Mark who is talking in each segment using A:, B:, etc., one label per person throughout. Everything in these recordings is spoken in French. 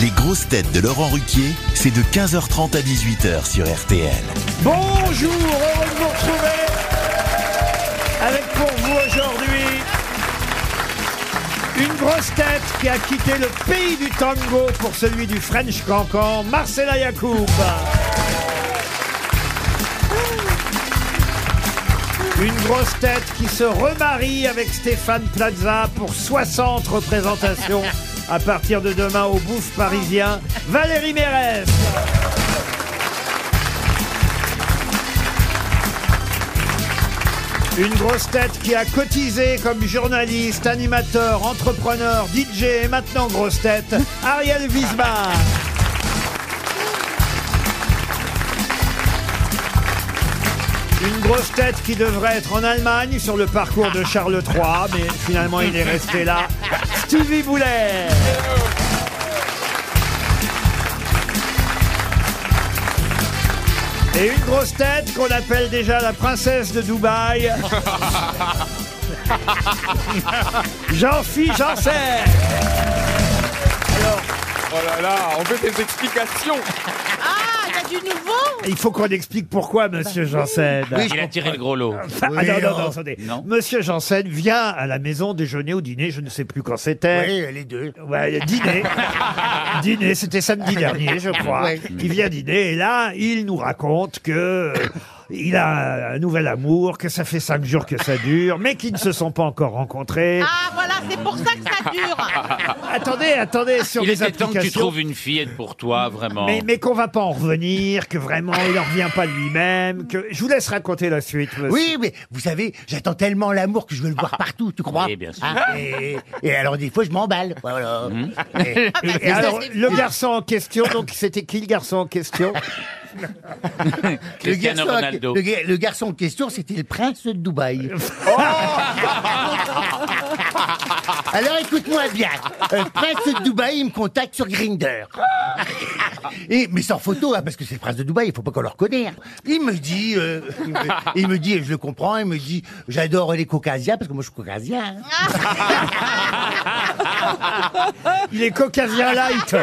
A: Les grosses têtes de Laurent Ruquier, c'est de 15h30 à 18h sur RTL.
B: Bonjour, heureux de vous retrouver avec pour vous aujourd'hui une grosse tête qui a quitté le pays du tango pour celui du French Cancan, Marcela Yacoub. Une grosse tête qui se remarie avec Stéphane Plaza pour 60 représentations à partir de demain au Bouffe Parisien, Valérie Mérès. Une grosse tête qui a cotisé comme journaliste, animateur, entrepreneur, DJ et maintenant grosse tête, Ariel Wiesbach. Une grosse tête qui devrait être en Allemagne sur le parcours de Charles III, mais finalement il est resté là. Stevie Boulet. Et une grosse tête qu'on appelle déjà la princesse de Dubaï. Jean-Philippe Janssen.
C: Oh là là, on fait des explications.
D: Ah, il y a du nouveau
B: Il faut qu'on explique pourquoi, monsieur Janssen.
E: il a tiré le gros lot.
B: Ah, non, non, non, attendez. Monsieur Janssen vient à la maison déjeuner ou dîner, je ne sais plus quand c'était.
F: Oui, les deux.
B: Ouais, dîner. dîner, c'était samedi dernier, je crois.
F: Ouais.
B: Il vient dîner et là, il nous raconte que euh, il a un nouvel amour, que ça fait cinq jours que ça dure, mais qu'ils ne se sont pas encore rencontrés.
D: Ah, voilà, c'est pour ça que ça dure.
B: Attendez, attendez, sur
E: Il
B: les
E: était temps que tu
B: applications.
E: trouves une fillette pour toi, vraiment.
B: Mais, mais qu'on va pas en revenir, que vraiment il en revient pas lui-même, que je vous laisse raconter la suite. monsieur.
F: Oui, mais vous savez, j'attends tellement l'amour que je veux le voir partout, tu crois
E: Oui, bien sûr.
F: Hein, et, et alors, des fois, je m'emballe. Voilà. Et-
D: Ah, bah,
B: Et
D: ça,
B: alors,
D: c'est
B: le
D: bien.
B: garçon en question, donc c'était qui le garçon en question
F: le,
E: Cristiano
F: garçon,
E: Ronaldo.
F: le ga- le garçon en question, c'était le prince de Dubaï. alors, écoute-moi bien. Le prince de Dubaï, il me contacte sur Grinder. Et, mais sans photo, hein, parce que c'est le prince de Dubaï, il faut pas qu'on le reconnaisse. Il me dit, euh, il, me, il me dit, et je le comprends, il me dit, j'adore les caucasiens, parce que moi je suis caucasien. hein.
B: Il est caucasien light.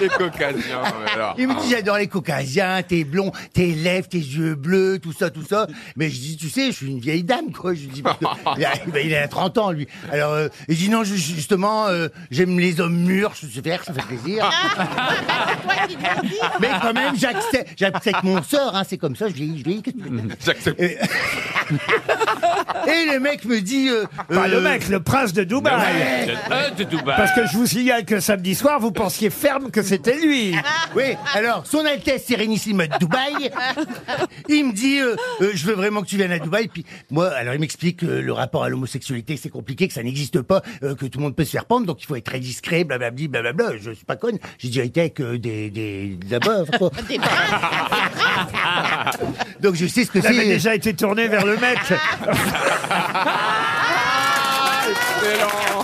C: Les caucasiens. hein, mais alors.
F: Il me dit j'adore les caucasiens, t'es blond, tes lèvres, tes yeux bleus, tout ça, tout ça. Mais je dis tu sais, je suis une vieille dame quoi. Je lui dis parce que- il, a, ben, il a 30 ans lui. Alors euh, il dit non je- justement euh, j'aime les hommes mûrs, je suis vert, ça fait plaisir.
D: C'est toi qui l'as dit.
F: Mais quand même j'accepte, j'accepte mon sort, hein, c'est comme ça. Je lui dis, je lui dis, qu'est-ce que tu veux dire
C: J'accepte.
F: et... et le mec me dit euh,
B: Pas le
F: euh,
B: mec, le prince de Dubaï.
E: De, euh, de Dubaï.
B: Parce que je vous signale que samedi soir, vous pensiez ferme que c'était lui.
F: Oui, alors, son Altesse Sérénissime de Dubaï, il me dit, euh, euh, je veux vraiment que tu viennes à Dubaï. Puis moi, alors il m'explique que le rapport à l'homosexualité, c'est compliqué, que ça n'existe pas, euh, que tout le monde peut se faire pendre, donc il faut être très discret, blablabli, blablabla. Je suis pas conne, j'ai déjà été avec euh, des, des, de la meuf, quoi.
D: Des bras.
F: Donc je sais ce que
B: Il avait
F: c'est.
B: déjà été tourné vers le mec.
C: Excellent.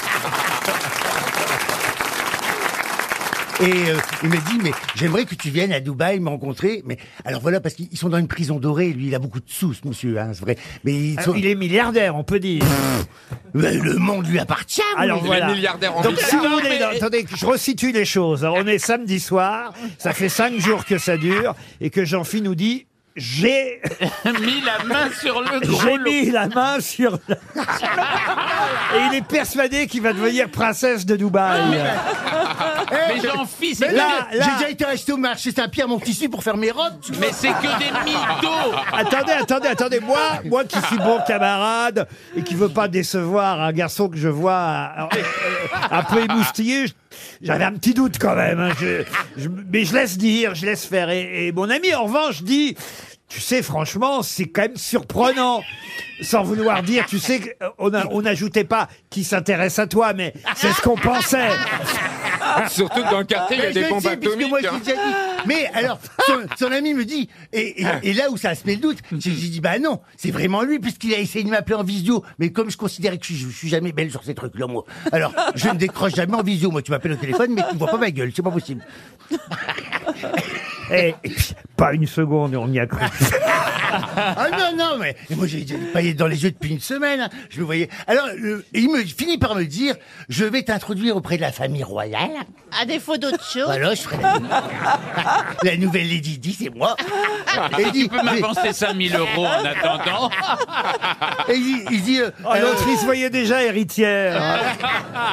F: Et euh, il me dit, mais j'aimerais que tu viennes à Dubaï me rencontrer. Mais alors voilà, parce qu'ils sont dans une prison dorée. Lui, il a beaucoup de sous, ce monsieur, hein, c'est vrai. Mais ils sont-
B: Ah, Il est milliardaire, on peut dire.
F: Mais le monde lui appartient. mon
B: Alors
F: monsieur.
B: voilà.
C: Les milliardaires en
B: Donc
C: vie.
B: si vous
E: Ah,
C: Non,
B: voulez,
C: mais-
B: non, attendez, que je resitue les choses. Alors, on est samedi soir, ça fait cinq jours que ça dure, et que Jean-Phi nous dit j'ai
E: mis la main sur le gros
B: j'ai
E: lot.
B: mis la main sur. la- et il est persuadé qu'il va devenir princesse de Dubaï.
E: Ah, Eh, Mais j'en fis,
F: Mais
E: c'est
F: là,
B: Eh, là, là-
F: j'ai déjà été acheté au marché Saint-Pierre mon tissu pour faire mes robes. tu vois.
E: Mais c'est que des mythos.
B: Attendez, attendez, attendez. Moi, moi qui suis bon camarade et qui veut pas décevoir un garçon que je vois euh, euh, un peu émoustillé, je- j'avais un petit doute quand même. hein. Je- je- mais je laisse dire, je laisse faire. Et, et mon ami, en revanche, dit, tu sais, franchement, c'est quand même surprenant. Sans vouloir dire, tu sais, que, euh, on a- on n'ajoutait pas qui s'intéresse à toi, mais c'est ce qu'on pensait.
C: Surtout que dans le quartier, il y a
F: Mais je
C: des
F: le
C: bombes
F: sais, puisque
C: atomiques.
F: moi, je
C: hein.
F: l'ai déjà dit. Mais alors, son, son ami me dit, et, et- et là où ça se met le doute, j'ai j'ai dit, bah non, c'est vraiment lui, puisqu'il a essayé de m'appeler en visio. Mais comme je considérais que je, suis- je suis jamais belle sur ces trucs-là, moi, alors je ne décroche jamais en visio. Moi, tu m'appelles au téléphone, mais tu vois pas ma gueule, c'est pas possible.
B: Et, et puis, pas une seconde, on y a cru.
F: Ah non, non, mais et moi j'ai des paillettes dans les yeux depuis une semaine. hein. Je le voyais. Alors, le- il me finit par me dire, je vais t'introduire auprès de la famille royale.
D: À défaut d'autre chose.
F: Voilà, Bah je ferai la, la nouvelle Lady Di, c'est moi. Et il dit,
E: Tu peux m'avancer 5000 euros en attendant.
F: et il dit- il dit, euh,
B: Oh, L'autre, il se voyait déjà héritière.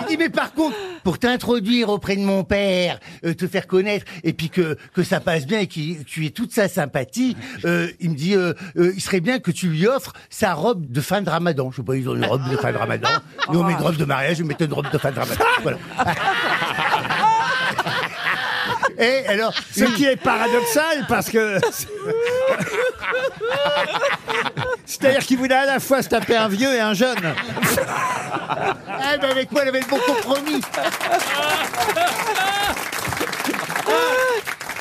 F: Il dit, mais par contre, pour t'introduire auprès de mon père, euh, te faire connaître, et puis que, que ça passe bien et qu'il- que tu aies toute sa sympathie, euh, il me dit, euh, euh, il serait bien que tu lui offres sa robe de fin de ramadan. Je sais pas, ils ont une robe de fin de ramadan. Nous, on met une robe de mariage, ils mettent une robe de fin de ramadan. Voilà. Et alors,
B: Ce qui est paradoxal parce que. C'est-à-dire qu'il voulait à la fois se taper un vieux et un jeune.
F: ah, ben, avec moi, elle avait le bon compromis.
B: Ah.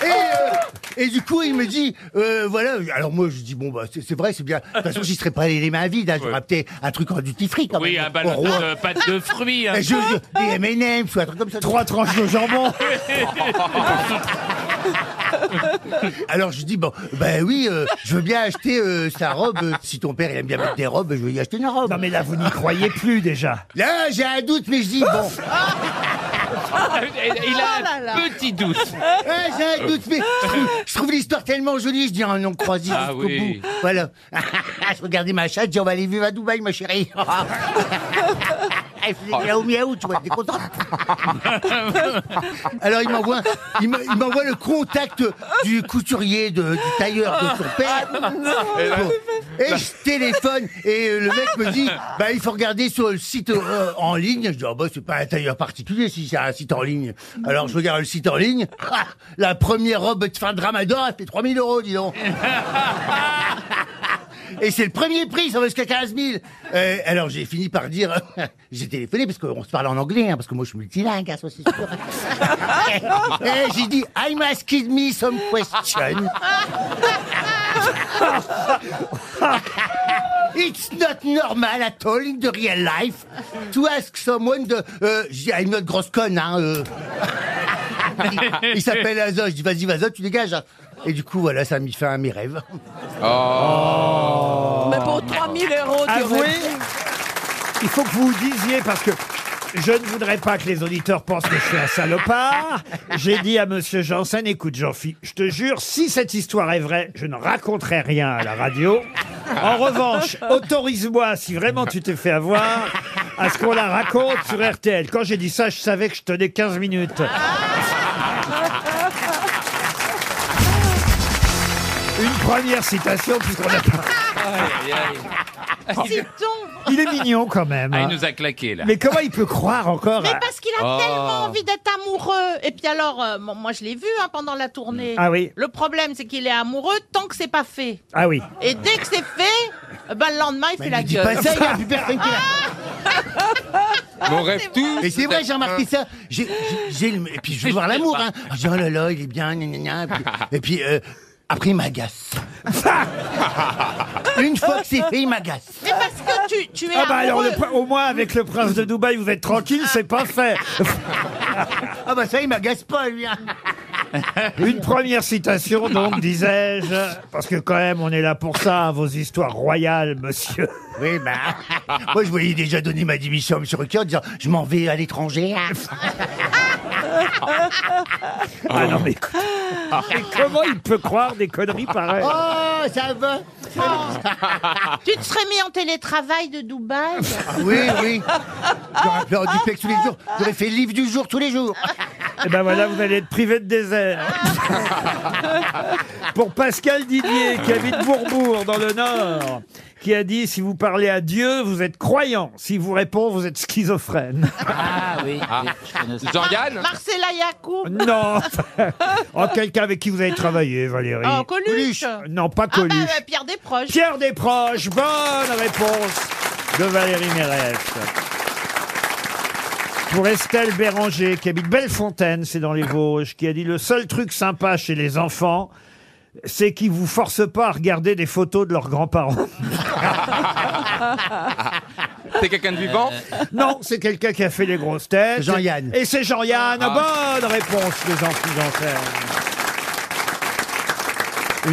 F: Et, euh, et du coup, il me dit, euh, voilà. Alors moi, je dis bon bah c'est c'est vrai, c'est bien. De toute façon, j'y serais pas allé les mains vides. Hein, J'aurais peut-être un truc en duty free quand
E: Oui,
F: même.
E: un
F: au
E: ballon
F: roi.
E: de pâte de fruits. hein.
F: Et je, je- des M&M's ou un truc comme ça.
B: Trois tranches de jambon.
F: Alors je dis bon, ben oui, euh, je veux bien acheter euh, sa robe. Euh, Si ton père il aime bien mettre des robes, je vais lui acheter une robe.
B: Non, mais là, vous n'y croyez plus déjà.
F: Là, j'ai un doute, mais je dis bon.
E: Il
F: Oh
E: a
D: là là.
E: un petit doute.
F: Ah, j'ai un doute, mais je trouve, je trouve l'histoire tellement jolie, je dis un nom croisé
E: Ah
F: jusqu'au
E: oui.
F: bout. Voilà. je regardais ma chatte, je dis on va aller vivre à Dubaï, ma chérie. Elle faisait miaou miaou, tu vois, t'es contente. Alors il m'envoie, il me- il m'envoie le contact du couturier, de, du tailleur de son père.
C: Et là,
F: Bon. Ah, Et je téléphone et euh, le mec me dit bah il faut regarder sur le site euh, en ligne. Je dis ah bah c'est pas un tailleur particulier si c'est un site en ligne. Alors je regarde le site en ligne. Ah, la première robe de fin de Ramadan elle fait 3000 euros dis donc. Et c'est le premier prix, ça va jusqu'à 15 000. Euh, alors j'ai fini par dire, j'ai téléphoné parce qu'on se parle en anglais, hein, parce que moi je suis multilingue, hein, ça c'est sûr. Et j'ai dit, I'm asking me some question. It's not normal at all in the real life to ask someone de. Euh, je dis, I'm not grosse conne, hein. euh. il il s'appelle Azo. Je dis, vas-y, vas-y, tu dégages. hein. Et du coup, voilà, ça a mis fin à mes rêves.
G: Mais pour 3000 euros, tu
B: Avouez,
G: aurais-
B: il faut que vous disiez parce que. Je ne voudrais pas que les auditeurs pensent que je suis un salopard. J'ai dit à Monsieur Janssen, écoute Jean-Philippe, je te jure, si cette histoire est vraie, je ne raconterai rien à la radio. En revanche, autorise-moi, si vraiment tu t'es fait avoir, à ce qu'on la raconte sur RTL. Quand j'ai dit ça, je savais que je tenais 15 minutes. Une première citation, puisqu'on a pas...
E: Aïe, aïe.
D: Citons.
B: Ah, Il est mignon quand même.
E: Ah,
B: hein.
E: il nous a claqué là.
B: Mais comment il peut croire encore
D: Mais
F: bah.
B: à-
D: parce qu'il a
E: Ah.
D: tellement
F: Oh.
D: envie d'être amoureux. Et puis alors, euh, bon, moi je l'ai vu hein, pendant la tournée.
B: Ah oui.
D: Le problème, c'est qu'il est amoureux tant que c'est pas fait.
B: Ah oui.
D: Et dès que c'est fait, euh, ben, le lendemain, il fait la
F: Il dit
D: gueule. Ah
F: pas ça, il y a plus personne qui l'a.
C: mais on rêve tous.
F: Et c'est vrai, j'ai remarqué ça. J'ai, j'ai- j'ai le- et puis je veux voir l'amour. Hein. Je dis, oh là là, il est bien, gna, gna, gna. Et puis, et puis, euh, après, il m'agace. Une fois que c'est fait, il m'agace.
D: Mais parce que tu, tu es
B: Ah bah alors
D: amoureux.
B: le prin- au moins avec le prince de Dubaï vous êtes tranquille, c'est pas fait.
F: Ah bah ça, il m'agace pas, lui. hein.
B: Une première citation donc disais-je parce que quand même on est là pour ça, hein, vos histoires royales monsieur.
F: Oui, bah. Moi, je voyais déjà donner ma démission à M. Ruquier en disant Je m'en vais à l'étranger. hein.
B: Ah non mais, écoute. Mais comment il peut croire des conneries pareilles
F: Oh, ça va
D: Tu te serais mis en télétravail de Dubaï.
F: Ah Oui, oui. J'aurais fait en duplex tous les jours. J'aurais fait livre du jour tous les
E: Oh.
F: jours.
B: Et ben voilà, vous allez être privé de désert. Pour Pascal Didier, qui habite Bourbourg, dans le Nord, qui a dit si vous parlez à Dieu, vous êtes croyant. Si vous répond, vous êtes schizophrène.
E: Ah oui, oui, je connais ça.
C: Jean-Yann
D: Marcella Yacoub.
B: non. en Oh, quelqu'un avec qui vous avez travaillé, Valérie.
D: Oh, Coluche.
B: Non, pas
D: Ah bah,
B: Coluche.
D: euh, Pierre Desproges.
B: Pierre Desproges, bonne réponse de Valérie Mérès. Pour Estelle Béranger, qui habite Bellefontaine, c'est dans les Vosges, qui a dit le seul truc sympa chez les enfants, c'est qu'ils vous forcent pas à regarder des photos de leurs grands-parents.
C: T'es quelqu'un de vivant
B: Euh, Non, c'est quelqu'un qui a fait les grosses têtes.
F: Jean-Yann.
B: Et c'est Jean-Yann.
C: Ah.
B: Bonne réponse, les enfants.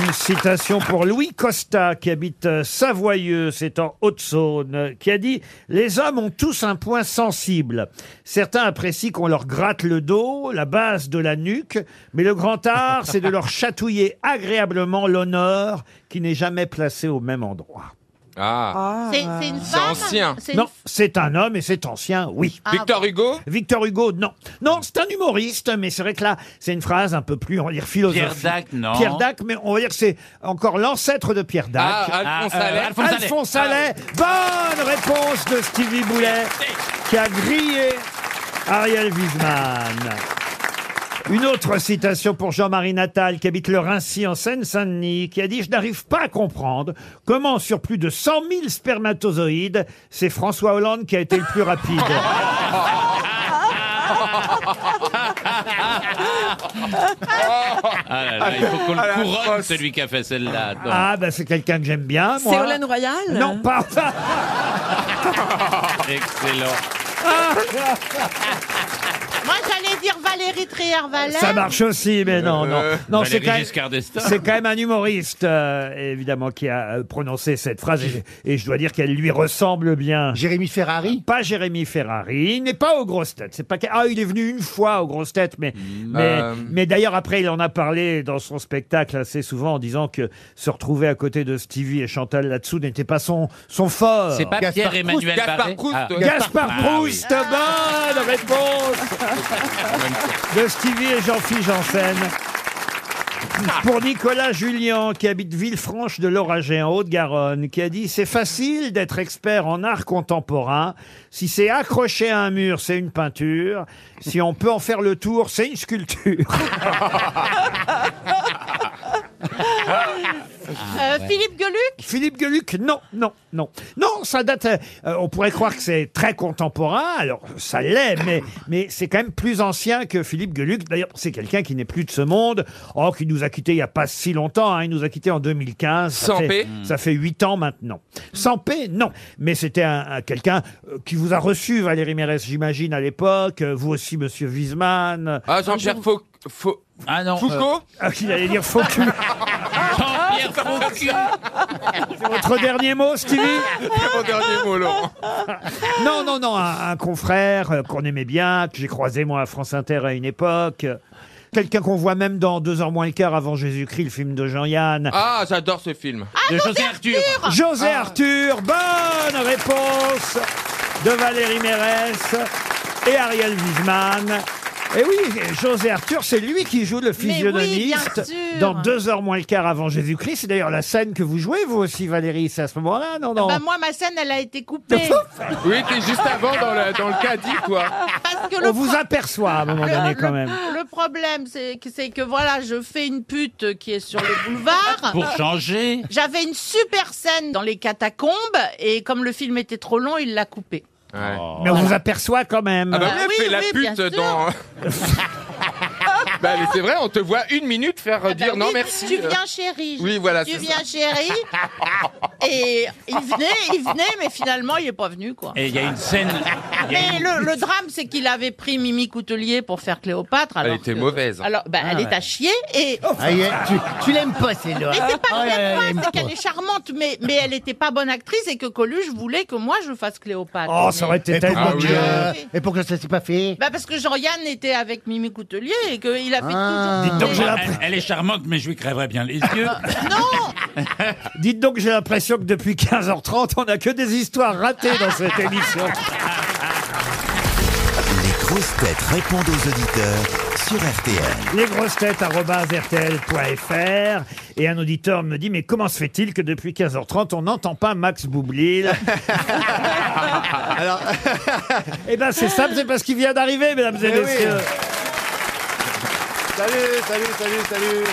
B: Une citation pour Louis Costa, qui habite euh, Savoyeux, c'est en Haute-Saône, euh, qui a dit « Les hommes ont tous un point sensible. Certains apprécient qu'on leur gratte le dos, la base de la nuque, mais le grand art, c'est de leur chatouiller agréablement l'honneur qui n'est jamais placé au même endroit.
C: Ah.
D: C'est c'est une
C: C'est
D: femme
C: ancien.
D: C'est » une-
B: Non, c'est un homme et c'est ancien, oui.
D: Ah,
C: Victor Hugo
B: Victor Hugo, non. Non, c'est un humoriste, mais c'est vrai que là, c'est une phrase un peu plus, on va dire, philosophique.
E: Pierre Dac, non.
B: Pierre Dac, mais on va dire que c'est encore l'ancêtre de Pierre Dac.
C: Ah, Alphonse
E: Ah, euh,
C: Allais.
E: Alphonse Allais.
B: Alphonse Allais. Bonne réponse de Stevie Boulet, qui a grillé Ariel Wiesmann. Une autre citation pour Jean-Marie Natal, qui habite le Rincy en Seine-Saint-Denis, qui a dit « Je n'arrive pas à comprendre comment, sur plus de 100 000 spermatozoïdes, c'est François Hollande qui a été le plus rapide. »
E: Ah là là, il faut qu'on
C: Ah
E: le
C: la
E: couronne,
C: grosse.
E: celui qui a fait celle-là. attends.
B: Ah, ben c'est quelqu'un que j'aime bien, moi.
G: C'est Hélène Royal
B: Non, pas...
E: Excellent.
D: Moi, j'allais dire Valérie Trier-Valère.
B: Ça marche aussi, mais non, non. Non, c'est
E: Euh, Valérie
B: quand, même-
E: Giscard d'Estaing.
B: c'est quand même un humoriste, euh, évidemment, qui a euh, prononcé cette phrase. Et, et je dois dire qu'elle lui ressemble bien.
F: Jérémy Ferrari
B: Pas Jérémy Ferrari, il n'est pas aux grosses têtes. C'est pas que- ah, il est venu une fois aux grosses têtes, mais mais,
C: Euh.
B: mais d'ailleurs après il en a parlé dans son spectacle assez souvent en disant que se retrouver à côté de Stevie et Chantal là-dessous n'était pas son son fort.
E: C'est pas
F: Gaspard
E: Pierre-Emmanuel
C: Proust.
E: Barré.
C: Gaspard Proust,
E: Ah.
C: ouais.
B: Gaspard
E: Ah oui.
B: Proust, bonne réponse de Stevie et Jean-Philippe Janssen. Pour Nicolas Julien, qui habite Villefranche de l'Oragé en Haute-Garonne, qui a dit C'est facile d'être expert en art contemporain. Si c'est accroché à un mur, c'est une peinture. Si on peut en faire le tour, c'est une sculpture.
H: Ah,
D: Euh, Philippe Geluc
B: Philippe Gueluc, non, non, non. Non, ça date. euh, euh, on pourrait croire que c'est très contemporain. Alors, ça l'est, mais, mais c'est quand même plus ancien que Philippe Gueluc. D'ailleurs, c'est quelqu'un qui n'est plus de ce monde. Oh, qui nous a quittés il n'y a pas si longtemps. hein. Il nous a quittés en 2015. Ça
C: Sans
B: fait-
C: paix.
B: Ça fait 8 ans maintenant. Sans paix, non. Mais c'était un, un quelqu'un euh, qui vous a reçu, Valérie Mérès, j'imagine, à l'époque. Euh, Vous aussi, monsieur Wiesmann.
C: Ah, Jean-Pierre Fau- Fau-
E: Ah non. euh,
C: Foucault
B: Ah, il allait dire faux cul.
E: Jean-Pierre Foucault.
B: Votre dernier mot, Stevie
C: C'est mon dernier mot, Laurent.
B: Ah. Non, non, non, un, un confrère euh, qu'on aimait bien, que j'ai croisé moi à France Inter à une époque. euh, Quelqu'un qu'on voit même dans Deux heures moins le quart avant Jésus-Christ, le film de Jean-Yann.
C: Ah, j'adore ce film. Ah.
E: De José Arthur.
B: José
D: Ah.
B: Arthur, bonne réponse de Valérie Mérès et Ariel Wiesmann. Et oui, José Arthur, c'est lui qui joue le
D: Mais oui, bien
B: physionomiste
D: sûr.
B: dans Deux heures moins le quart avant Jésus-Christ. C'est d'ailleurs la scène que vous jouez, vous aussi, Valérie. C'est à ce moment-là, non, non
D: Bah, moi, ma scène, elle a été coupée.
C: Oui, t'es juste avant dans le, dans le caddie, toi.
D: Parce que le
B: On vous aperçoit à un moment donné, quand même.
D: Le problème, c'est que, c'est que voilà, je fais une pute qui est sur le boulevard.
E: Pour changer.
D: J'avais une super scène dans les catacombes et comme le film était trop long, il l'a coupé.
C: Ouais.
B: Mais on vous aperçoit quand même.
C: Ah bah
D: Ah
C: oui,
D: oui,
C: fais la
D: oui, bien
C: pute
D: sûr.
C: dans... bah mais c'est vrai, on te voit une minute faire euh,
D: Ah bah
C: dire non
D: oui,
C: merci.
D: Tu viens chérie.
C: Oui, voilà,
D: Tu
C: c'est
D: viens chérie. Et il venait, il venait, mais finalement, il est pas venu quoi.
E: Et il y a une scène. il y a
D: Mais
E: une-
D: le, le drame, c'est qu'il avait pris Mimi Coutelier pour faire Cléopâtre. Alors
C: était
D: que-
C: mauvaise.
D: Alors, ben,
E: Ah
D: elle est à chier et.
F: Aïe, aïe, tu, tu l'aimes pas celle-là
D: Mais c'est pas
F: Oh
D: que
F: là
D: je l'aime
F: là,
D: pas,
F: elle aime
D: c'est
F: pas.
D: qu'elle est charmante, mais, mais elle n'était pas bonne actrice et que Coluche voulait que moi je fasse Cléopâtre.
B: Oh, ça
D: Mais-
B: aurait été
F: Et pourquoi,
B: tellement
C: Ah oui.
F: que-
B: mieux.
D: mieux.
F: et pourquoi ça s'est pas fait
D: Bah parce que Jean-Yann était avec Mimi Coutelier et qu'il avait
F: Ah.
D: toujours...
B: Dites donc, j'ai la-
E: Elle, elle est charmante, mais je lui crèverais bien les yeux.
D: Euh, Non
B: Dites donc, j'ai l'impression que depuis 15h30, on n'a que des histoires ratées dans cette émission.
A: Les grosses têtes répondent aux auditeurs sur RTL.
B: Les grosses têtes et un auditeur me dit mais comment se fait-il que depuis 15h30 on n'entend pas Max Boublil
H: Alors,
B: Eh ben c'est simple, c'est parce qu'il vient d'arriver, mesdames et
H: Eh oui.
B: messieurs.
H: salut, salut, salut, salut.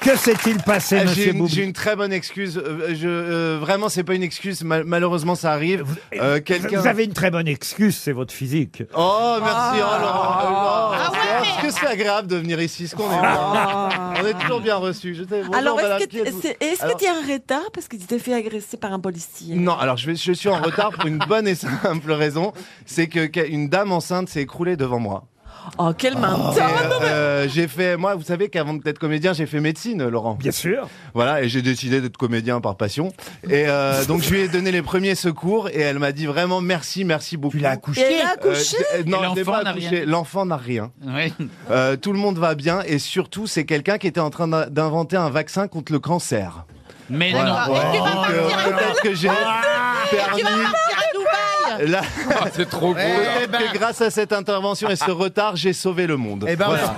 B: Que s'est-il passé,
H: Ah, J'ai
B: Monsieur
H: une, j'ai
B: Boublil
H: une très bonne excuse. Euh, je, euh, vraiment, c'est pas une excuse. mal- malheureusement, ça arrive. Euh, Quelqu'un.
B: Vous avez une très bonne excuse, c'est votre physique.
H: Oh, merci. Oh, Laurent. Euh, Laurent,
D: Ah ouais,
H: Laurent,
D: mais-
H: que c'est agréable de venir ici. Ce qu'on est.
B: Ah.
H: bien. On est toujours bien reçus. Je t'ai- bonjour,
G: Alors,
H: madame,
G: est-ce que
H: qui êtes-vous
G: c'est- est-ce que
H: Alors-
G: tu es en retard parce que tu t'es fait agresser par un policier
H: Non, alors je, vais- je suis en retard pour une bonne et simple raison, c'est que que- une dame enceinte s'est écroulée devant moi. Ah,
G: Oh, quel menteur
H: Euh, j'ai fait, moi, vous savez qu'avant d'être comédien, j'ai fait médecine, Laurent.
B: Bien sûr.
H: Voilà, et j'ai décidé d'être comédien par passion. Et euh, donc, je lui ai donné les premiers secours et elle m'a dit vraiment merci, merci beaucoup.
F: Tu l'as
G: Et
F: accouché
G: elle a
H: Euh,
G: accouché
H: je- euh, non,
E: Et
H: je l'ai
E: l'enfant
H: pas
E: n'a
H: accouché.
E: rien.
H: L'enfant n'a rien.
E: Oui.
H: Euh, tout le monde va bien et surtout, c'est quelqu'un qui était en train d'in- d'inventer un vaccin contre le cancer.
E: Mais
H: Voilà.
E: non.
D: Et tu vas
H: Donc, euh,
D: partir à
H: Peut-être que j'ai
E: Ah,
D: Ah, Tu vas
H: permis.
D: partir à Dubaï
H: Là,
C: Ah, c'est trop beau. là.
H: peut-être que grâce à cette intervention et ce retard, j'ai sauvé le monde.
F: Eh ben,
H: Voilà.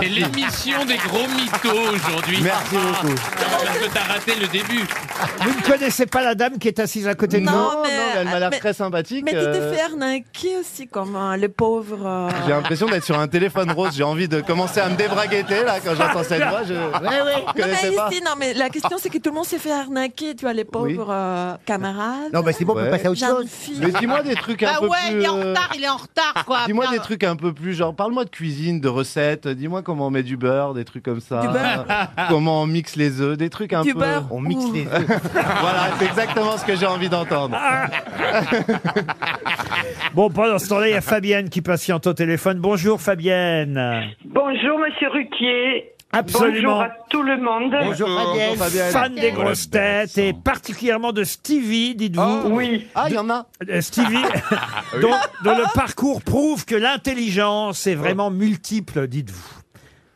E: C'est l'émission des gros mythos aujourd'hui.
H: Merci beaucoup.
E: Parce que t'as raté le début.
B: Vous ne connaissez pas la dame qui est assise à côté de
G: Non,
B: vous
H: non,
G: mais-
H: mais elle m'a l'air
G: mais-
H: très sympathique.
G: Mais tu
H: euh,
G: t'es fait arnaquer aussi, comme euh, le pauvre. euh,
H: J'ai l'impression d'être sur un téléphone rose. J'ai envie de commencer à me débraguetter là quand j'entends cette voix. Je
G: Non mais,
H: connaissais pas.
G: ici, non, mais la question, c'est que tout le monde s'est fait arnaquer. Tu as les pauvres
H: Oui.
G: euh, camarades.
F: Non, bah c'est bon, on
H: Ouais.
F: peut passer à autre chose.
G: Jeune fille.
H: Mais dis-moi des trucs un
D: Bah
H: peu
D: ouais,
H: plus.
D: il est en
H: euh,
D: retard, il est en retard, quoi.
H: Dis-moi
D: Putain.
H: des trucs un peu plus genre parle-moi de cuisine, de recettes, dis-moi comment on met du beurre, des trucs comme ça.
G: Du beurre.
H: Comment on mixe les œufs, des trucs un
G: Du
H: peu.
G: beurre.
F: On mixe
G: Ouh.
F: les deux.
H: Voilà, c'est exactement ce que j'ai envie d'entendre.
G: Ah.
B: Bon, pendant ce temps-là, il y a Fabienne qui patiente au téléphone. Bonjour Fabienne.
I: Bonjour Monsieur Ruquier. Bonjour
B: Absolument.
I: à tout le monde.
C: Bonjour.
H: Bonjour, Fabienne.
B: Fan des
D: Fabienne.
B: grosses têtes et particulièrement de Stevie, dites-vous.
I: Oui,
H: Ah, il y en a.
B: Euh, Stevie,
C: Ah,
B: dont, dont le parcours prouve que l'intelligence est vraiment multiple, dites-vous.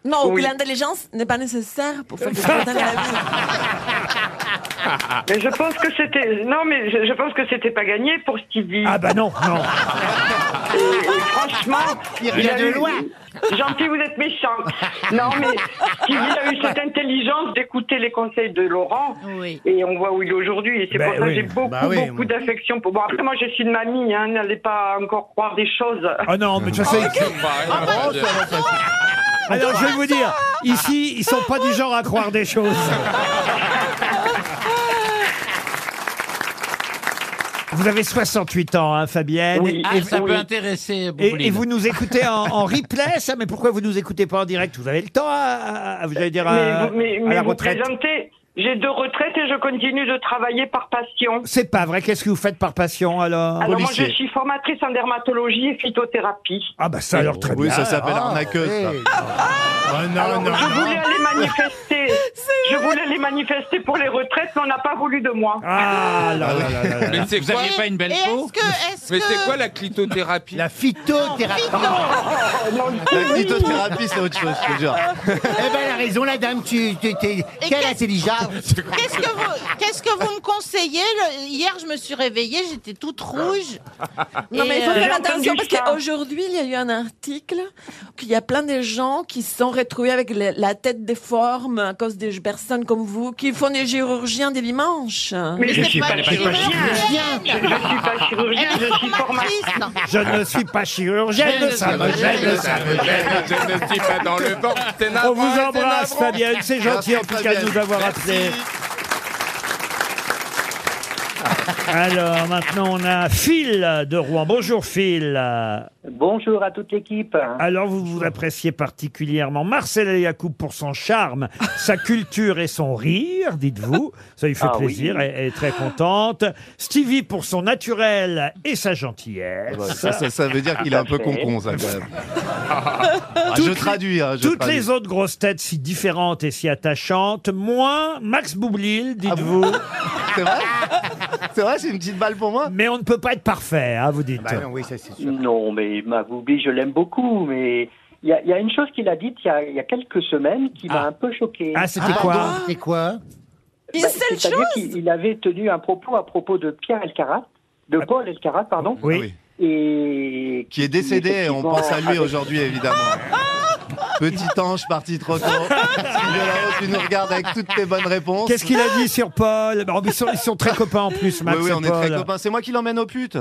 G: Non,
I: Oui.
G: l'intelligence n'est pas nécessaire pour faire des choses dans la vie.
I: mais je pense que c'était non, mais je, je pense que c'était pas gagné pour Stevie.
B: Ah bah non, non.
I: Et- et franchement, il,
F: a de
I: eu-
F: loin.
I: Gentil, vous êtes méchant. Non, mais Stevie a eu cette intelligence d'écouter les conseils de Laurent.
D: Oui.
I: Et on voit où il est aujourd'hui. Et c'est
B: Ben
I: pour ça
B: oui.
I: que j'ai beaucoup,
F: Bah oui,
I: beaucoup
F: moi.
I: d'affection pour. Bon, après, moi, je suis une mamie, hein, n'allez pas encore croire des choses. Oh,
B: Ah non, mais je sais.
C: C'est pareil,
B: Oh,
C: mon Dieu.
B: Alors je vais vous dire, ici, ils sont pas du genre à croire des choses. Vous avez 68 ans, hein, Fabienne.
I: Oui.
E: Ah, ça
I: oui.
E: peut intéresser Boubline.
B: Et, et vous nous écoutez en, en replay, ça Mais pourquoi vous nous écoutez pas en direct Vous avez le temps, à, à- à- vous allez dire, à,
I: mais vous, mais-
B: à
I: mais
B: la
I: vous
B: retraite.
I: plaisantez. J'ai deux retraites et je continue de travailler par passion.
B: C'est pas vrai. Qu'est-ce que vous faites par passion alors
I: Alors moi,
H: policier.
I: je suis formatrice en dermatologie et phytothérapie.
B: Ah bah ça alors très
H: Oui,
B: bien. Ah,
H: ça s'appelle arnaqueuse. ça.
F: Oh, non, non,
I: Je
F: non.
I: voulais aller manifester. Je voulais aller manifester pour les retraites, mais on n'a pas voulu de moi.
B: Ah là là là là là.
C: Mais c'est
E: Vous
C: quoi
E: aviez pas une belle
D: Et
E: peau
D: est-ce que, est-ce
C: Mais
D: que...
C: c'est quoi la clitothérapie
F: La phytothérapie.
H: La phytothérapie, c'est autre chose, je te jure.
F: Eh ben, elle a raison, la dame, tu, tu- t'es- quelle
D: qu'est-
F: intelligence.
D: Qu'est-ce que vous, qu'est-ce que vous me conseillez Le- Hier, je me suis réveillée, j'étais toute rouge.
G: Non,
D: Et,
G: mais il faut
D: euh,
G: faire
I: j'ai
G: attention parce
I: entendu ça.
G: qu'aujourd'hui, il y a eu un article qu'il y a plein de gens qui se sont retrouvés avec le- la tête déforme à cause des personnes comme vous qui font des chirurgiens des dimanches.
I: Mais
D: je suis
I: pas
D: chirurgienne.
I: Je ne suis pas chirurgien,
D: Elle est
I: je suis formatrice.
D: formatrice. non.
B: Je ne suis pas chirurgienne, ça me gêne. ça.
C: me gêne, je ne suis pas dans le ventre. C'est
B: On
C: navrant,
B: vous
C: c'est
B: embrasse,
C: navrant.
B: Fabienne. C'est gentil en
H: Merci,
B: tout cas de
H: Fabienne.
B: nous avoir appelés. Alors maintenant, on a Phil de Rouen. Bonjour Phil.
J: Bonjour à toute l'équipe.
B: Alors, vous vous appréciez particulièrement Marcel Yacoub pour son charme, sa culture et son rire, dites-vous. Ça lui fait
J: Ah oui.
B: plaisir, elle, elle est très contente. Stevie pour son naturel et sa gentillesse.
H: Ça, ça, ça veut dire qu'il est un peu concon, ça, quand même. Ah, je traduis, hein, je
B: Toutes
H: traduis.
B: les autres grosses têtes si différentes et si attachantes, moins Max Boublil, dites-vous.
H: Ah C'est vrai C'est vrai, c'est une petite balle pour moi
B: Mais on ne peut pas être parfait, hein, vous dites.
F: Bah non, oui, ça c'est sûr.
J: Non, mais Mavoubi, je l'aime beaucoup, mais il y, a- il y a une chose qu'il a dite il y a, il y a quelques semaines qui m'a
B: Ah.
J: un peu choqué.
B: ah, c'était quoi
F: C'est quoi
G: Une
J: Bah,
G: seule
J: c'est-à-dire
G: chose
J: qu'il il avait tenu un propos à propos de Pierre Elcarat, de Paul Elcarat, pardon,
B: Ah. Oui.
H: Ah oui.
J: et
H: Qui est décédé, et on pense à lui
J: Effectivement,
H: aujourd'hui, évidemment. Petit ange parti trop tôt. Sylvia Laro, tu nous regardes avec toutes tes bonnes réponses.
B: Qu'est-ce qu'il a dit sur Paul Bah, ils, sont, ils sont très copains en plus,
H: Oui,
B: Max
H: oui,
B: et
H: on est très
B: Paul.
H: copains. C'est moi qui l'emmène aux putes.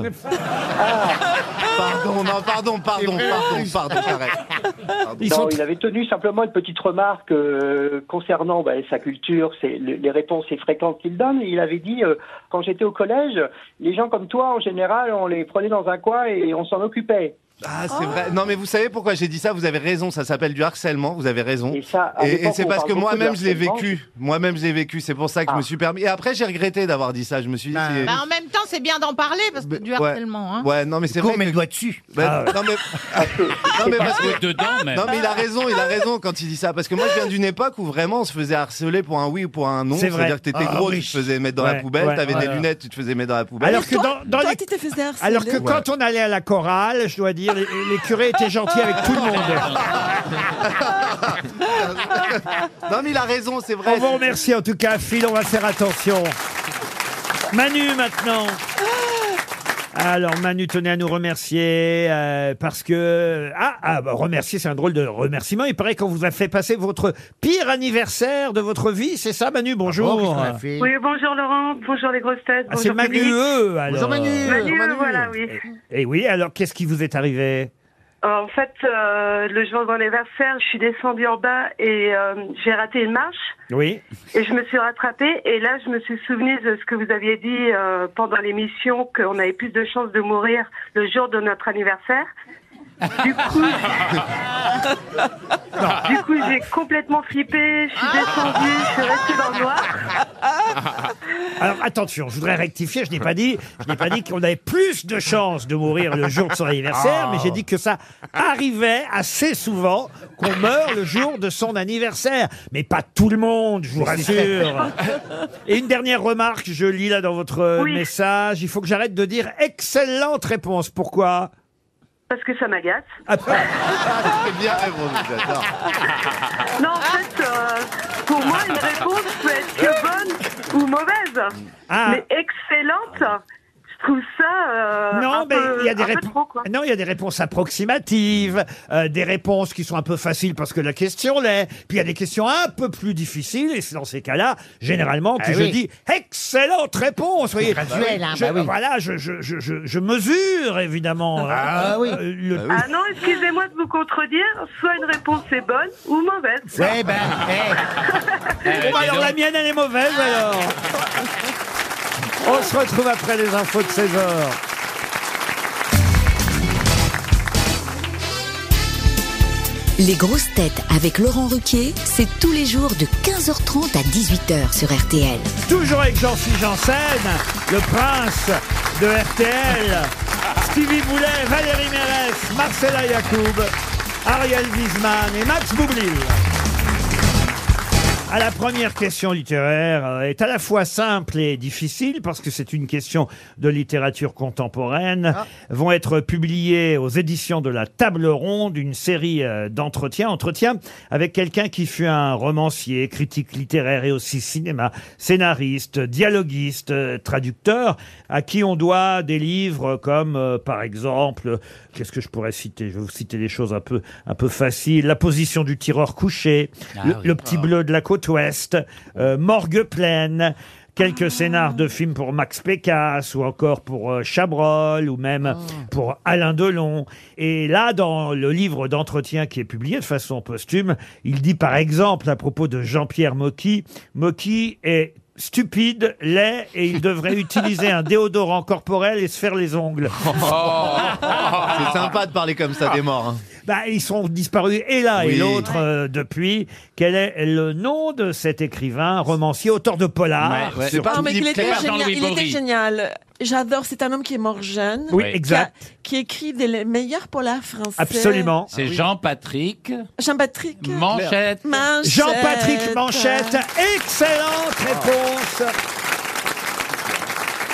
H: Pardon, non, pardon, pardon, pardon, pardon, j'arrête.
B: Ils
J: Non,
B: sont
J: il avait tenu simplement une petite remarque euh, concernant bah, sa culture, ses- le- les réponses et fréquentes qu'il donne. Il avait dit euh, quand j'étais au collège, les gens comme toi, en général, on les prenait dans un coin et on s'en occupait.
H: Ah, c'est vrai. Non, mais vous savez pourquoi j'ai dit ça Vous avez raison, ça s'appelle du harcèlement, vous avez raison. Et,
K: à l'époque,
H: et c'est
K: on
H: parce
K: parle
H: que
K: beaucoup de
H: moi-même, je l'ai
K: harcèlement. Ah.
H: vécu. Moi-même, je l'ai vécu, c'est pour ça que je me suis permis. Et après, j'ai regretté d'avoir dit ça. Je me suis dit. c'est-
D: Bah, en même temps, c'est bien d'en parler parce que du
H: Ah. ouais.
D: harcèlement. Hein.
H: Ouais, non, mais c'est vrai. met le
F: doigt dessus.
H: Bah,
E: Ah ouais.
H: Non, mais, non, mais parce que-
E: dedans, même.
H: Non, mais il a raison, il a raison quand il dit ça. Parce que moi, je viens d'une époque où vraiment on se faisait harceler pour un oui ou pour un non.
B: C'est vrai.
H: C'est-à-dire que t'étais
B: Ah
H: gros,
B: oui.
H: tu te faisais mettre dans
B: Ouais,
H: la poubelle,
B: ouais,
H: t'avais
B: ouais,
H: des
B: ouais.
H: lunettes, tu te faisais mettre dans la poubelle.
B: Bah, Alors que dans, dans
G: Toi,
B: les-
G: tu t'es fait harceler.
B: Alors que quand on allait à la chorale, je dois dire, les, les curés étaient gentils avec tout le monde.
H: Non, mais il a raison, c'est vrai.
B: On vous remercie en tout cas, Phil, on va faire attention. Manu maintenant. Alors Manu tenait à nous remercier euh, parce que ah, ah, bah, remercier c'est un drôle de remerciement. Il paraît qu'on vous a fait passer votre pire anniversaire de votre vie, c'est ça Manu Bonjour.
F: Qu'est-ce qu'on a fait
L: Oui, bonjour Laurent, bonjour les grosses têtes.
B: Ah, c'est
L: bonjour
B: Manu
L: public.
B: E alors.
F: Bonjour Manu.
L: Manu,
F: Manu.
L: voilà, oui.
B: Et oui, alors qu'est-ce qui vous est arrivé
L: En fait, euh, le jour de mon anniversaire, je suis descendue en bas et euh, j'ai raté une marche
B: Oui.
L: et je me suis rattrapée. Et là, je me suis souvenue de ce que vous aviez dit euh, pendant l'émission, qu'on avait plus de chances de mourir le jour de notre anniversaire. Du coup, du coup, j'ai complètement flippé, je suis descendue, je suis restée dans le noir.
B: Alors attention, je voudrais rectifier, je n'ai pas dit, je n'ai pas dit qu'on avait plus de chances de mourir le jour de son anniversaire, mais j'ai dit que ça arrivait assez souvent qu'on meurt le jour de son anniversaire, mais pas tout le monde, je vous rassure. Et une dernière remarque, je lis là dans votre euh,
L: Oui.
B: message, il faut que j'arrête de dire excellente réponse. Pourquoi Ah,
L: Parce que ça m'agace.
H: C'est bien, eh, bon, j'adore.
L: Non, en fait, euh, pour moi, une réponse peut être que bonne ou mauvaise.
B: Ah.
L: Mais excellente, je trouve ça. euh,
B: Non,
L: un
B: mais
L: peu-
B: il y a des
L: un peu
B: réponses.
L: trop, quoi.
B: Non, il y a des réponses approximatives, euh, des réponses qui sont un peu faciles parce que la question l'est. Puis il y a des questions un peu plus difficiles et c'est dans ces cas-là, généralement, que
F: Ah
B: je
F: oui.
B: dis excellente réponse. Vous voyez,
F: Graduel, hein,
B: je,
F: bah oui.
B: voilà, je, je, je, je, je mesure évidemment. hein, euh,
F: Ah oui.
B: le-
L: Ah non, excusez-moi de vous contredire. Soit une réponse est bonne ou mauvaise.
F: Ouais, ben, eh,
B: Bon, bah, alors la mienne, elle est mauvaise alors. On se retrouve après les infos de 16 heures.
M: Les grosses têtes avec Laurent Ruquier, c'est tous les jours de 15h30 à 18h sur RTL.
B: Toujours avec Jean-Philippe Janssen, le prince de RTL, Stevie Boulet, Valérie Mérès, Marcella Yacoub, Ariel Wiesman et Ah, Max Boublil. À la première question littéraire euh, est à la fois simple et difficile parce que c'est une question de littérature contemporaine. Vont être publiées aux éditions de la Table Ronde une série euh, d'entretiens, entretiens avec quelqu'un qui fut un romancier, critique littéraire et aussi cinéma, scénariste, dialoguiste, euh, traducteur, à qui on doit des livres comme euh, par exemple, euh, qu'est-ce que je pourrais citer Je vais vous citer des choses un peu un peu faciles. La position du tireur couché, le, le petit bleu de la côte ouest, euh, Morgue pleine, quelques scénars de films pour Max Pécasse ou encore pour euh, Chabrol ou même pour Alain Delon. Et là, dans le livre d'entretien qui est publié de façon posthume, il dit par exemple à propos de Jean-Pierre Mocky, Mocky est stupide, laid et il devrait utiliser un déodorant corporel et se faire les ongles.
H: C'est sympa de parler comme ça des morts. hein.
B: Bah, ils sont disparus et l'un et
H: Oui.
B: l'autre euh, depuis. Quel est le nom de cet écrivain, romancier, auteur de polar
E: Ouais,
H: C'est pas
G: Non, mais il
H: Philippe
G: était
H: Claire.
E: dans
G: génial.
E: Louis
G: Il était
E: Bory.
G: génial. J'adore. C'est un homme qui est mort jeune.
E: Ouais.
B: Oui,
G: Qui, a-
B: exact.
G: qui écrit des les meilleurs polars français.
B: Absolument.
E: C'est Jean-Patrick
G: Ah Jean-Patrick.
E: Manchette.
G: Manchette.
B: Jean-Patrick Manchette, excellente réponse.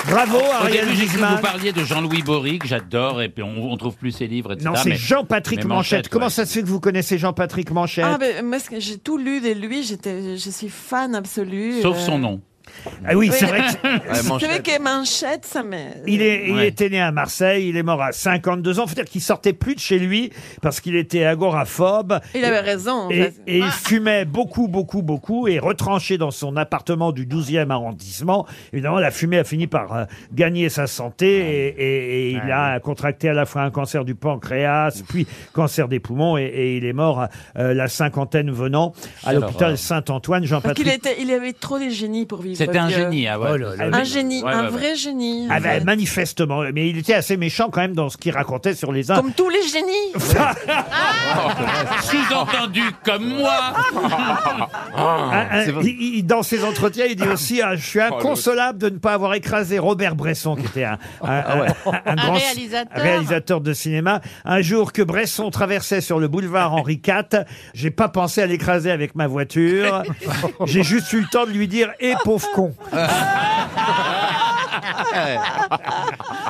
B: Bravo,
E: Au
B: Ariel
E: début, j'ai cru que
B: Wiesmann.
E: vous parliez de Jean-Louis Bory, que j'adore, et puis on, on trouve plus ses livres, etc.
B: Non, c'est
E: Ah, mais-
B: Jean-Patrick
E: mais
B: Manchette.
E: Manchette,
B: Comment
E: ouais.
B: ça se fait que vous connaissez Jean-Patrick Manchette
G: Ah, ben, moi, ce que- j'ai tout lu de lui. J'étais, je suis fan absolue.
E: Sauf
G: Euh,
E: son nom.
B: Ah oui, c'est
G: oui.
B: vrai. que-
H: Ouais,
G: C'est vrai
H: Manchette.
G: que Manchette, ça m'est.
B: Il, est, il
E: Ouais.
B: était né à Marseille, il est mort à 52 ans. Faut dire qu'il sortait plus de chez lui parce qu'il était agoraphobe.
G: Il avait raison. en
B: Et,
G: fait.
B: et il fumait beaucoup, beaucoup, beaucoup, et retranché dans son appartement du 12e arrondissement, évidemment, la fumée a fini par euh, gagner sa santé, et, et- et il a contracté à la fois un cancer du pancréas, puis cancer des poumons, et, et il est mort euh, la cinquantaine venant à
E: Quelle
B: l'hôpital
E: horreur.
B: Saint-Antoine,
G: Parce qu'il
B: Jean-Patrick.
G: était, il avait trop de génie pour vivre.
N: C'était un
G: parce que-
N: génie, ah ouais. Oh là là.
G: Un génie,
B: Ouais,
G: un
B: ouais,
G: vrai génie.
B: Ah ben, manifestement, mais il était assez méchant quand même dans ce qu'il racontait sur les uns.
G: Comme tous les génies.
B: Oh,
G: Ah.
E: Sous-entendu comme moi.
B: Ah,
E: Ah,
B: Un- un- il- il- dans ses entretiens, il dit aussi ah, Je
E: Oh,
B: suis inconsolable de ne pas avoir écrasé Robert Bresson, qui était un, un-
E: Ah ouais.
B: un- un
E: Un
B: grand
E: réalisateur.
B: réalisateur de cinéma. Un jour que Bresson traversait sur le boulevard Henri IV, j'ai pas pensé à l'écraser avec ma voiture. J'ai juste eu le temps de lui dire Eh, pauvre con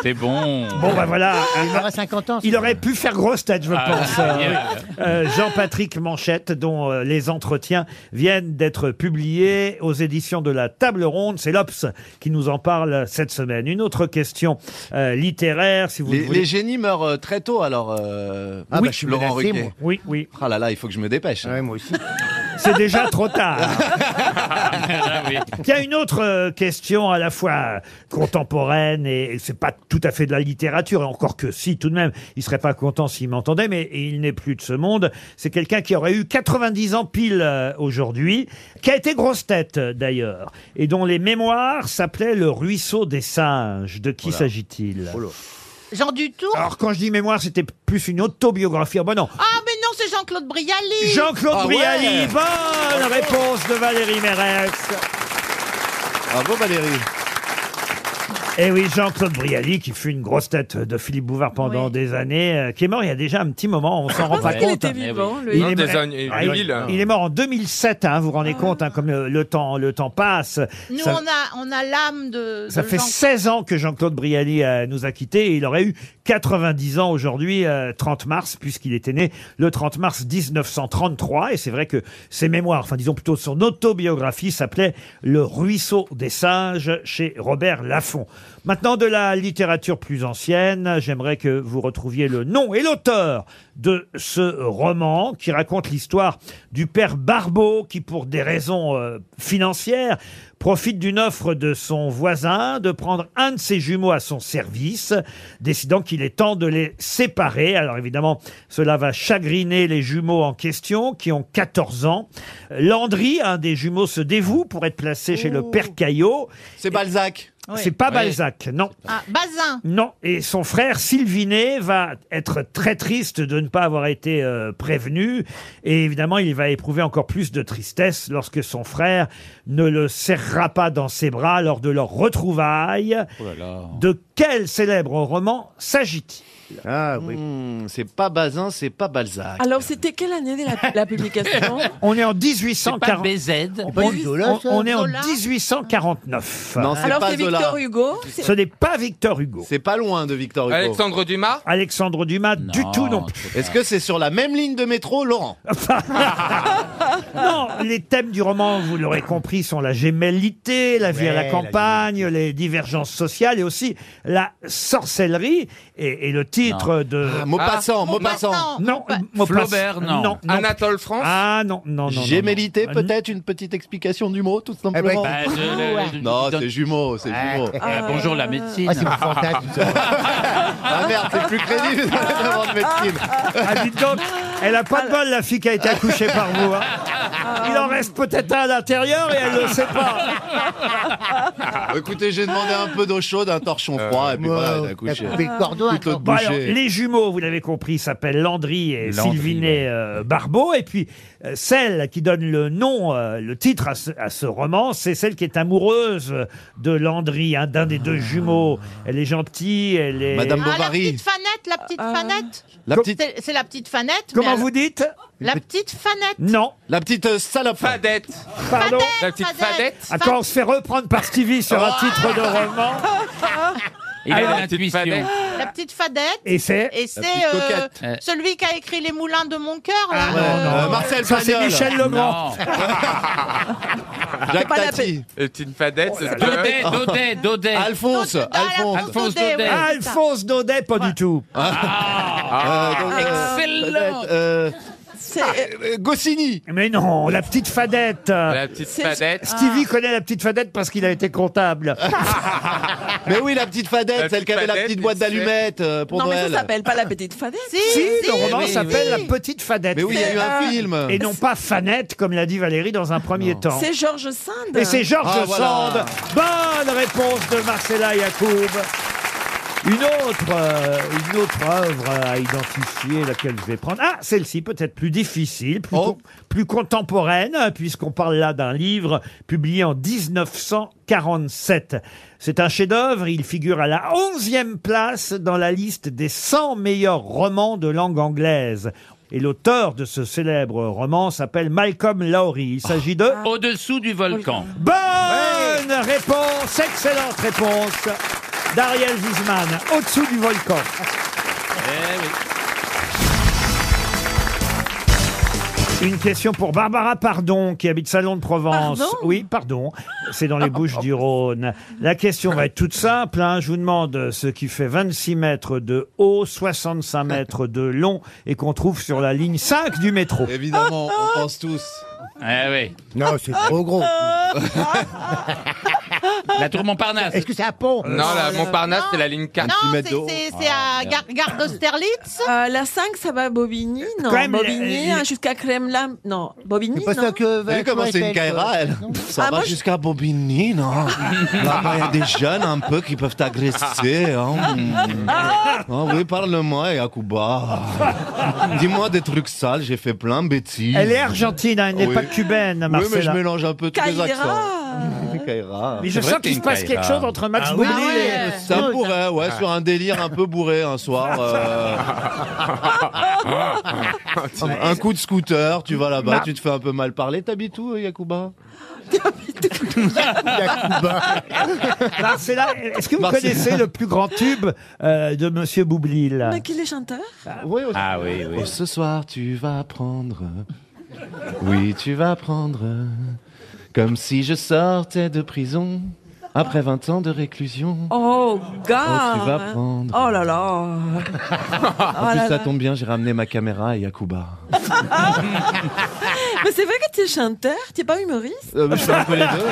N: C'est bon.
B: Bon, bah voilà.
F: Il aura 50 ans.
B: Il aurait pu faire grosse tête, je
N: Ah,
B: pense.
N: c'est
B: euh,
N: génial.
B: euh, Jean-Patrick Manchette, dont euh, les entretiens viennent d'être publiés aux éditions de la Table Ronde. C'est l'Obs qui nous en parle cette semaine. Une autre question euh, littéraire, si vous
H: Les,
B: le voulez.
H: les génies meurent euh, très tôt, alors. euh,
B: Ah bah, je suis
H: Laurent
B: menacé,
H: Ruquier.
B: moi. Oui, oui.
H: Ah là là, il faut que je me dépêche.
F: moi aussi.
B: C'est déjà trop tard.
D: Ah
B: Il y a une autre euh, question à la fois contemporaine et c'est pas tout à fait de la littérature, et encore que si, tout de même, il serait pas content s'il m'entendait, mais il n'est plus de ce monde. C'est quelqu'un qui aurait eu 90 ans pile euh, aujourd'hui, qui a été grosse tête euh, d'ailleurs, et dont les mémoires s'appelaient Le ruisseau des singes. De qui s'agit-il
D: Oh Jean Dutour
B: Alors quand je dis mémoire, c'était plus une autobiographie. Ah, bah non.
D: Ah, mais non, c'est Jean-Claude Brialy
B: Jean-Claude
D: Ah ouais.
B: Brialy, bonne réponse de Valérie Mérès.
H: Bravo Valérie.
B: Et Eh oui, Jean-Claude Brialy, qui fut une grosse tête de Philippe Bouvard pendant des années, euh, qui est mort il y a déjà un petit moment, on s'en rend pas
C: pensais Ah, qu'il
B: compte.
C: était vivant,
B: hein.
C: lui. Non, des
B: mo-
C: années
B: Ah, il-
C: 2000, hein.
B: il est mort en 2007, hein, vous vous rendez compte, hein, comme le, le temps, le temps passe.
D: Nous,
B: Ça-
D: on a, on a l'âme de.
B: ça
D: de
B: fait
D: Jean-
B: 16 ans que Jean-Claude Brialy euh, nous a quittés et il aurait eu 90 ans aujourd'hui, euh, 30 mars, puisqu'il était né le 30 mars 1933. Et c'est vrai que ses mémoires, enfin disons plutôt son autobiographie, s'appelait Le ruisseau des singes chez Robert Laffont. Maintenant, de la littérature plus ancienne, j'aimerais que vous retrouviez le nom et l'auteur de ce roman qui raconte l'histoire du père Barbeau qui, pour des raisons euh, financières, profite d'une offre de son voisin de prendre un de ses jumeaux à son service, décidant qu'il est temps de les séparer. Alors évidemment, cela va chagriner les jumeaux en question qui ont 14 ans. Landry, un des jumeaux, se dévoue pour être placé chez le père Caillot.
H: C'est Balzac.
B: C'est pas
H: Oui.
B: Balzac, non.
D: Ah, Bazin
B: Non, et son frère Sylvinet va être très triste de ne pas avoir été euh, prévenu. Et évidemment, il va éprouver encore plus de tristesse lorsque son frère ne le serrera pas dans ses bras lors de leur retrouvaille.
N: Oh là là.
B: De quel célèbre roman s'agit-il
H: Ah oui. c'est pas Bazin, c'est pas Balzac.
G: Alors, c'était quelle année la, la publication
B: On est en 1840.
G: C'est pas BZ.
B: On,
G: Pas du Zola,
B: on-
G: ça
B: on est en
G: Zola
B: 1849.
H: Non, c'est
G: Alors,
H: pas
G: c'est
H: Zola.
G: Victor Hugo. c'est-
B: Ce n'est pas Victor Hugo.
H: C'est pas loin de Victor Hugo.
C: Alexandre Dumas
B: Alexandre Dumas, du tout non plus.
H: Est-ce que c'est sur la même ligne de métro, Laurent
B: Non, les thèmes du roman, vous l'aurez compris, sont la gémellité, la vie à
H: Ouais,
B: la
H: la
B: campagne, les divergences sociales et aussi la sorcellerie. Et, et le titre de.
H: Ah, Maupassant, Ah, Maupassant. Maupassant.
B: Non, Maupassant.
H: Flaubert, non.
C: Anatole France
B: Ah non, non, non. Ah, Eh ben, non, non.
H: Gémellité, peut-être une petite explication du mot, tout simplement.
N: Bah, je- le- le-
H: non, c'est jumeau, c'est
N: Ah.
H: jumeau.
N: Ah, bonjour la médecine.
H: Ah, c'est mon fantasme, Ah merde, c'est plus crédible dans les demandes de médecine.
B: Ah, dites donc, elle a pas de bol, la fille qui a été accouchée par vous. hein. Il en reste peut-être un à l'intérieur et elle ne le sait pas.
H: Écoutez, j'ai demandé un peu d'eau chaude, un torchon froid, et puis voilà, t'as couché.
D: Ah.
F: coupé le cordon, un
H: Couteau de
B: Bon, alors,
H: boucher.
B: les jumeaux, vous l'avez compris, s'appellent Landry et
H: Landry,
B: Sylvinet euh, Barbeau. Et puis, euh, celle qui donne le nom, euh, le titre à ce, à ce roman, c'est celle qui est amoureuse de Landry, hein, d'un des deux jumeaux. Elle est gentille, elle est...
H: Ah. Madame
D: Ah, la petite fanette, la petite fanette
H: La petite-
D: C'est- C'est la petite fanette.
B: Comment
D: mais
B: vous
D: alors-
B: dites
D: La petite fanette
B: Non.
H: La petite euh, salope.
C: Fadette.
B: Pardon
C: La petite fadette.
B: Ah, quand on se fait reprendre par Stevie sur
D: Oh.
B: un
D: Ah.
B: titre de roman...
N: Il a
B: Alors,
N: l'intuition.
D: La petite fadette.
B: Ah, Et c'est
D: Et c'est
B: La petite
D: euh,
B: coquette.
N: Ouais.
D: celui qui a écrit Les Moulins de mon cœur. là.
B: non,
H: Euh,
B: non.
H: Marcel
B: Ça, c'est
H: Pagnol.
B: Michel Legrand.
H: Jacques
G: pas la
H: Tati.
C: Et petite
B: Oh
C: fadette, c'est
E: Daudet,
D: Eh,
E: Daudet, Daudet.
H: Alphonse. Alphonse.
E: Alphonse
D: Daudet,
E: Daudet.
B: Ah, Alphonse Daudet, pas du tout.
H: Ah, euh, donc, euh,
E: Excellent.
H: peut-être, euh,
B: ah, Goscinny Mais non, la petite fadette La
C: petite C'est- fadette.
H: Ah.
B: Stevie connaît la petite fadette parce qu'il a été comptable.
H: Mais oui, la petite fadette, celle qui avait la petite boîte d'allumettes euh, pour
G: non, mais
H: Noël.
G: ça s'appelle pas la petite fadette.
B: Si, le roman s'appelle La Petite Fadette.
H: Mais oui, il y a eu un
B: Et
H: film.
B: Et non pas Fanette, comme l'a dit Valérie dans un premier temps.
G: C'est Georges Sand.
B: Et c'est Georges
G: Ah, voilà.
B: Sand. Bonne réponse de Marcella Yacoub. Une autre, euh, une autre œuvre à identifier, laquelle je vais prendre. Ah, celle-ci peut-être plus difficile, plus,
G: Oh.
B: con- plus contemporaine, hein, puisqu'on parle là d'un livre publié en 1947. C'est un chef-d'œuvre, il figure à la 11e place dans la liste des 100 meilleurs romans de langue anglaise. Et l'auteur de ce célèbre roman s'appelle Malcolm Lowry. Il s'agit de...
E: Au-dessous du volcan.
B: Bonne réponse, excellente réponse d'Ariel Wiesman, au-dessous du volcan. Une question pour Barbara Pardon, qui habite Salon de Provence.
O: Pardon
B: oui, pardon. C'est dans les Bouches du Rhône. La question va être toute simple. hein. Je vous demande ce qui fait 26 mètres de haut, 65 mètres de long et qu'on trouve sur la ligne 5 du métro.
H: Évidemment, on pense tous.
E: Eh oui.
F: Non, c'est trop gros.
E: La tour Montparnasse.
F: Est-ce que c'est un pont
C: Non, la Montparnasse, c'est la ligne Ah, 4.
D: Non, c'est- c'est c'est à Gar- Gare d'Austerlitz
G: Euh, la 5, ça va à Bobigny, non
D: Quand même,
G: Bobigny
D: les-
G: hein, jusqu'à Kremlin, non. Bobigny,
H: C'est pas
G: non Ah,
H: ça que Vous
G: vu
H: vu comment c'est une Kaira, elle Ça va jusqu'à Bobigny, non Là-bas, il y a des jeunes un peu qui peuvent t'agresser. hein. Ah oui, parle-moi, Yakuba. Dis-moi des trucs sales, j'ai fait plein de bêtises.
B: Elle est argentine, hein, elle n'est
H: Oui.
B: pas cubaine,
H: Oui, mais je
B: Marcella.
H: mélange un peu tous les
B: Kaira.
H: accents. Kaira.
B: Mais je sens qu'il se passe quelque chose entre Max
H: Ah
B: Boublil
H: oui,
B: et...
H: Ça pourrait, ouais, sur un délire un peu bourré un soir. euh, un, un coup de scooter, tu vas là-bas,
O: Ma-
H: tu te fais un peu mal parler. T'habites où, Yakuba
B: Marcella, est-ce que vous
H: Marcella.
B: connaissez le plus grand tube euh, de Monsieur Boublil
G: Ah, Mais qu'il est chanteur
H: Oui, aussi.
E: Ah oui, oui.
H: Oh, ce soir, tu vas prendre. Oui, tu vas prendre. Comme si je sortais de prison après 20 ans de réclusion.
G: Oh, gars
H: Oh, tu vas prendre.
G: Oh là là Oh
H: En plus,
G: là
H: ça
G: là.
H: tombe bien, j'ai ramené ma caméra à Yakuba.
G: Mais c'est vrai que tu es chanteur, tu n'es pas humoriste
H: Euh, mais je fais un peu les deux.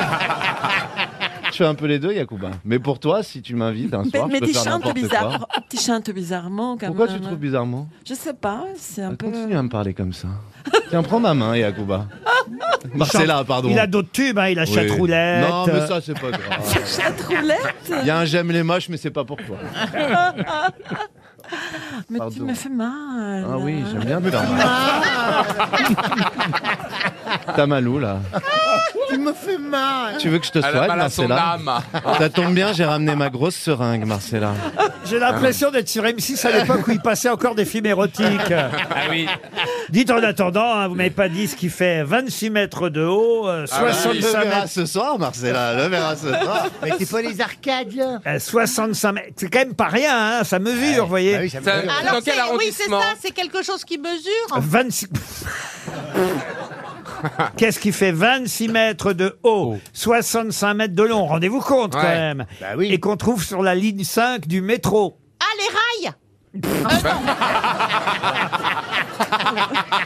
H: Je fais un peu les deux, Yakuba. Mais pour toi, si tu m'invites un
G: Mais,
H: soir,
G: mais
H: je
G: tu
H: peux faire
G: chantes
H: n'importe
G: bizarre, oh,
H: quoi.
G: tu chantes bizarrement quand
H: Pourquoi
G: même.
H: tu trouves bizarrement
G: Je sais pas, c'est un peu.
H: Continue à me parler comme ça. Tiens, prends ma main, Yakuba. Marcella, pardon.
B: Il a d'autres tubes, hein, il a
H: Oui.
B: Chatroulette.
H: Non, mais ça, Ah, c'est pas grave.
G: Chatroulette
H: Il y a un j'aime les moches, mais c'est pas pour toi.
G: Ah, Mais tu
H: Pardon.
G: me fais mal. Ah.
H: Ah oui, j'aime bien te faire mal. T'as malou, là.
F: Tu me fais mal.
H: Tu veux que je te
F: Elle a
H: soigne,
F: mal à son
H: Marcella
F: âme.
H: Ça tombe bien, j'ai ramené ma grosse seringue, Marcella.
B: J'ai l'impression d'être sur M6 à l'époque où il passait encore des films érotiques.
E: Ah oui.
B: Dites en attendant, hein, vous m'avez pas dit ce qui fait 26 mètres de haut, euh,
H: Ah bah,
B: 65
H: le verra
B: mètres.
H: ce soir, Marcella, le verra ce soir.
F: Mais c'est pas les arcades, là
B: euh, 65 mètres. C'est quand même pas rien, hein, ça mesure, vous voyez.
H: Bah
D: Alors, c'est- oui, c'est ça, c'est quelque chose qui mesure.
B: 26. Qu'est-ce qui fait 26 mètres de
H: Oh.
B: haut, 65 mètres de long Rendez-vous compte quand
C: Ouais.
B: même.
H: Bah
B: Et qu'on trouve sur la ligne 5 du métro.
D: Ah, les rails Euh,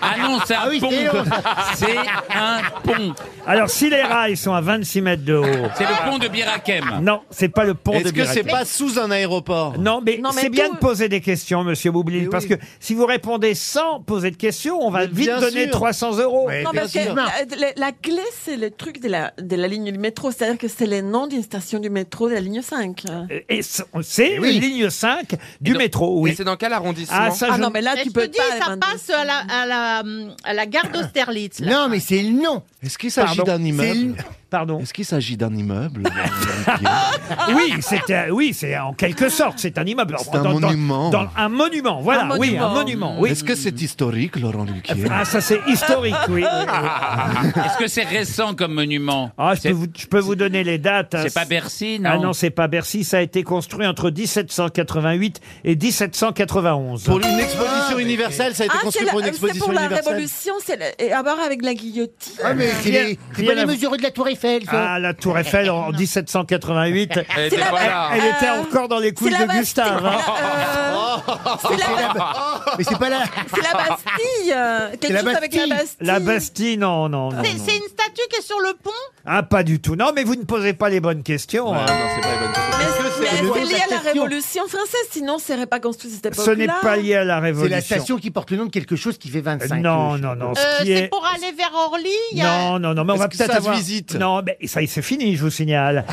E: Ah non, c'est un pont. C'est un pont.
B: Alors si les rails sont à 26 mètres de haut.
E: C'est le pont de Birakem.
B: Non, c'est pas le pont de
H: Est-ce que c'est
B: Birakem.
H: pas sous un aéroport
B: Non, mais,
H: Non, mais
B: c'est bien
H: tout-
B: de poser des questions, monsieur Boublil, parce que si vous répondez sans poser de questions, on va vite
G: bien
B: donner
G: sûr.
B: 300 euros.
G: Non, parce que
H: euh,
G: la, la- la clé, c'est le truc de la, de la ligne du métro, c'est-à-dire que c'est le nom d'une station du métro de la ligne 5.
B: Et c'est c'est
G: oui.
B: ligne 5 du métro, oui.
C: Et c'est dans quel arrondissement
B: Ah, ça, je-
G: non, mais là,
D: Eh,
G: tu
D: je
G: peux
D: te dis,
G: pas,
D: ça passe à la, à la, à la gare d'Austerlitz. là.
F: Non, mais c'est le nom.
H: Est-ce qu'il s'agit d'un immeuble
B: Pardon.
H: Est-ce qu'il s'agit d'un immeuble
B: Oui, c'est euh, oui, c'est en quelque sorte, c'est un immeuble.
H: C'est un monument.
B: dans- un monument, voilà,
H: Un
B: oui, un
H: monument.
B: monument, oui.
H: Mm. Est-ce que c'est historique, Laurent Luquier
B: Ah, ça c'est historique, oui.
E: Est-ce que c'est récent comme monument
B: Ah, je peux, vous, je peux vous donner les dates. hein.
E: C'est pas Bercy, non
B: Ah non, c'est pas Bercy, ça a été construit entre 1788 et 1791.
H: Pour une
E: Ah,
B: Ah,
H: exposition universelle, ça a été construit
G: Ah, c'est
H: pour une
G: la-
H: exposition
G: C'est pour la
H: universelle.
G: révolution, c'est le- et à voir avec la guillotine.
F: Ah, mais c'est
B: Rien-
F: les- c'est
B: rien
F: pas les
B: à-
F: mesures de la Tour Eiffel, ça.
B: Ah, la Tour Eiffel en 1788.
E: Eh
C: Elle était C'est la- pas là.
E: ben
B: Elle- elle était
G: Euh,
B: encore dans les couilles
G: c'est la
B: de Gustave. hein.
G: Euh, C'est la-
F: Mais c'est pas la...
G: C'est la Bastille. euh, Quelque chose avec la Bastille.
B: La Bastille, non, non, non.
D: C'est
B: non.
D: c'est une statue qui est sur le pont
B: Ah, pas du tout. Non, mais vous ne posez pas les bonnes questions. hein.
G: Mais mais
B: c'est le nom
G: c'est
B: de
G: lié
B: la
G: à la
B: station.
G: Révolution française, sinon ça n'aurait pas construit cette époque-là.
B: Ce n'est pas lié à la
F: C'est
B: Révolution.
F: la station qui porte le nom de quelque chose qui fait 25.
B: Non,
F: euh,
B: non, non.
D: Euh,
B: Ce qui
D: C'est
B: est...
D: pour aller vers Orly il y a-
B: Non, non, non, mais on va peut-être avoir... Non, mais ça, y est, c'est fini, je vous signale.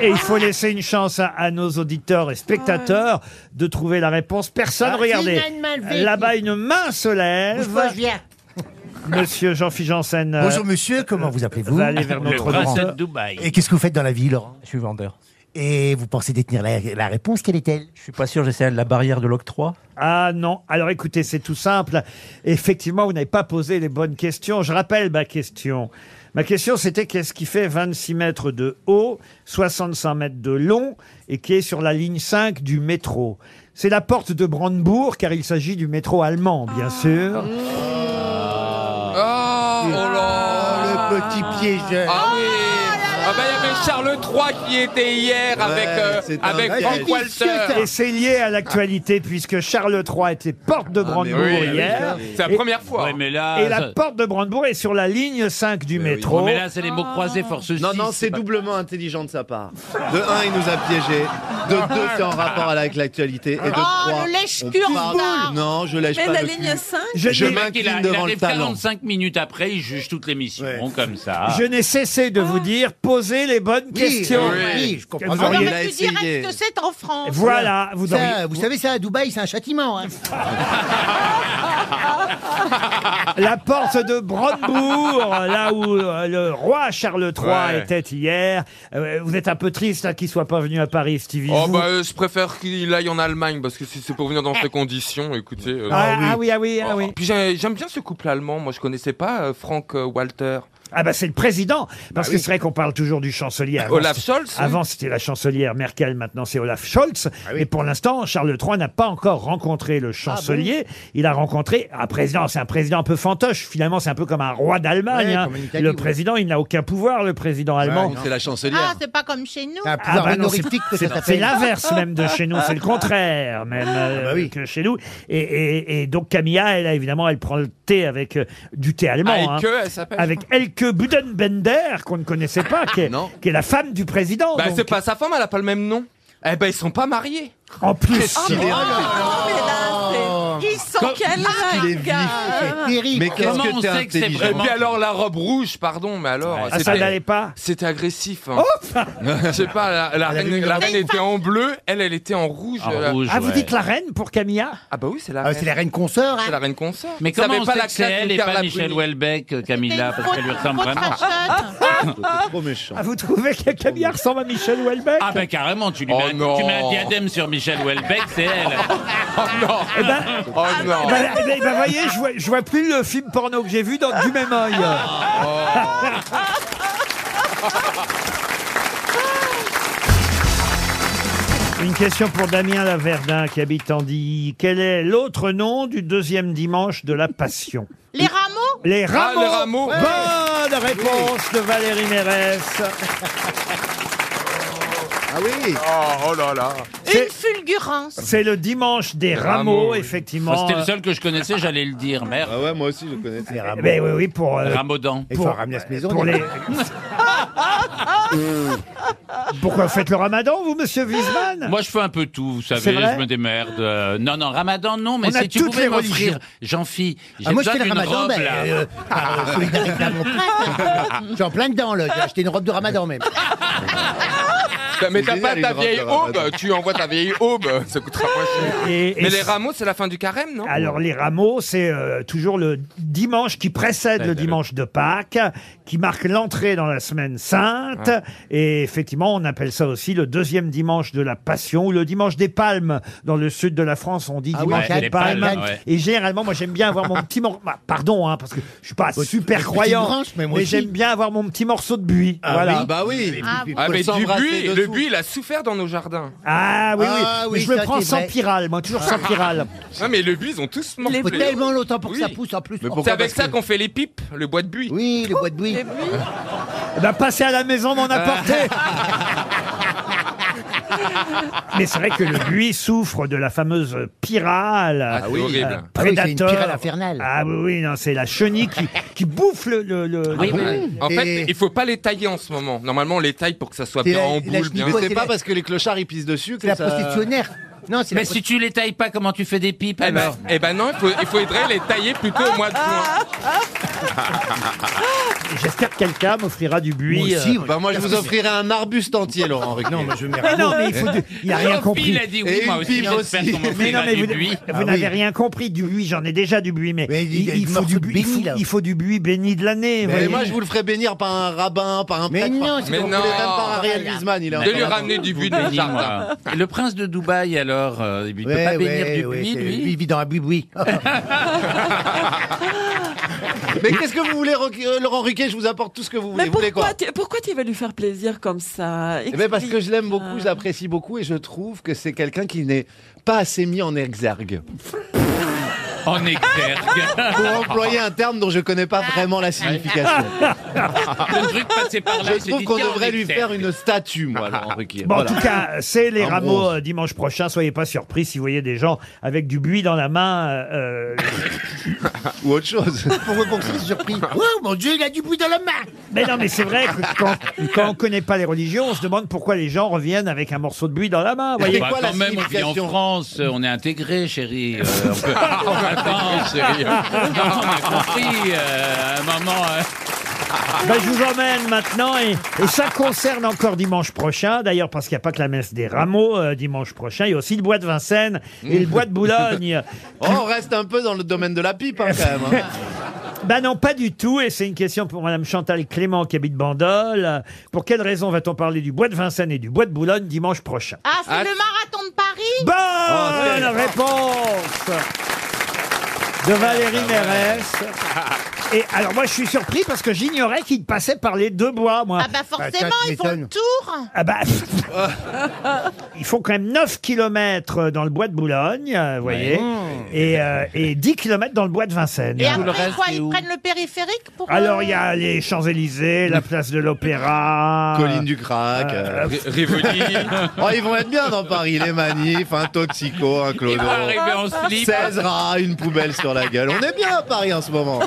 B: et il faut laisser une chance à, à nos auditeurs et spectateurs de trouver la réponse. Personne,
O: Ah,
B: regardez.
O: c'est une main levée.
B: Là-bas, une main se lève.
O: Bouge pas, je viens.
B: Monsieur Jean-Philippe Janssen. euh,
F: Bonjour monsieur, comment vous appelez-vous
B: va aller vers notre Laurent.
F: Et qu'est-ce que vous faites dans la vie, Laurent
P: Je suis vendeur.
F: Et vous pensez détenir la, la réponse, quelle est-elle
P: Je suis pas sûr, j'essaie la barrière de l'octroi.
B: Ah non, alors écoutez, c'est tout simple. Effectivement, vous n'avez pas posé les bonnes questions. Je rappelle ma question. Ma question, c'était qu'est-ce qui fait 26 mètres de haut, 65 mètres de long et qui est sur la ligne 5 du métro C'est la porte de Brandebourg, car il s'agit du métro allemand, bien sûr. Ah.
C: Oh, là
F: Le petit piège.
C: Ah oui Ah ben, il y avait Charles III qui était hier avec, euh, avec Frank Walter.
B: Et c'est lié à l'actualité, puisque Charles III était porte
C: Ah,
B: de Brandebourg hier.
C: C'est la première fois.
N: mais là,
B: Et la
N: ça-
B: porte de Brandebourg est sur la ligne 5 du métro.
N: Ouais, mais là, c'est les mots croisés force
H: Oh. Non, non, c'est doublement intelligent de sa part. De un, il nous a piégés. De deux, c'est en rapport avec l'actualité. Et de
D: Oh,
H: trois,
D: le lèche-cul
H: on
D: en
H: parle-
D: retard.
H: Non, je lèche
D: Mais
H: pas
D: la
H: le
D: ligne
H: cul.
D: 5?
H: Je,
N: Je qu'il
H: m'incline
N: a,
H: devant
N: il
H: le
N: arrive
H: talent.
N: 45 minutes après, il juge toute l'émission comme ça.
B: Je n'ai cessé de vous dire, posez les bonnes questions. Vous
D: Ah,
F: Vous
B: auriez-
F: auriez-
D: direct que c'est en France.
B: Voilà, vous
F: Ça,
B: auriez-
F: vous savez ça à Dubaï, c'est un châtiment. hein.
N: Ah,
B: La porte de Brandebourg, là où euh, le roi Charles III
C: Ouais.
B: était hier. Euh, vous êtes un peu triste hein, qu'il soit pas venu à Paris, Stevie.
C: Oh
B: vous
C: bah euh, je préfère qu'il aille en Allemagne parce que si c'est pour venir dans ces conditions, écoutez. euh,
B: ah, Eh. ah oui, ah oui, ah oui.
C: Oh, Puis j'ai- j'aime bien ce couple allemand. Moi je connaissais pas euh, Frank euh, Walter.
B: Ah bah c'est le président, parce
H: Bah
B: que c'est vrai qu'on parle toujours du chancelier. Avant,
C: Olaf
B: c'était-
C: Scholz, oui.
B: Avant c'était la chancelière Merkel, maintenant c'est Olaf Scholz.
H: Ah
B: Et pour l'instant, Charles III n'a pas encore rencontré le chancelier. Il a rencontré un président, c'est un président un peu fantoche. Finalement, c'est un peu comme un roi d'Allemagne.
H: Ouais,
B: hein.
H: comme en Italie,
B: le
H: oui.
B: président, il n'a aucun pouvoir, le président allemand.
H: C'est la
D: Ah,
H: chancelière.
D: c'est pas comme chez nous.
B: Ah bah non, c'est- c'est- C'est l'inverse même de chez nous, c'est le contraire même euh, que chez nous. Et, et- et donc Camilla, elle a évidemment, elle prend le thé avec euh, du thé allemand.
C: Ah, Elke,
B: hein.
C: elle s'appelle.
B: avec Elke Budenbender qu'on ne connaissait pas, qui est, qui est la femme du président.
C: Bah
B: donc.
C: c'est pas sa femme, elle a pas le même nom. Eh ben ils sont pas mariés.
B: En plus.
C: Qu'est-ce qu'il
G: Oh,
C: est
G: Ils sont
C: Comme-
G: quel Ah.
C: Il est vif.
G: regard
C: Comment on sait que c'est Et puis alors la robe rouge, pardon, mais alors.
B: Ah, ça n'allait pas
C: C'était agressif. hein. Je sais pas, la, la
B: Elle avait
C: reine,
B: une
C: la
B: robe.
C: reine était en bleu, elle, elle était en rouge. euh,
B: ah, vous dites la reine pour Camilla
C: Ah bah oui, c'est la
F: Ah, c'est la reine consort.
C: C'est la reine consort.
N: Mais
C: Ça
N: comment
C: avait
N: on
C: pas
N: sait
C: la
N: que c'est
C: classe
N: elle
C: de
N: et pas
C: Carla
N: Michel
C: Bruni
N: Houellebecque, euh, Camilla, parce qu'elle lui ressemble vraiment
H: Trop méchant.
B: Ah, vous trouvez que Camilla ressemble à Michel Houellebecq
N: Ah ben carrément, tu lui
B: Oh
N: mets, un-
B: non.
N: tu mets un diadème sur Michel Houellebecq, c'est elle.
C: oh non
B: Eh ben,
N: Oh
C: Oh
B: Eh
N: Bah,
B: ben, eh ben, eh ben, voyez, je vois, je vois plus le film porno que j'ai vu dans, du même œil.
N: Ah,
H: hein.
B: Une question pour Damien Laverdun qui habite Andy. Quel est l'autre nom du deuxième dimanche de la Passion
D: Les rameaux
B: Ah, Les rameaux.
C: Ah, les rameaux. Ouais.
B: Bonne réponse de Valérie Mérès.
C: Ah oui Oh, oh là là
D: Une fulgurance.
B: C'est le dimanche des rameaux,
N: Rameaux, oui.
B: effectivement. Euh,
N: C'était le seul que je connaissais, j'allais le dire, merde. Ah ouais, moi aussi je connaissais.
B: Mais oui, oui, pour. euh,
N: Ramadan.
B: pour- pour les- Pourquoi vous faites le ramadan, vous, monsieur Wiesmann
N: Moi, je fais un peu tout, vous
B: C'est
N: savez,
B: vrai
N: je me démerde. Euh, non, non, Ramadan, non, mais
B: On a
N: si tu
B: toutes les
N: pouvais
B: religions.
N: m'offrir, jean phi j'ai
F: Ah, moi, je
N: besoin
F: fais le
N: d'une
F: ramadan,
N: robe,
F: ben,
N: là.
F: euh, par euh, solidarité à mon frère. Je suis en plein dedans, là. J'ai acheté une robe de ramadan, même.
C: Bah, Mais t'as
F: génial,
C: pas
F: une
C: ta
F: robe de
C: vieille aube
F: Ramadan.
C: Tu envoies ta vieille aube, ça coûtera moins cher.
B: Et- et
C: Mais les
B: c'est-
C: rameaux, c'est la fin du carême, non
B: Alors les rameaux, c'est euh, toujours le dimanche qui précède le dimanche de Pâques, qui marque l'entrée dans la semaine sainte.
C: Ouais.
B: Et effectivement, on appelle ça aussi le deuxième dimanche de la Passion ou le dimanche des Palmes. Dans le sud de la France, on dit
F: Ah
B: dimanche
F: ouais,
B: des
F: les
B: Palmes.
F: palmes, ouais.
B: Et généralement, moi j'aime bien avoir mon petit morceau. pardon, hein, parce que je suis pas
F: Votre
B: super
F: petite
B: croyant,
F: branche, mais moi aussi.
B: j'aime bien avoir mon petit morceau de buis.
F: Ah
B: voilà.
F: oui. Bah oui.
C: Ah,
F: puis,
C: mais
F: faut
C: du
F: s'embrasser
C: buis,
F: dessous.
C: le buis, il a souffert dans nos jardins.
B: Ah oui, oui.
F: Ah
B: Mais
F: oui,
B: je me
F: ça,
B: prends
F: c'est
B: sans
F: vrai.
B: pyrale, moi, toujours sans pyrale.
C: Non, mais le buis, ils ont tous morflé.
F: Faut tellement longtemps pour que ça
C: Oui.
F: pousse, en plus.
C: C'est avec ça qu'on fait les pipes, le bois de buis.
F: Oui, le bois de buis.
N: Euh.
B: Eh ben, passez à la maison m'en apporter. Mais c'est vrai que le buis souffre de la fameuse pyrale.
O: Ah oui,
B: euh,
O: horrible.
F: Ah oui, c'est une
B: prédateur.
F: pyrale infernale.
B: Ah oui, oui, non, c'est la chenille qui, qui bouffe le. le- le-
C: Ah
B: le-
C: bon En fait, il faut pas les tailler en ce moment. Normalement, on les taille pour que ça soit
B: C'est
C: bien
B: la-
C: en
B: la
C: boule. bien.
B: chenille, c'est la-
H: parce que les clochards ils pissent dessus que ça-
F: Non,
E: Mais si tu les tailles pas, comment tu fais des pipes
C: Eh ben,
E: alors
C: eh ben non, il, faut, il faudrait les tailler plutôt au mois de juin.
B: J'espère que quelqu'un m'offrira du buis.
H: Moi aussi,
B: euh,
H: bah, moi je vous offrirai un arbuste entier, Laurent Ruquier.
B: Non, mais je vais me Mais Ah non, mais il faut du- il a rien compris.
H: Il a dit oui,
B: Et
H: moi
B: une
H: aussi, Ah
B: pipe
H: j'espère
B: aussi.
H: qu'on
B: Mais non,
H: m'offrira
B: mais
H: du
B: vous,
H: buis.
B: vous n'avez rien compris du buis, j'en ai déjà du buis, mais, il, il faut du buis, il, faut, il faut du buis béni de l'année.
H: Mais
B: voyez.
H: moi, je vous le ferai bénir par un rabbin, par un prêtre. Mais non,
N: Mais
H: vous
N: non.
H: le ferai même par un Ariel Wiesman. Il est
N: De lui
H: encore là.
N: ramener du buis
H: Vous
N: dans le
H: bénis, moi.
N: jardin. Et le prince de Dubaï, alors, euh, il peut
F: Ouais,
N: pas
F: ouais,
N: bénir du
F: ouais,
N: buis,
F: c'est-
N: lui
F: Il vit dans un boui
H: Mais qu'est-ce que vous voulez, Roqui- euh, Laurent Ruquier Je vous apporte tout ce que vous voulez.
G: Mais
H: Vous voulez quoi
G: pourquoi tu, pourquoi tu vas lui faire plaisir comme ça
H: Eh ben, parce que je l'aime beaucoup, je l'apprécie beaucoup et je trouve que c'est quelqu'un qui n'est pas assez mis en exergue.
N: En exergue.
H: Pour employer un terme dont je connais pas vraiment la signification.
N: Le truc passé par là,
H: Je
N: c'est
H: trouve
N: dit,
H: qu'on
N: tiens,
H: devrait
N: on
H: lui
N: exergue.
H: faire une statue, moi, Laurent Ruquier.
B: Bon,
H: Voilà.
B: en tout cas, c'est les
H: En
B: rameaux
H: bronze.
B: euh, dimanche prochain. Soyez pas surpris si vous voyez des gens avec du buis dans la main. euh,
H: Ou autre chose.
F: Pourquoi qu'on soit surpris Oh mon Dieu, il a du bout dans la main
B: Mais non, mais c'est vrai que quand, quand on connaît pas les religions, on se demande pourquoi les gens reviennent avec un morceau de buis dans la main. vous Ah, voyez.
N: Bah, quand même, on vit en France, euh, on est intégré, chérie. euh, on peut... Attends, chérie. Non, on a compris, euh, à un moment... euh,
B: Ben, je vous emmène maintenant et, et ça concerne encore dimanche prochain. D'ailleurs, parce qu'il n'y a pas que la messe des rameaux euh, dimanche prochain. Il y a aussi le bois de Vincennes et le bois de Boulogne.
H: Oh, on reste un peu dans le domaine de la pipe, hein, quand même. hein.
B: Ben non, pas du tout. Et c'est une question pour Madame Chantal Clément qui habite Bandol. Euh, Pour quelle raison va-t-on parler du bois de Vincennes et du bois de Boulogne dimanche prochain
D: Ah, c'est le marathon de Paris
B: Bonne Ah, réponse de
H: Ah,
B: Valérie
H: bah
B: Mérès. Et alors moi je suis surpris parce que j'ignorais qu'il passait par les deux bois moi.
D: Ah bah forcément, ils font le tour
B: Ah bah, ils font quand même 9 km dans le bois de Boulogne, euh, vous voyez, et, euh, et 10 km dans le bois de Vincennes.
D: Et après, quoi, ils prennent le périphérique pour euh,
B: Alors il y a les Champs-Élysées, la place de l'Opéra,
H: Colline du Crac. euh, oh, ils vont être bien dans Paris, les manifs, un toxico, un clodo.
N: Ils vont arriver en slip.
H: 16 rats, une poubelle sur la gueule. On est bien à Paris en ce moment.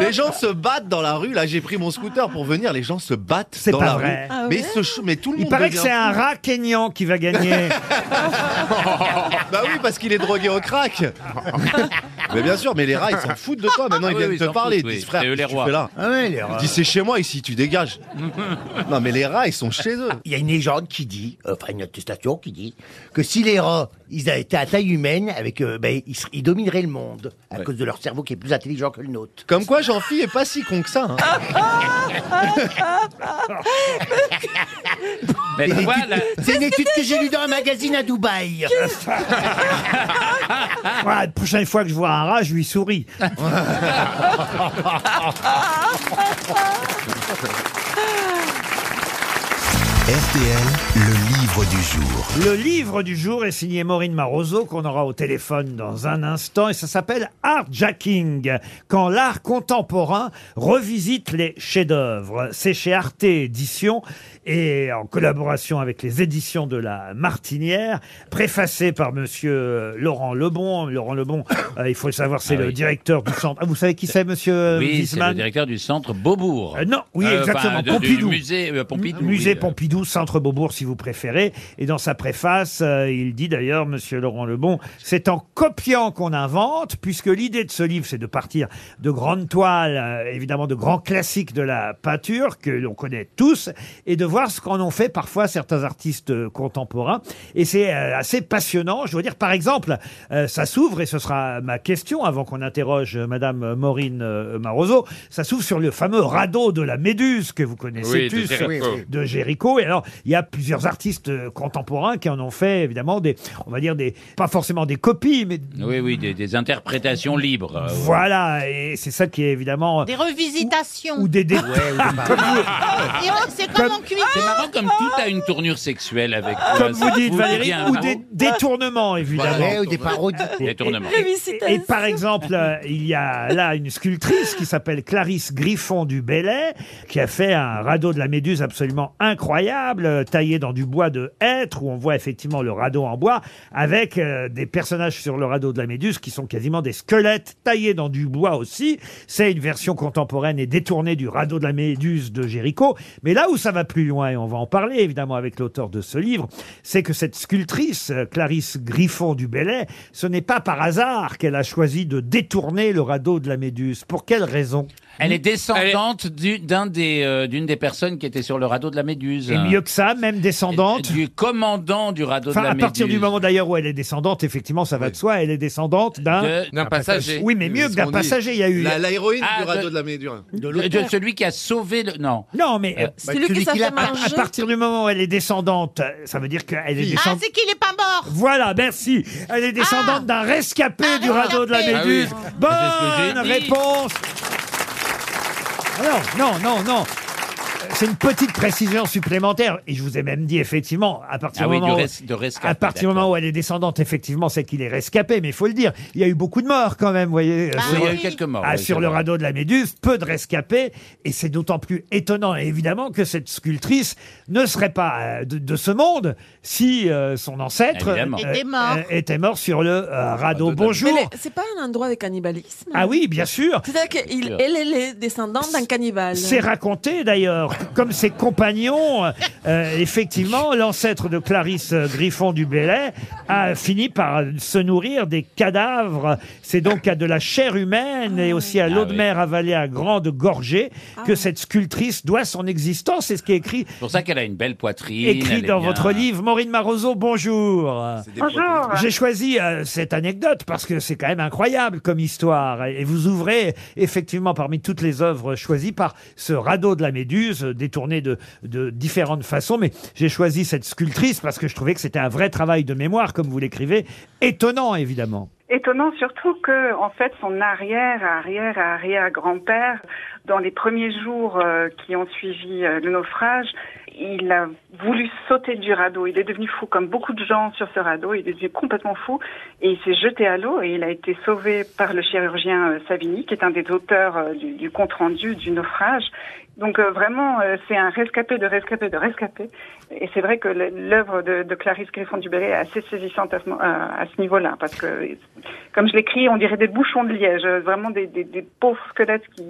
H: Les gens se battent dans la rue. Là, j'ai pris mon scooter pour venir. Les gens se battent dans
B: pas
H: la
B: vrai.
H: rue.
B: Ah
H: mais, ce ch- mais tout le
B: Il
H: monde.
B: paraît que
H: devient
B: c'est un
H: fou.
B: rat kényan qui va gagner.
H: bah oui, parce qu'il est drogué au crack. mais bien sûr, mais les rats, ils s'en foutent de toi. Maintenant, ils
N: Oui,
H: viennent
N: oui, ils
H: te
N: s'en
H: parler.
N: foutent,
H: Ils
N: oui.
H: disent, frère,
N: C'est eux, les
H: qu'est-ce que tu
N: rois.
H: fais là
F: Ah ouais, les rats.
H: Ils disent, c'est chez moi ici, tu dégages. non, mais les rats, ils sont chez eux.
F: Il y a une légende qui dit, euh, enfin une attestation qui dit, que si les rats, ils étaient à taille humaine, avec, euh, ben, ils, seraient- ils domineraient le monde, à cause de leur cerveau qui est plus intelligent que le nôtre.
H: Comme quoi, Jean-Phi est pas si con que ça. hein.
F: C'est
E: Mais
F: une
E: toi,
F: étude-
E: la-
F: C'est une étude que j'ai lue dans un magazine à Dubaï.
B: Voilà, la prochaine fois que je vois un rat, je lui souris.
A: RTL, le livre du jour.
B: Le livre du jour est signé Maureen Maroso, qu'on aura au téléphone dans un instant, et ça s'appelle Artjacking, quand l'art contemporain revisite les chefs-d'œuvre. C'est chez Arte Éditions, et en collaboration avec les éditions de la Martinière, préfacé par monsieur euh, Laurent Lebon. Laurent Lebon, euh, il faut le savoir, c'est
N: Ah
B: le
N: oui.
B: directeur du centre. Ah, vous savez qui c'est, monsieur euh,
N: Oui, c'est
B: Wiesmann
N: le directeur du centre Beaubourg.
B: Euh, non, oui,
N: Euh,
B: exactement.
N: enfin, de- du
B: Pompidou.
N: musée euh, Pompidou.
B: Musée
N: oui.
B: Pompidou, Centre Beaubourg, si vous préférez. Et dans sa préface, euh, il dit d'ailleurs, Monsieur Laurent Lebon, c'est en copiant qu'on invente, puisque l'idée de ce livre, c'est de partir de grandes toiles, euh, évidemment de grands classiques de la peinture que l'on connaît tous, et de voir ce qu'en ont fait parfois certains artistes euh, contemporains. Et c'est euh, assez passionnant. Je veux dire, par exemple, euh, ça s'ouvre, et ce sera ma question avant qu'on interroge euh, Madame Maureen euh, Maroso, ça s'ouvre sur le fameux radeau de la Méduse que vous
N: Oui, de
B: connaissez tous
N: Géricault.
B: de Géricault. Et alors, il y a plusieurs artistes euh, contemporains qui en ont fait, évidemment, des, on va dire, des, pas forcément des copies, mais
E: Ah
N: Oui, oui, des, des interprétations libres. euh,
B: Mm. voilà. Et c'est ça qui est évidemment.
D: Des revisitations.
B: Ou des. dé-
D: Ah,
B: Comme vous-
D: Et on- C'est comme en cuisine.
N: C'est marrant comme tout a une tournure sexuelle avec toi.
B: Comme vous
N: Ça
B: dites,
N: prouve
B: Valérie,
N: bien,
B: ou
N: hein.
B: des détournements, évidemment.
F: Ouais, ou des parodies.
N: Des tournements.
B: Et, et par exemple, euh, il y a là une sculptrice qui s'appelle Clarisse Griffon du Bellay, qui a fait un radeau de la Méduse absolument incroyable. incroyable, euh, taillé dans du bois de hêtre, où on voit effectivement le radeau en bois, avec euh, des personnages sur le radeau de la Méduse qui sont quasiment des squelettes taillés dans du bois aussi. C'est une version contemporaine et détournée du radeau de la Méduse de Géricault. Mais là où ça va plus loin, et on va en parler évidemment avec l'auteur de ce livre, c'est que cette sculptrice, euh, Clarisse Griffon du Bellay, ce n'est pas par hasard qu'elle a choisi de détourner le radeau de la Méduse. Pour quelle raison
E: Elle est descendante du- d'un des, euh, d'une des personnes qui était sur le radeau de la Méduse.
B: Et mieux que ça, même descendante.
E: Du commandant du radeau
B: Enfin,
E: de la
B: à
E: Méduse.
B: partir du moment d'ailleurs où elle est descendante, effectivement, ça va de soi, elle est descendante d'un
E: De- d'un passager.
B: Ah, bah,
E: Ah,
B: Oui, mais mieux
E: C'est
B: que
E: ce
B: d'un
E: qu'on dit.
B: passager, il y a eu.
E: La- la héroïne
H: du radeau de la Méduse.
E: De, de celui qui a sauvé le. Non.
B: Non, mais
E: Euh,
B: euh,
E: Celui qui s'est fait
B: à, à
E: manger.
B: partir du moment où elle est descendante, euh, ça veut dire qu'elle est
D: Ah,
B: descendante.
D: c'est qu'il n'est pas mort
B: Voilà, merci. Elle est descendante d'un rescapé du radeau de la
D: Ah, rescapé.
B: Méduse.
D: Ah oui.
B: Bonne
D: C'est ce que j'ai dit.
B: réponse. Ah Non, non, non, non. C'est une petite précision supplémentaire. Et je vous ai même dit, effectivement, à partir
E: Ah
B: du
E: oui,
B: moment
E: du
B: où-
E: res- de rescapé,
B: à partir du moment où elle est descendante, effectivement, c'est qu'il est rescapé. Mais il faut le dire, il y a eu beaucoup de morts quand même, vous voyez.
E: Bah
B: sur-
E: oui, il y a eu quelques morts,
B: Ah,
E: oui,
B: sur
E: c'est
B: le
E: vrai.
B: radeau de la Méduse, peu de rescapés. Et c'est d'autant plus étonnant, évidemment, que cette sculptrice ne serait pas euh, de, de ce monde si euh, son ancêtre euh,
E: Évidemment.
G: Était mort.
B: était mort sur le euh, radeau. Bonjour.
G: Mais les- c'est pas un endroit de cannibalisme
B: Ah oui, bien sûr.
G: C'est-à-dire qu'elle est les descendants d'un cannibale.
B: C'est raconté d'ailleurs, comme ses compagnons, euh, euh, effectivement, l'ancêtre de Clarisse euh, Griffon du Bellay a fini par euh, se nourrir des cadavres. C'est donc à de la chair humaine et aussi à l'eau de mer avalée à grande gorgée que cette sculptrice doit son existence. C'est ce qui est écrit,
E: C'est pour ça qu'elle a une belle poitrine.
B: écrit
E: elle est
B: dans
E: bien.
B: votre livre. Maureen Marozzo, bonjour.
E: des Bonjour.
B: J'ai choisi euh, cette anecdote parce que c'est quand même incroyable comme histoire. Et vous ouvrez effectivement parmi toutes les œuvres choisies par ce radeau de la Méduse, euh, détourné de, de différentes façons. Mais j'ai choisi cette sculptrice parce que je trouvais que c'était un vrai travail de mémoire, comme vous l'écrivez. Étonnant, évidemment.
I: Étonnant surtout que, en fait, son arrière, arrière, arrière grand-père, dans les premiers jours euh, qui ont suivi euh, le naufrage, il a voulu sauter du radeau. Il est devenu fou, comme beaucoup de gens sur ce radeau. Il est devenu complètement fou et il s'est jeté à l'eau et il a été sauvé par le chirurgien euh, Savini, qui est un des auteurs euh, du, du compte-rendu du naufrage. Donc euh, vraiment, euh, c'est un rescapé de rescapé de rescapé. Et c'est vrai que le- l'œuvre de, de Clarisse Griffon du Bellay est assez saisissante à ce, mo- euh, à- à ce niveau-là, parce que, comme je l'écris, on dirait des bouchons de liège, euh, vraiment des, des- des pauvres squelettes qui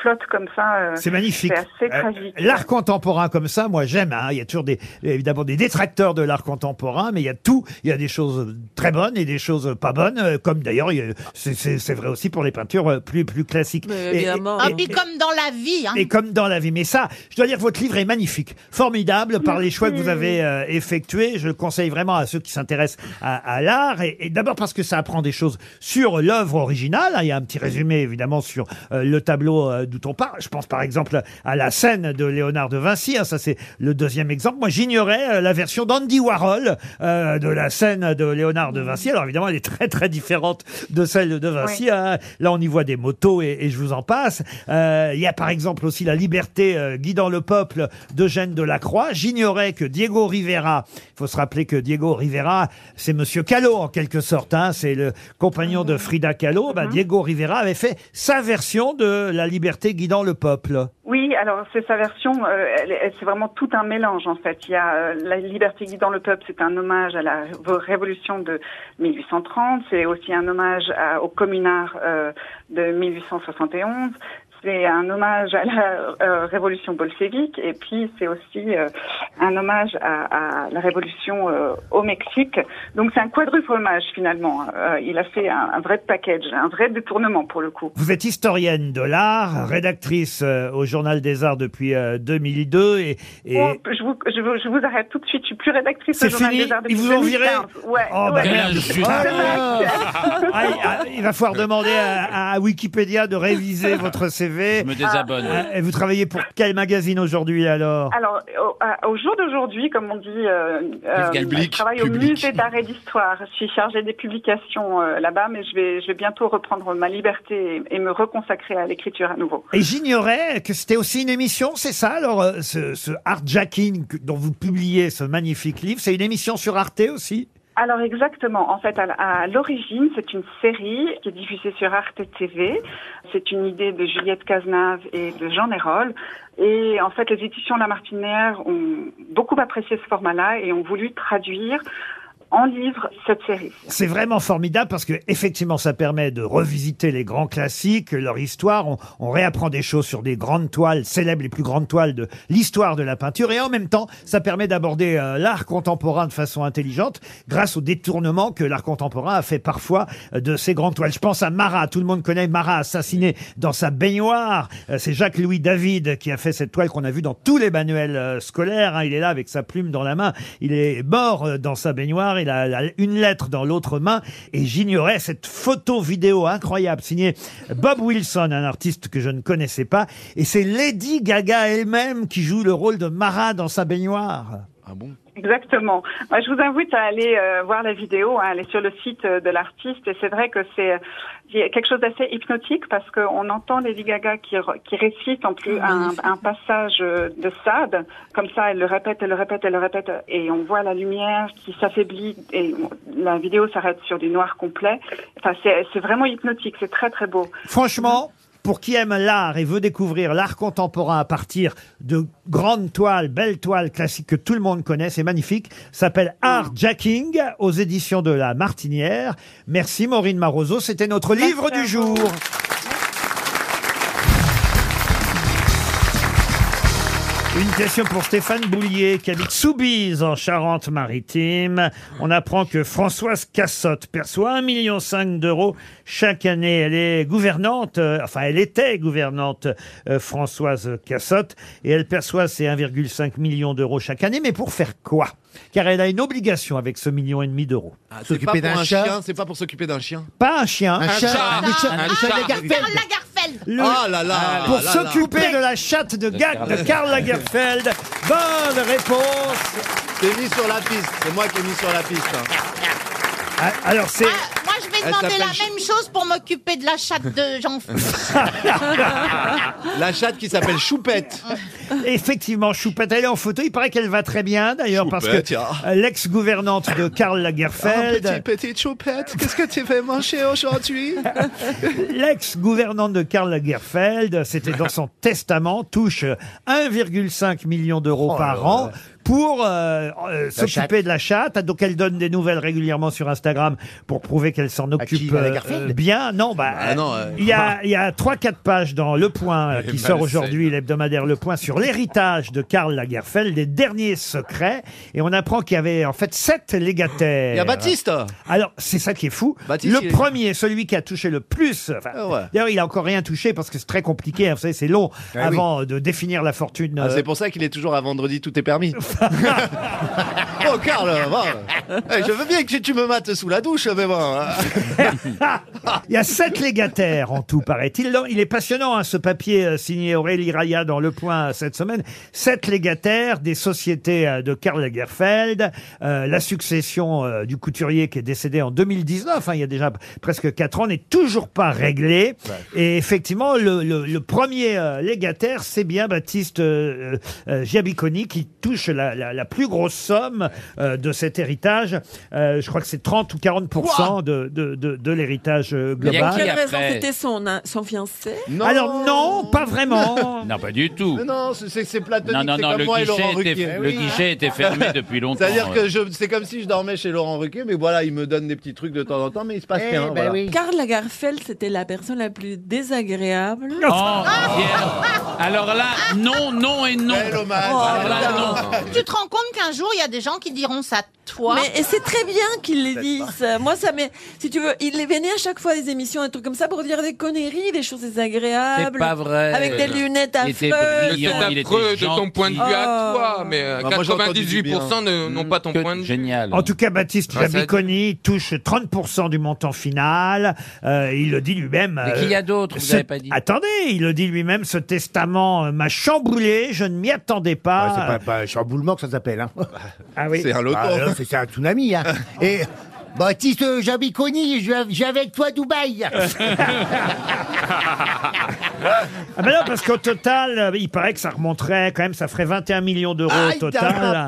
I: flottent comme ça. euh,
B: C'est magnifique.
I: C'est assez
B: Euh,
I: tragique.
B: L'art contemporain comme ça, moi j'aime. hein. Il y a toujours des, évidemment des détracteurs de l'art contemporain, mais il y a tout. Il y a des choses très bonnes et des choses pas bonnes, euh, comme d'ailleurs il y a- c'est- c'est c'est vrai aussi pour les peintures euh, plus, plus classiques. Et-
D: Ah,
B: et- et-
D: puis comme dans la vie. Hein.
B: et comme dans la vie. Mais ça, je dois dire que votre livre est magnifique, formidable par les choix que vous avez euh, effectués. Je le conseille vraiment à ceux qui s'intéressent à, à l'art. Et, et d'abord parce que ça apprend des choses sur l'œuvre originale. hein. Il y a un petit résumé évidemment sur euh, le tableau euh, d'où on parle. Je pense par exemple à la scène de Léonard de Vinci. hein. Ça c'est le deuxième exemple. Moi j'ignorais euh, la version d'Andy Warhol euh, de la scène de Léonard de Vinci. Alors évidemment elle est très très différente de celle de Vinci. hein. Là on y voit des motos et, et je vous en passe. Euh, Il y a par exemple aussi La liberté euh, guidant le peuple d'Eugène Delacroix. J'ignorais que Diego Rivera, il faut se rappeler que Diego Rivera, c'est Monsieur Callot en quelque sorte, hein, c'est le compagnon de Frida Kahlo. Bah, Diego Rivera avait fait sa version de La liberté guidant le peuple.
I: Oui, alors c'est sa version, euh, elle- elle- c'est vraiment tout un mélange en fait. Il y a euh, La liberté guidant le peuple, c'est un hommage à la révo- révolution de 1830, c'est aussi un hommage à- au communard euh, de 1871, c'est un hommage à la euh, révolution bolchevique et puis c'est aussi euh, un hommage à, à la révolution euh, au Mexique. Donc c'est un quadruple hommage finalement. Euh, il a fait un- un vrai package, un vrai détournement pour le coup.
B: Vous êtes historienne de l'art, rédactrice euh, au Journal des Arts depuis euh, 2002 et, et-
I: Oh, je, vous, je, vous, je vous arrête tout de suite. Je suis plus rédactrice
B: C'est
I: au Journal
B: fini
I: des Arts depuis
B: Ils vous ont viré
I: 2015. Ouais.
B: Oh, bah
I: ouais.
B: merde.
I: C'est
B: Ah.
I: vrai.
B: Ah, il- ah, il va falloir demander à, à Wikipédia de réviser votre CV.
E: Je me désabonne.
B: Ah, et vous travaillez pour quel magazine aujourd'hui alors
I: Alors, au, à- au jour d'aujourd'hui, comme on dit, euh, euh,
B: Public,
I: je travaille au
B: public.
I: musée d'art et d'histoire. Je suis chargée des publications euh, là-bas, mais je vais, je vais bientôt reprendre ma liberté et, et me reconsacrer à l'écriture à nouveau.
B: Et j'ignorais que c'était aussi une émission, c'est ça Alors, euh, ce, ce Art Jacking que- dont vous publiez ce magnifique livre, c'est une émission sur Arte aussi
I: Alors exactement, en fait à l- à l'origine c'est une série qui est diffusée sur Arte TV, c'est une idée de Juliette Cazenave et de Jean Hérol et en fait les éditions La Martinière ont beaucoup apprécié ce format-là et ont voulu traduire en livre cette série.
B: C'est vraiment formidable parce que effectivement, ça permet de revisiter les grands classiques, leur histoire. On, on réapprend des choses sur des grandes toiles célèbres, les plus grandes toiles de l'histoire de la peinture. Et en même temps, ça permet d'aborder euh, l'art contemporain de façon intelligente grâce au détournement que l'art contemporain a fait parfois euh, de ces grandes toiles. Je pense à Marat. Tout le monde connaît Marat assassiné dans sa baignoire. Euh, C'est Jacques-Louis David qui a fait cette toile qu'on a vue dans tous les manuels euh, scolaires. hein. Il est là avec sa plume dans la main. Il est mort euh, dans sa baignoire. Il a la- une lettre dans l'autre main. Et j'ignorais cette photo vidéo incroyable signée Bob Wilson, un artiste que je ne connaissais pas. Et c'est Lady Gaga elle-même qui joue le rôle de Marat dans sa baignoire. Ah bon
I: Exactement. Moi, je vous invite à aller euh, voir la vidéo, à aller sur le site euh, de l'artiste. Et c'est vrai que c'est il y a quelque chose d'assez hypnotique parce qu'on entend Lady Gaga qui, re- qui récite en plus un, un passage euh, de Sade. Comme ça, elle le répète, elle le répète, elle le répète. Et on voit la lumière qui s'affaiblit et on- la vidéo s'arrête sur du noir complet. Enfin, c'est c'est vraiment hypnotique. C'est très, très beau.
B: Franchement, pour qui aime l'art et veut découvrir l'art contemporain à partir de grandes toiles, belles toiles classiques que tout le monde connaît, c'est magnifique. Ça s'appelle Art Jacking aux éditions de La Martinière. Merci Maureen Maroso, c'était notre livre du jour. Une question pour Stéphane Boulier qui habite Soubise en Charente-Maritime. On apprend que Françoise Cassotte perçoit 1,5 million d'euros chaque année. Elle est gouvernante, euh, enfin elle était gouvernante euh, Françoise Cassotte et elle perçoit ces 1,5 million d'euros chaque année. Mais pour faire quoi Car elle a une obligation avec ce million et demi d'euros.
H: Ah, C'est pas pour un chien, c'est pas pour s'occuper d'un chien.
B: Pas un chien.
H: Un chat. Un chat. Un chat.
D: Karl Lagerfeld.
B: Le-
H: Ah là là,
B: Pour
H: là là.
B: s'occuper de la chatte de, Ga- de Karl Lagerfeld. Bonne réponse.
H: T'es mis sur la piste. C'est moi qui ai mis sur la piste. hein.
B: Ah, Alors c'est.
D: Moi, je vais
H: Elle
D: demander la
H: s'appelle
D: même chose pour m'occuper de la chatte de jean
H: La chatte qui s'appelle Choupette.
B: Effectivement, Choupette, elle est en photo. Il paraît qu'elle va très bien, d'ailleurs, parce que
H: Choupette, tiens.
B: euh, l'ex-gouvernante de Karl Lagerfeld.
H: petite choupette, qu'est-ce que tu fais manger aujourd'hui
B: L'ex-gouvernante de Karl Lagerfeld, c'était dans son testament, touche 1,5 million d'euros
H: Oh
B: par
H: là
B: an
H: là.
B: pour euh, euh, s'occuper
H: chatte.
B: de la chatte. Donc elle donne des nouvelles régulièrement sur Instagram pour prouver qu'elle s'en occupe
H: À
B: euh,
H: Lagerfeld
B: euh, bien. Non, bah,
H: Ah non, euh.
B: il y a, il y a 3-4 pages dans Le Point euh,
H: Elle
B: qui
H: est
B: sort
H: mal
B: aujourd'hui, l'hebdomadaire Le Point, sur l'héritage de Karl Lagerfeld, les derniers secrets. Et on apprend qu'il y avait en fait 7 légataires.
H: Il y a Baptiste.
B: Alors, c'est ça qui est fou.
H: Baptiste, il
B: le
H: est-
B: premier, celui qui a touché le plus. enfin, D'ailleurs, il a encore rien touché parce que c'est très compliqué. hein, vous savez, c'est long
H: Ah oui.
B: avant de définir la fortune.
H: Ah,
B: euh,
H: c'est pour ça qu'il est toujours à vendredi, tout est permis. oh, Karl, va. Eh, je veux bien que tu me mates sous la douche, mais bon. hein.
B: Il y a sept légataires en tout, paraît-il. Non, Il est passionnant, hein, ce papier euh, signé Aurélie Raya dans Le Point euh, cette semaine. Sept légataires des sociétés euh, de Karl Lagerfeld. Euh, la succession euh, du couturier qui est décédé en 2019, hein, il y a déjà p- presque quatre ans, n'est toujours pas réglée. Et effectivement, le, le- le premier euh, légataire, c'est bien Baptiste euh, euh, Giabiconi qui touche la, la- la plus grosse somme euh, de cet héritage. Euh, je crois que c'est 30 ou 40 de, de, de, de l'héritage euh,
G: Mais pour
B: global.
G: quelle raison c'était son, hein, son fiancé
B: Alors non, pas vraiment.
E: Non, pas du tout.
H: Mais non, c'est- c'est c'est platonique.
E: Non, non,
H: c'est
E: non,
H: comme
E: le
H: moi et
E: guichet,
H: Laurent Ruquier.
E: était,
H: Eh
E: le
H: oui.
E: guichet était fermé depuis longtemps. euh.
H: C'est-à-dire
E: ouais.
H: que je- c'est comme si je dormais chez Laurent Ruquier, mais voilà, il me donne des petits trucs de temps en temps, mais il se
B: Eh,
H: passe
B: ben
H: rien. voilà. Ben
G: Karl Lagerfeld, c'était la personne la plus désagréable. Ah,
E: Oh, Pierre. Alors là, non, non et non. Alors
G: Oh,
E: là, non.
D: Tu te rends compte qu'un jour, il y a des gens qui diront ça à toi.
G: Mais et c'est très bien qu'ils les disent. Moi, ça m'est. Si tu veux, il venait à chaque fois des émissions, des trucs comme ça, pour dire des conneries, des choses désagréables.
E: C'est pas vrai.
G: Avec des lunettes
E: Il
G: affreuses.
E: était brillant,
C: C'est
E: hein, il était
C: affreux de ton
E: gentil.
C: point de vue à
G: Oh.
C: toi, mais euh,
E: Bah, moi, j'ai entendu du
C: 98% ne- n'ont pas ton point
E: Mm.
C: de vue. Ah,
E: Génial.
B: En tout cas, Baptiste
F: Ah,
C: Grâce à
B: Jabiconi touche 30% du montant final. Euh, il le dit lui-même. euh,
E: Mais qu'il y a d'autres, vous
B: ce-
E: avez pas dit.
B: Attendez, il le dit lui-même, ce testament euh, m'a chamboulé, je ne m'y attendais pas.
F: c'est pas, pas un chamboulement que ça s'appelle. Hein.
B: Ah oui.
F: Ah, là, c'est- c'est un tsunami. Hein. Et Baptiste Jabiconi, je, vais- je vais avec toi à Dubaï.
B: Ah ben non, parce qu'au total, euh, il paraît que ça remonterait quand même, ça ferait 21 millions d'euros au total. Ah,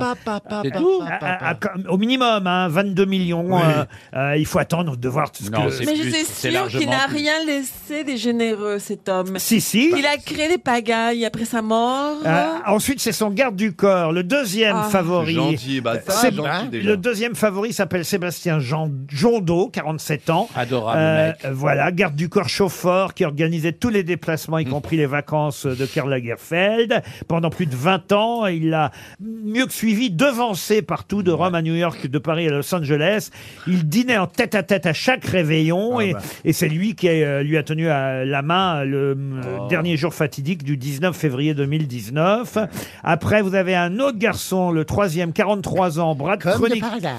B: C'est tout. À- à- à- au minimum, hein, 22 millions. euh, euh, il faut attendre de voir tout ce que...
G: Mais j'étais sûre qu'il n'a rien laissé des généreux, cet homme.
B: Si, si.
G: Il a créé des pagailles après sa mort.
B: Euh, ensuite, c'est son garde du corps, le deuxième
G: Ah.
B: favori. Euh,
H: Gentil, bah, ça,
B: C'est-
H: gentil, déjà.
B: le deuxième favori s'appelle Sébastien Jean Jondeau, 47 ans. Euh,
N: Adorable mec.
B: Voilà, garde du corps chauffeur qui organisait tous les déplacements, y
H: Mm.
B: compris les vacances de Karl Lagerfeld. Pendant plus de 20 ans, il l'a mieux que suivi, devancé partout, de Rome à New York, de Paris à Los Angeles. Il dînait en tête à tête à chaque
H: Ah
B: réveillon
H: bah.
B: et, et c'est lui qui euh, lui a tenu à la main le euh,
H: Oh.
B: dernier jour fatidique du 19 février 2019. Après, vous avez un autre garçon, le troisième, 43 ans, Brad
F: Comme de
B: Chronic-
F: par hasard.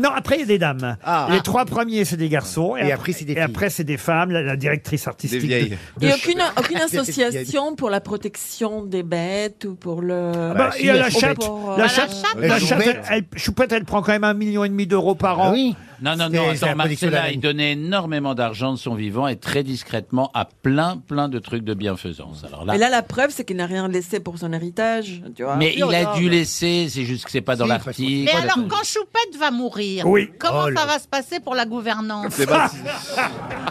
B: non, après, il y a des dames.
F: Ah.
B: Les
F: Ah.
B: trois premiers, c'est des garçons.
F: Et après, c'est des
B: Et après, c'est des femmes. La, la directrice artistique. Des vieilles.
G: Et aucune, aucune association pour la protection des bêtes ou pour le.
B: Bah, il y a la chatte.
G: Pour, euh,
B: La chatte, la chatte, elle, elle- Choupette, elle prend quand même un million et demi d'euros par an. Oui.
E: Non, non, non, attends, Marcella, il donnait énormément d'argent de son vivant et très discrètement à plein, plein de trucs de bienfaisance. Alors là,
G: Mais là, la preuve, c'est qu'il n'a rien laissé pour son héritage. Tu vois.
E: mais il a dû laisser, c'est juste que c'est pas dans l'article.
D: Mais alors, quand Choupette va mourir,
E: Oui.
D: comment
E: Oh là.
D: ça va se passer pour la gouvernance
B: Eh
E: C'est
B: ben,
E: pas-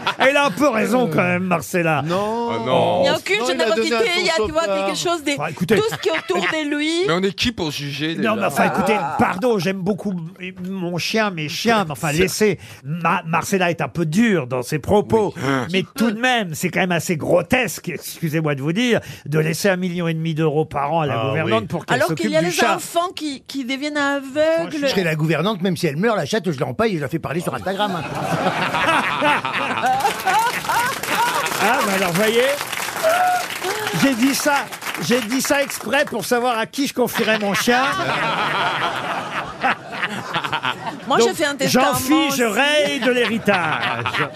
B: Elle a un peu raison quand même, Marcella.
H: Non.
G: Il n'y a aucune générosité, il y a, tu vois, quelque chose des. tout ce qui est autour de lui.
C: Mais on est qui pour
B: Non,
C: juger
B: mais
C: déjà
B: Ah, bah, enfin, écoutez, pardon, j'aime beaucoup m- mon chien, mes chiens, mais enfin, laissez. Ma- Marcella est un peu dure dans ses propos,
F: Ah.
B: mais tout de même, c'est quand même assez grotesque, excusez-moi de vous dire, de laisser un million et demi d'euros par an à la
F: Ah,
B: gouvernante
F: oui.
B: pour qu'elle
G: Alors qu'il
B: s'occupe
G: y a
B: du
G: les
B: chat.
G: enfants qui, qui deviennent
F: Je
G: aveugles.
F: serai la gouvernante, même si elle meurt, la chatte, je l'empaille et je la fais parler sur Instagram.
B: Ah, bah alors, voyez, j'ai dit ça, j'ai dit ça exprès pour savoir à qui je confierais mon chien.
G: Moi,
B: Donc,
G: j'ai fait un testament.
B: J'en fiche, je
G: aussi.
B: raye de l'héritage.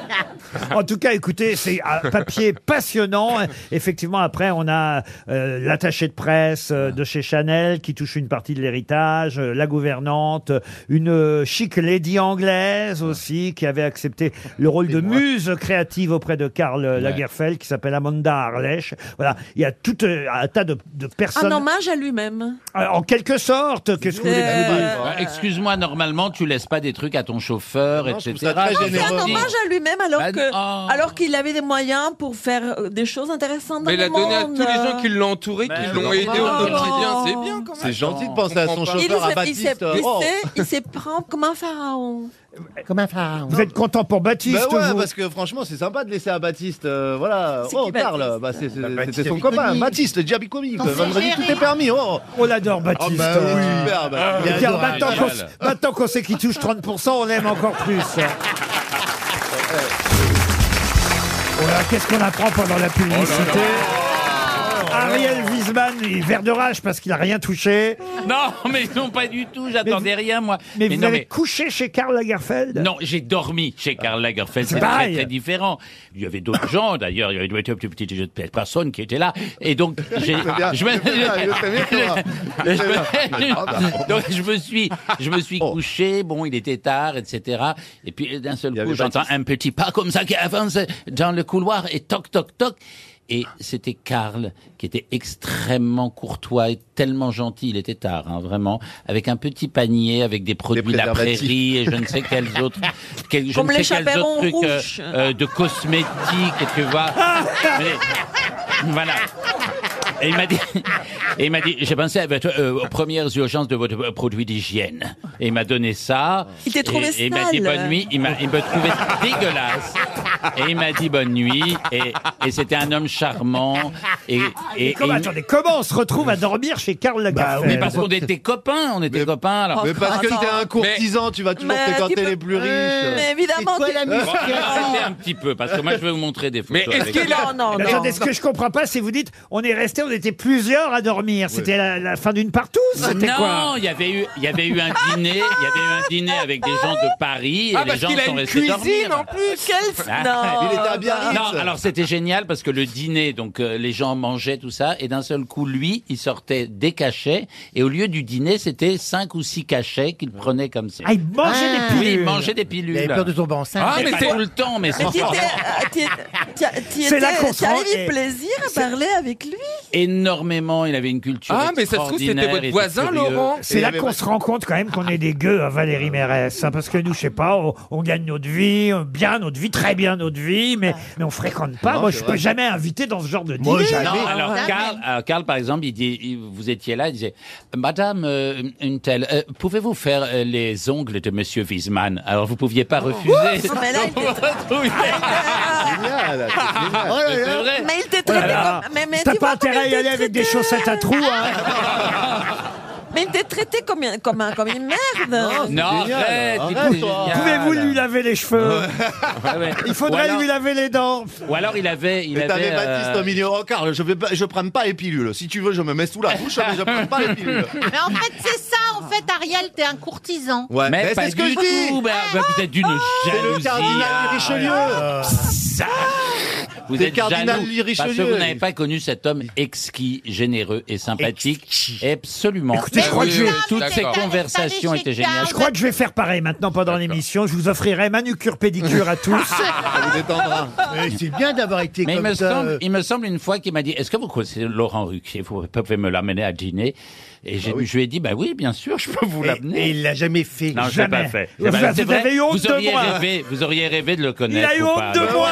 B: En tout cas, écoutez, c'est un papier passionnant. Effectivement, après, on a euh, l'attaché de presse euh, de chez Chanel qui touche une partie de l'héritage, euh, la gouvernante, euh, une euh, chic lady anglaise aussi qui avait accepté le rôle de muse créative auprès de Karl euh, Lagerfeld qui s'appelle Amanda Arlech. Voilà, il y a tout euh, un tas de, de personnes.
G: Un hommage Euh, à lui-même.
B: Euh, en quelque sorte, qu'est-ce que vous voulez que je euh, vous dise
E: Bah, Excuse-moi, normalement, tu laisses pas des trucs à ton chauffeur, etc.
G: Non, c'est un
E: Dis-
G: hommage à lui-même alors que alors qu'il avait des moyens pour faire euh, des choses intéressantes dans
C: Mais il
G: le
C: a
G: monde.
C: donné à tous les
G: euh.
C: gens qui l'ont entouré, qui l'ont aidé au quotidien, c'est bien quand même.
H: C'est gentil de penser à son
G: Il
H: chauffeur, à
G: s'est- il s'est-
H: Baptiste.
G: il
H: Oh.
G: s'est- Il s'est prend comme un pharaon.
F: Comme un pharaon.
B: Vous êtes content pour Baptiste
H: Bah ouais,
B: vous
H: parce que franchement, c'est sympa de laisser à Baptiste. euh, voilà.
F: C'est
H: Oh,
F: qui,
H: Karl.
F: Baptiste
H: Bah, c'est- c'est-
F: Bah, Baptiste
H: C'était son
F: Diabicomi.
H: copain. Baptiste, le Diabicomi.
F: Oh, c'est
H: Vendredi,
F: Gérard.
H: tout est permis. Oh.
B: On l'adore, Baptiste.
H: bah oui.
B: oui.
H: Super, bah, il est
B: Et puis, alors,
H: adorable.
B: maintenant qu'on-
H: Génial.
B: maintenant qu'on sait qu'il touche 30%, on l'aime encore plus. Oh là, Qu'est-ce qu'on apprend pendant la publicité
H: Oh
B: Oh. Ariel Wiesman, il vert de rage parce qu'il a rien touché.
E: Non, mais non, pas du tout, j'attendais rien, moi.
B: Mais, vous
E: non,
B: avez couché chez Karl Lagerfeld
E: Non, j'ai dormi chez Karl Lagerfeld.
B: C'est
E: C'est très,
B: pareil.
E: très différent. Il y avait d'autres gens, d'ailleurs. Il y avait une petite petite personne qui était là. Et donc, j'ai-
H: Je sais bien,
E: je me-
H: je sais bien, je sais bien, Thomas.
E: Je me-
H: Je sais bien. Ah bah. Oh.
E: Donc, je me suis, je me suis couché. Bon, il était tard, etc. Et puis, d'un seul coup, j'entends un petit pas comme ça qui avance dans le couloir et toc, toc, toc. Et c'était Karl, qui était extrêmement courtois et tellement gentil. Il était tard, hein, vraiment, avec un petit panier, avec des produits de la
H: préservatifs.
E: prairie et je ne sais quels autres, quels- je
G: Comme
E: ne
G: les
E: sais quels autres
G: chaperons
E: trucs euh,
G: rouges.
E: euh, de cosmétiques, et tu vois. Mais- voilà. Et il m'a dit, et il m'a dit, j'ai pensé à votre, euh, aux premières urgences de votre euh, produit d'hygiène. Et il m'a donné ça.
G: Il t'a trouvé
E: et, et il m'a dit
G: sale.
E: bonne nuit. Il m'a, il m'a trouvé dégueulasse. Et il m'a dit bonne nuit. Et, et c'était un homme charmant. Et, et,
B: Mais comment,
E: et- Bah
B: attendez, comment on se retrouve à dormir chez Karl Lagerfeld
E: mais parce qu'on était copains, on était copains. Alors.
H: Oh, Mais parce que t'es un courtisan, tu vas toujours
G: Oh, Mais tu
H: fréquenter
G: peux-
H: les plus riches.
G: Mais évidemment. tu-
E: Arrêtez un petit peu, parce que moi je vais vous montrer des photos. avec-
G: Non, non,
B: Mais
G: non.
B: attendez, ce que je comprends pas, c'est vous dites, on est resté, on était plusieurs à dormir. C'était la, la fin d'une partout, c'était
E: Non,
B: quoi
E: il y avait eu, il y avait eu un dîner, il y avait eu un dîner avec des gens de Paris et
C: Ah,
E: les
C: parce
E: gens
C: qu'il a
E: sont
C: une
E: restés
C: cuisine
E: dormir.
C: en plus
G: Quel...
E: Ah,
G: Non,
H: Il était à Biarritz.
E: Non, alors c'était génial parce que le dîner, donc euh, les gens mangeaient tout ça, et d'un seul coup, lui, il sortait des cachets, et au lieu du dîner, c'était cinq ou six cachets qu'il prenait comme ça.
B: Ah, il mangeait
E: Oui,
B: des
E: il
B: pilules.
E: mangeait des pilules.
B: Il avait peur de tomber enceinte.
E: Ah, mais
B: Mais
E: c'est
B: pas-
E: tout le temps, mais c'est
G: Mais t'y étais- euh, t'y- t'y- t'y
E: C'est là
G: étais-
E: qu'on
G: t'y
E: se rend-
G: avais
E: et-
G: plaisir à parler avec lui.
E: énormément. Il avait une culture.
C: Ah, mais ça se trouve, c'était
E: extraordinaire,
C: votre
E: il était
C: voisin,
E: curieux.
B: C'est là qu'on se rend compte quand même qu'on est des gueux, hein, Valérie Mérès. hein, parce que nous, je sais pas, on, on gagne notre vie, euh, bien notre vie, très bien notre vie, mais, mais on fréquente pas.
E: Non,
B: Moi,
E: c'est
B: je
E: vrai.
B: peux jamais inviter dans ce genre de dîner.
E: Non, alors Karl, alors, Karl, par exemple, il dit, il- vous étiez là, il disait, Madame euh, une telle, euh, pouvez-vous faire euh, les ongles de Monsieur Wiesmann Alors vous pouviez pas refuser.
G: Ouf, mais là, il t'est-
H: Oh là là.
E: C'est vrai.
G: Mais il t'est traité
E: Ah,
B: Alors,
G: comme. mais- mais
B: Ah, T'as
G: tu
B: pas
G: vois comme
B: intérêt à y
G: il
B: aller
G: t'est
B: avec des
G: traité-
B: chaussettes à trous. hein.
G: Mais il t'est traité comme, un- comme, un- comme une
B: Ah,
G: merde.
E: Non, Ah, arrête, il était génial.
B: Pouvez-vous lui laver les cheveux
E: Ouais, ouais.
B: Il faudrait
E: Ou alors-
B: lui laver les dents.
E: Ou alors il avait, il
H: Et t'avais
E: avait.
H: Baptiste
E: euh,
H: au milieu. Oh, Karl, je vais pas- je prends pas les pilules. Si tu veux, je me mets sous la bouche, mais je prends pas les pilules.
D: Mais en fait, c'est ça, en fait, Ariel, t'es un courtisan. Eh,
H: Ouais,
E: mais
H: mais
E: pas
H: c'est ce que
E: du
H: je dis.
E: tout, bah, bah, vous êtes d'une
G: Oh,
E: jalousie.
H: cardinal
E: ah,
H: Richelieu.
E: voilà. Ça. Vous
H: T'es
E: êtes
H: cardinal
E: jaloux
H: Richelieu.
E: parce que vous n'avez pas connu cet homme exquis, généreux et sympathique. Absolument.
B: Écoutez, je crois que
E: Oui,
B: je-
E: oui, toutes ces
B: D'accord.
E: conversations étaient géniales.
B: Je crois que je vais faire pareil maintenant pendant l'émission. Je vous offrirai manucure pédicure à tous.
E: Ah,
F: C'est bien d'avoir été
E: Mais il
F: comme
E: me,
F: ça.
E: semble,
F: euh,
E: il me semble une fois qu'il m'a dit Est-ce que vous connaissez Laurent Ruquier Vous pouvez me l'amener à dîner Et j'ai- je lui ai dit Bah oui, bien sûr, je peux vous
F: et-
E: l'amener.
F: Et il l'a jamais fait.
E: Non, je l'ai pas fait.
B: Vous-
E: Eh ben,
B: vous
E: c'est vrai,
B: avez eu honte
E: vous
B: de
E: auriez
B: moi.
E: Rêvé, vous auriez rêvé de le
B: Il
E: connaître.
B: a eu
E: ou
B: honte
E: pas,
B: de
E: alors.
B: moi.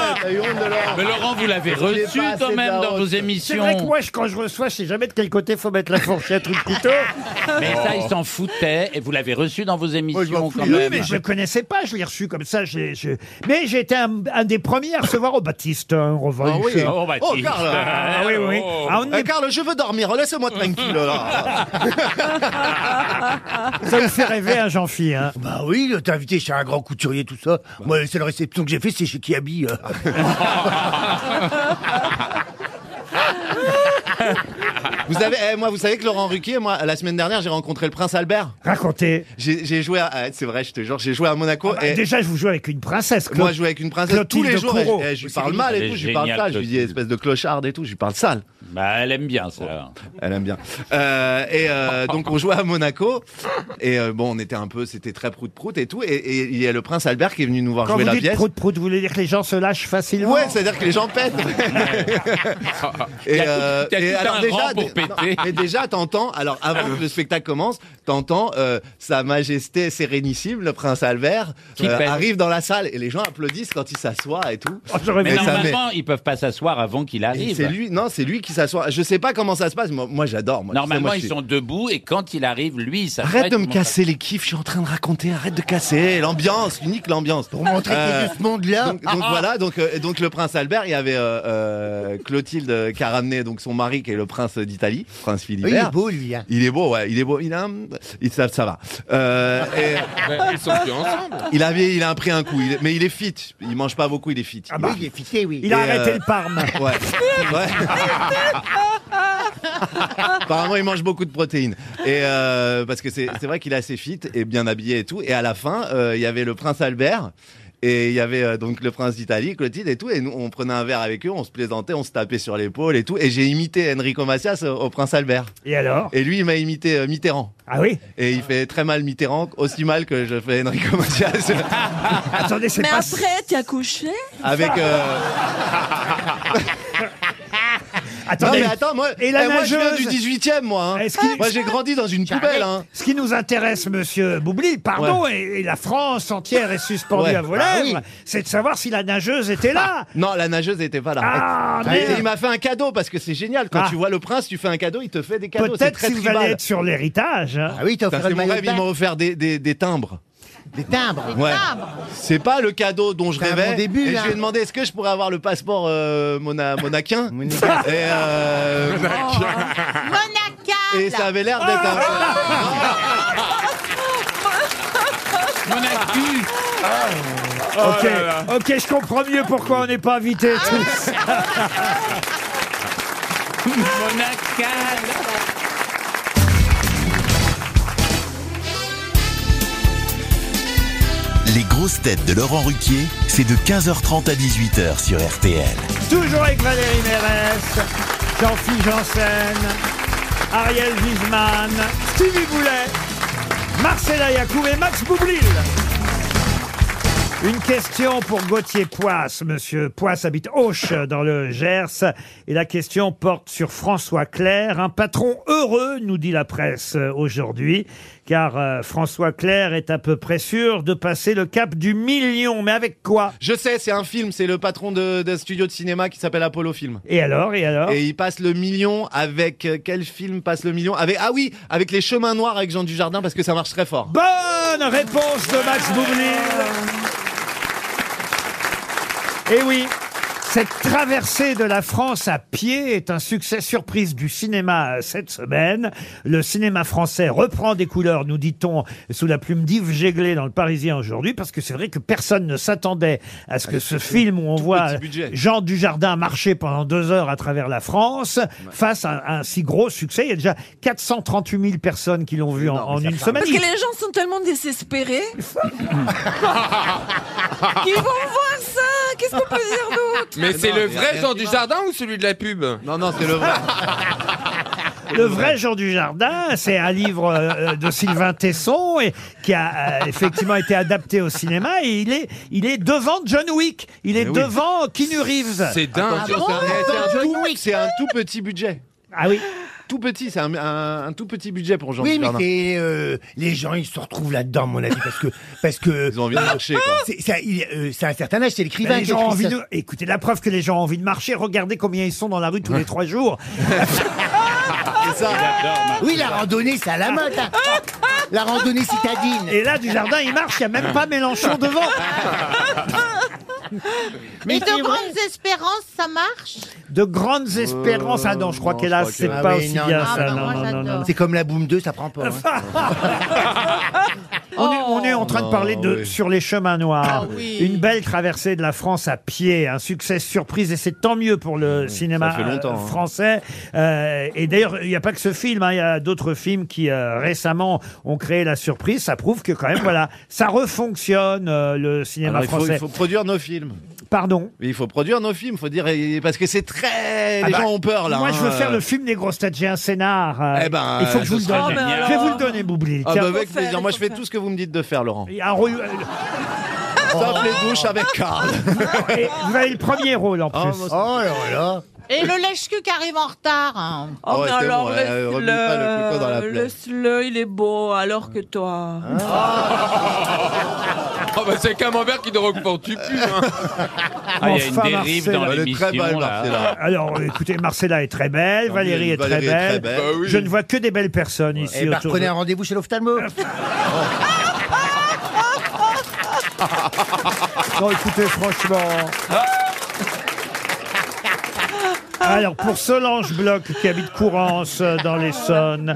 E: Mais Laurent, vous l'avez reçu quand même dans vos
B: C'est
E: émissions.
B: vrai que moi, je- quand je reçois, je sais jamais de quel côté faut mettre la fourchette ou le couteau.
E: Mais ça, il s'en foutait et vous l'avez reçu dans vos émissions quand
B: Oui,
E: même.
B: mais je le connaissais pas, je l'ai reçu comme ça. j'ai- je- Mais j'ai été un, un des premiers à recevoir au Baptiste, hein, en revanche.
H: Ah oui.
E: Oh, bah,
H: Oh,
E: si.
H: Karl.
B: Ah oui, oui. Ah, on
H: Eh,
B: est-
H: Karl, je veux dormir. Laisse-moi tranquille, là.
B: Ça vous fait rêver, hein, Jean-Phi. hein.
F: Bah oui, t'as invité chez un grand couturier, tout ça. Moi, la seule réception que j'ai fait, c'est chez Kiabi. euh.
H: Vous avez, eh, moi, vous savez que Laurent Ruquier, moi, la semaine dernière, j'ai rencontré le prince Albert.
B: Racontez.
H: J'ai j'ai joué à, ah, c'est vrai, je te jure, j'ai joué à Monaco.
B: Bah,
H: et
B: déjà, je vous joue avec une princesse. Claude.
H: moi, je jouais avec une princesse tous les
B: Clotilde
H: jours. et-
B: Courreau.
H: et je lui parle mal
E: Elle
H: et
E: est
H: tout, je lui parle
E: géniale,
H: sale. Je lui dis,
E: Clotilde.
H: espèce de clocharde et tout, je lui parle sale.
E: Bah, elle aime bien ça. alors.
H: Elle aime bien. Euh, et euh, donc on jouait à Monaco. Et euh, bon, on était un peu, c'était très prout prout et tout. Et- Et il y a le prince Albert qui est venu nous voir
B: Quand
H: jouer
B: vous
H: la
B: dites
H: pièce.
B: prout prout, vous voulez dire que les gens se lâchent facilement
H: Ouais, c'est-à-dire que les gens pètent.
E: Il y
H: et
E: a tout-
H: euh,
E: il y a
H: et
E: tout
H: alors
E: un
H: déjà,
E: rang pour
H: dé- non,
E: péter.
H: mais déjà t'entends. Alors avant que le spectacle commence, t'entends euh, Sa Majesté Sérénissime, le prince Albert,
E: Qui
H: euh,
E: pète.
H: arrive dans la salle et les gens applaudissent quand il s'assoit et tout.
B: Oh, j'aurais
E: Mais
H: Et ça met-
E: normalement, ils peuvent pas s'asseoir avant qu'il
H: et
E: arrive.
H: C'est lui, non, c'est lui qui s'assoit. Je sais pas comment ça se passe. Moi, moi, j'adore. moi, tu sais,
E: Normalement,
H: moi, je
E: ils
H: suis-
E: sont debout et quand il arrive, lui, ça
H: Arrête de me casser les kiffs, je suis en train de raconter, arrête de casser l'ambiance, unique l'ambiance. Pour
F: montrer qu'il y a de ce monde-là.
H: Euh,
F: Ah,
H: Donc, donc voilà, donc, euh, donc le prince Albert, il y avait euh, euh, Clotilde euh, qui a ramené donc, son mari qui est le prince d'Italie, prince
F: Il est
H: Philibert.
F: beau, lui. hein.
H: Il est beau, ouais, il est beau, il a, un- il, ça, ça va. Euh, et
C: Ils sont plus ensemble.
H: il avait, il a pris un coup, il est- mais il est fit, il mange pas beaucoup, il est fit.
F: Oui, Ah bah, il est fité, oui.
B: Il a
H: Et,
B: arrêté
H: euh,
B: le parme.
H: Ouais. Ouais. Apparemment, il mange beaucoup de protéines. Et euh, parce que c'est c'est vrai qu'il est assez fit et bien habillé et tout. Et à la fin, euh, il y avait le prince Albert. Et il y avait euh, donc le prince d'Italie, Clotilde et tout. Et nous, on prenait un verre avec eux, on se plaisantait, on se tapait sur l'épaule et tout. Et j'ai imité Enrico Macias au, au prince Albert.
B: Et alors
H: Et lui, il m'a imité euh, Mitterrand.
B: Ah oui
H: Et il fait très mal Mitterrand, aussi mal que je fais Enrico Macias.
B: Attendez, c'est
G: Mais
B: pas...
G: après, t'y as couché
H: avec. euh, Non,
B: Attendez,
H: mais attends, moi,
B: Et la
H: eh, moi, je viens
B: nageuse
H: du 18 e moi. hein.
B: Est-ce qu'il-
H: Moi, j'ai grandi dans une poubelle. Hein.
B: Ce qui nous intéresse, monsieur Boubli, pardon, et, et la France entière est suspendue
H: Ouais.
B: à vos
H: Bah
B: lèvres, c'est de savoir si la nageuse était là.
H: Non, la nageuse n'était pas là.
B: Ah,
H: Et
B: merde.
H: il m'a fait un cadeau parce que c'est génial. Quand
B: Ah.
H: tu vois le prince, tu fais un cadeau, il te fait des cadeaux. C'est
B: Peut-être
H: très
B: si vous
H: tribal.
B: allez être sur l'héritage. hein.
F: Ah oui, t'as
H: Ça,
F: offert
H: c'est
F: le
H: mon
F: maillot
H: rêve,
F: de
H: il m'a
F: bain,
H: offert des, des, des timbres.
F: des timbres.
H: Ouais.
D: Timbres.
H: C'est pas le cadeau dont je
F: C'est un
H: rêvais.
F: bon début,
H: et
F: là.
H: je lui ai demandé est-ce que je pourrais avoir le passeport euh, mona- monaquin. et, euh,
D: Monaca
H: et ça avait l'air d'être un.
B: Ah,
E: Mon actu.
N: Oh
B: ok,
H: Oh
B: ok, je comprends mieux pourquoi on n'est pas invité
N: Ah.
B: tous.
E: Monacal.
A: Les grosses têtes de Laurent Ruquier, c'est de 15h30 à 18h sur RTL.
B: Toujours avec Valérie Mérès, Jean-Philippe Janssen, Ariel Wiesman, Stevie Boulet, Marcella Yacoub et Max Boublil. Une question pour Gauthier Poisse. Monsieur Poisse habite Auch dans le Gers. Et la question porte sur François Clair, un patron heureux, nous dit la presse euh, aujourd'hui. Car euh, François Clair est à peu près sûr de passer le cap du million. Mais avec quoi
H: Je sais, c'est un film, c'est le patron de- d'un studio de cinéma qui s'appelle Apollo Film.
B: Et alors Et alors
H: Et il passe le million avec euh, quel film passe le million avec ah oui avec les chemins noirs avec Jean Dujardin parce que ça marche très fort.
B: Bonne réponse de Max Boublil. Eh oui cette traversée de la France à pied est un succès surprise du cinéma euh, cette semaine. Le cinéma français reprend des couleurs, nous dit-on, sous la plume d'Yves Jéglé dans le Parisien aujourd'hui, parce que c'est vrai que personne ne s'attendait à ce que ce film où on voit
H: budget.
B: Jean Dujardin marcher pendant deux heures à travers la France face à un si gros succès. Il y a déjà 438 000 personnes qui l'ont vu en, en une semaine.
G: Parce que les gens sont tellement désespérés qu'ils vont voir ça. Qu'est-ce qu'on peut dire d'autre
C: Ah Mais c'est le
B: euh,
C: vrai Jean du Jardin ou celui de la pub
H: Non, non, c'est le vrai.
B: Le vrai Jean du Jardin, c'est un livre euh, de Sylvain Tesson et qui a euh, effectivement été adapté au cinéma et il est il est devant John Wick, il est
H: Mais oui.
B: devant Keanu Reeves.
C: C'est dingue.
H: Attention,
B: Ah bon
H: c'est un- c'est un, tout- c'est un tout petit budget.
B: Ah oui.
H: Tout petit, c'est un, un- un tout petit budget pour Jean
F: Oui, mais
H: Dujardin.
F: c'est, euh, les gens, ils se retrouvent là-dedans, à mon avis, parce que parce que ils ont
H: envie de marcher. Quoi.
F: C'est ça, il- euh, c'est un certain âge, c'est l'écrivain.
B: Ben, les
F: qui a
B: gens ont
F: écrit
B: envie
F: ça.
B: de... Écoutez, la preuve que les gens ont envie de marcher, regardez combien ils sont dans la rue tous les trois jours.
F: Oui, la randonnée, c'est à la mode. hein. La randonnée citadine.
B: Et là, du jardin, il marche, il n'y a même pas Mélenchon devant.
D: Mais de grandes espérances, ça marche
B: De grandes espérances. Ah non, je crois qu'hélas, c'est
F: Ah
B: pas
F: oui,
B: aussi
F: non,
B: bien
F: non,
B: ça.
F: non,
B: Non,
F: non,
B: non, non,
F: non,
B: non.
F: C'est comme la Boom 2, ça prend pas. hein.
B: On, est, on est en train
H: Oh.
B: de parler
H: Ah
B: de sur les chemins noirs.
F: Ah oui.
B: Une belle traversée de la France à pied, un succès surprise et c'est tant mieux pour le cinéma
H: ça fait longtemps,
B: euh,
H: hein.
B: français. Euh, et d'ailleurs, il n'y a pas que ce film, hein, il y a d'autres films qui euh, récemment ont créé la surprise. Ça prouve que quand même, voilà, ça refonctionne euh, le cinéma
H: Alors, Ah il, faut,
B: français.
H: il faut produire nos films.
B: Pardon.
H: Il faut produire nos films, faut dire, et- parce que c'est très.
B: Ah
H: Eh, les
B: bah,
H: gens ont peur là.
B: Moi,
H: hein.
B: je veux faire le film des grosses têtes. J'ai un scénar. euh,
H: Eh ben,
B: il faut que je
H: ce
B: vous le
H: serait
B: donne.
H: génial.
B: Je vais vous le donner, Boublil.
H: Ah
B: Tiens.
H: bah, avec plaisir. Moi, je fais tout ce que vous me dites de faire, Laurent.
B: Il y a un rôle-
H: Sauf les douches avec Karl.
B: Et vous avez le premier rôle en plus.
F: Oh là là.
D: Et le lèche-cul qui arrive en retard. hein.
G: Oh,
H: ouais,
G: mais
H: c'est
G: alors,
H: bon,
G: le,
H: elle remue pas le couteau dans la
G: le
H: plaie.
G: sleu, il est beau, alors que toi.
H: Ah.
C: Oh bah c'est Camembert qui ne reconforte plus. Hein.
N: Ah, il y a une
B: Enfin,
N: dérive dans
B: Marcella.
N: l'émission. là.
B: Alors, euh, écoutez, Marcella est très belle,
H: Non,
B: Valérie,
H: mais
B: est,
H: Valérie
B: très
H: est
B: belle.
H: très belle. Bah oui.
B: Je ne vois que des belles personnes ici
F: Eh ben,
B: autour.
F: prenez
B: de-
F: un rendez-vous chez l'ophtalmo.
B: Non, écoutez, franchement. Alors, pour Solange Bloch, qui habite Courance, euh, dans l'Essonne,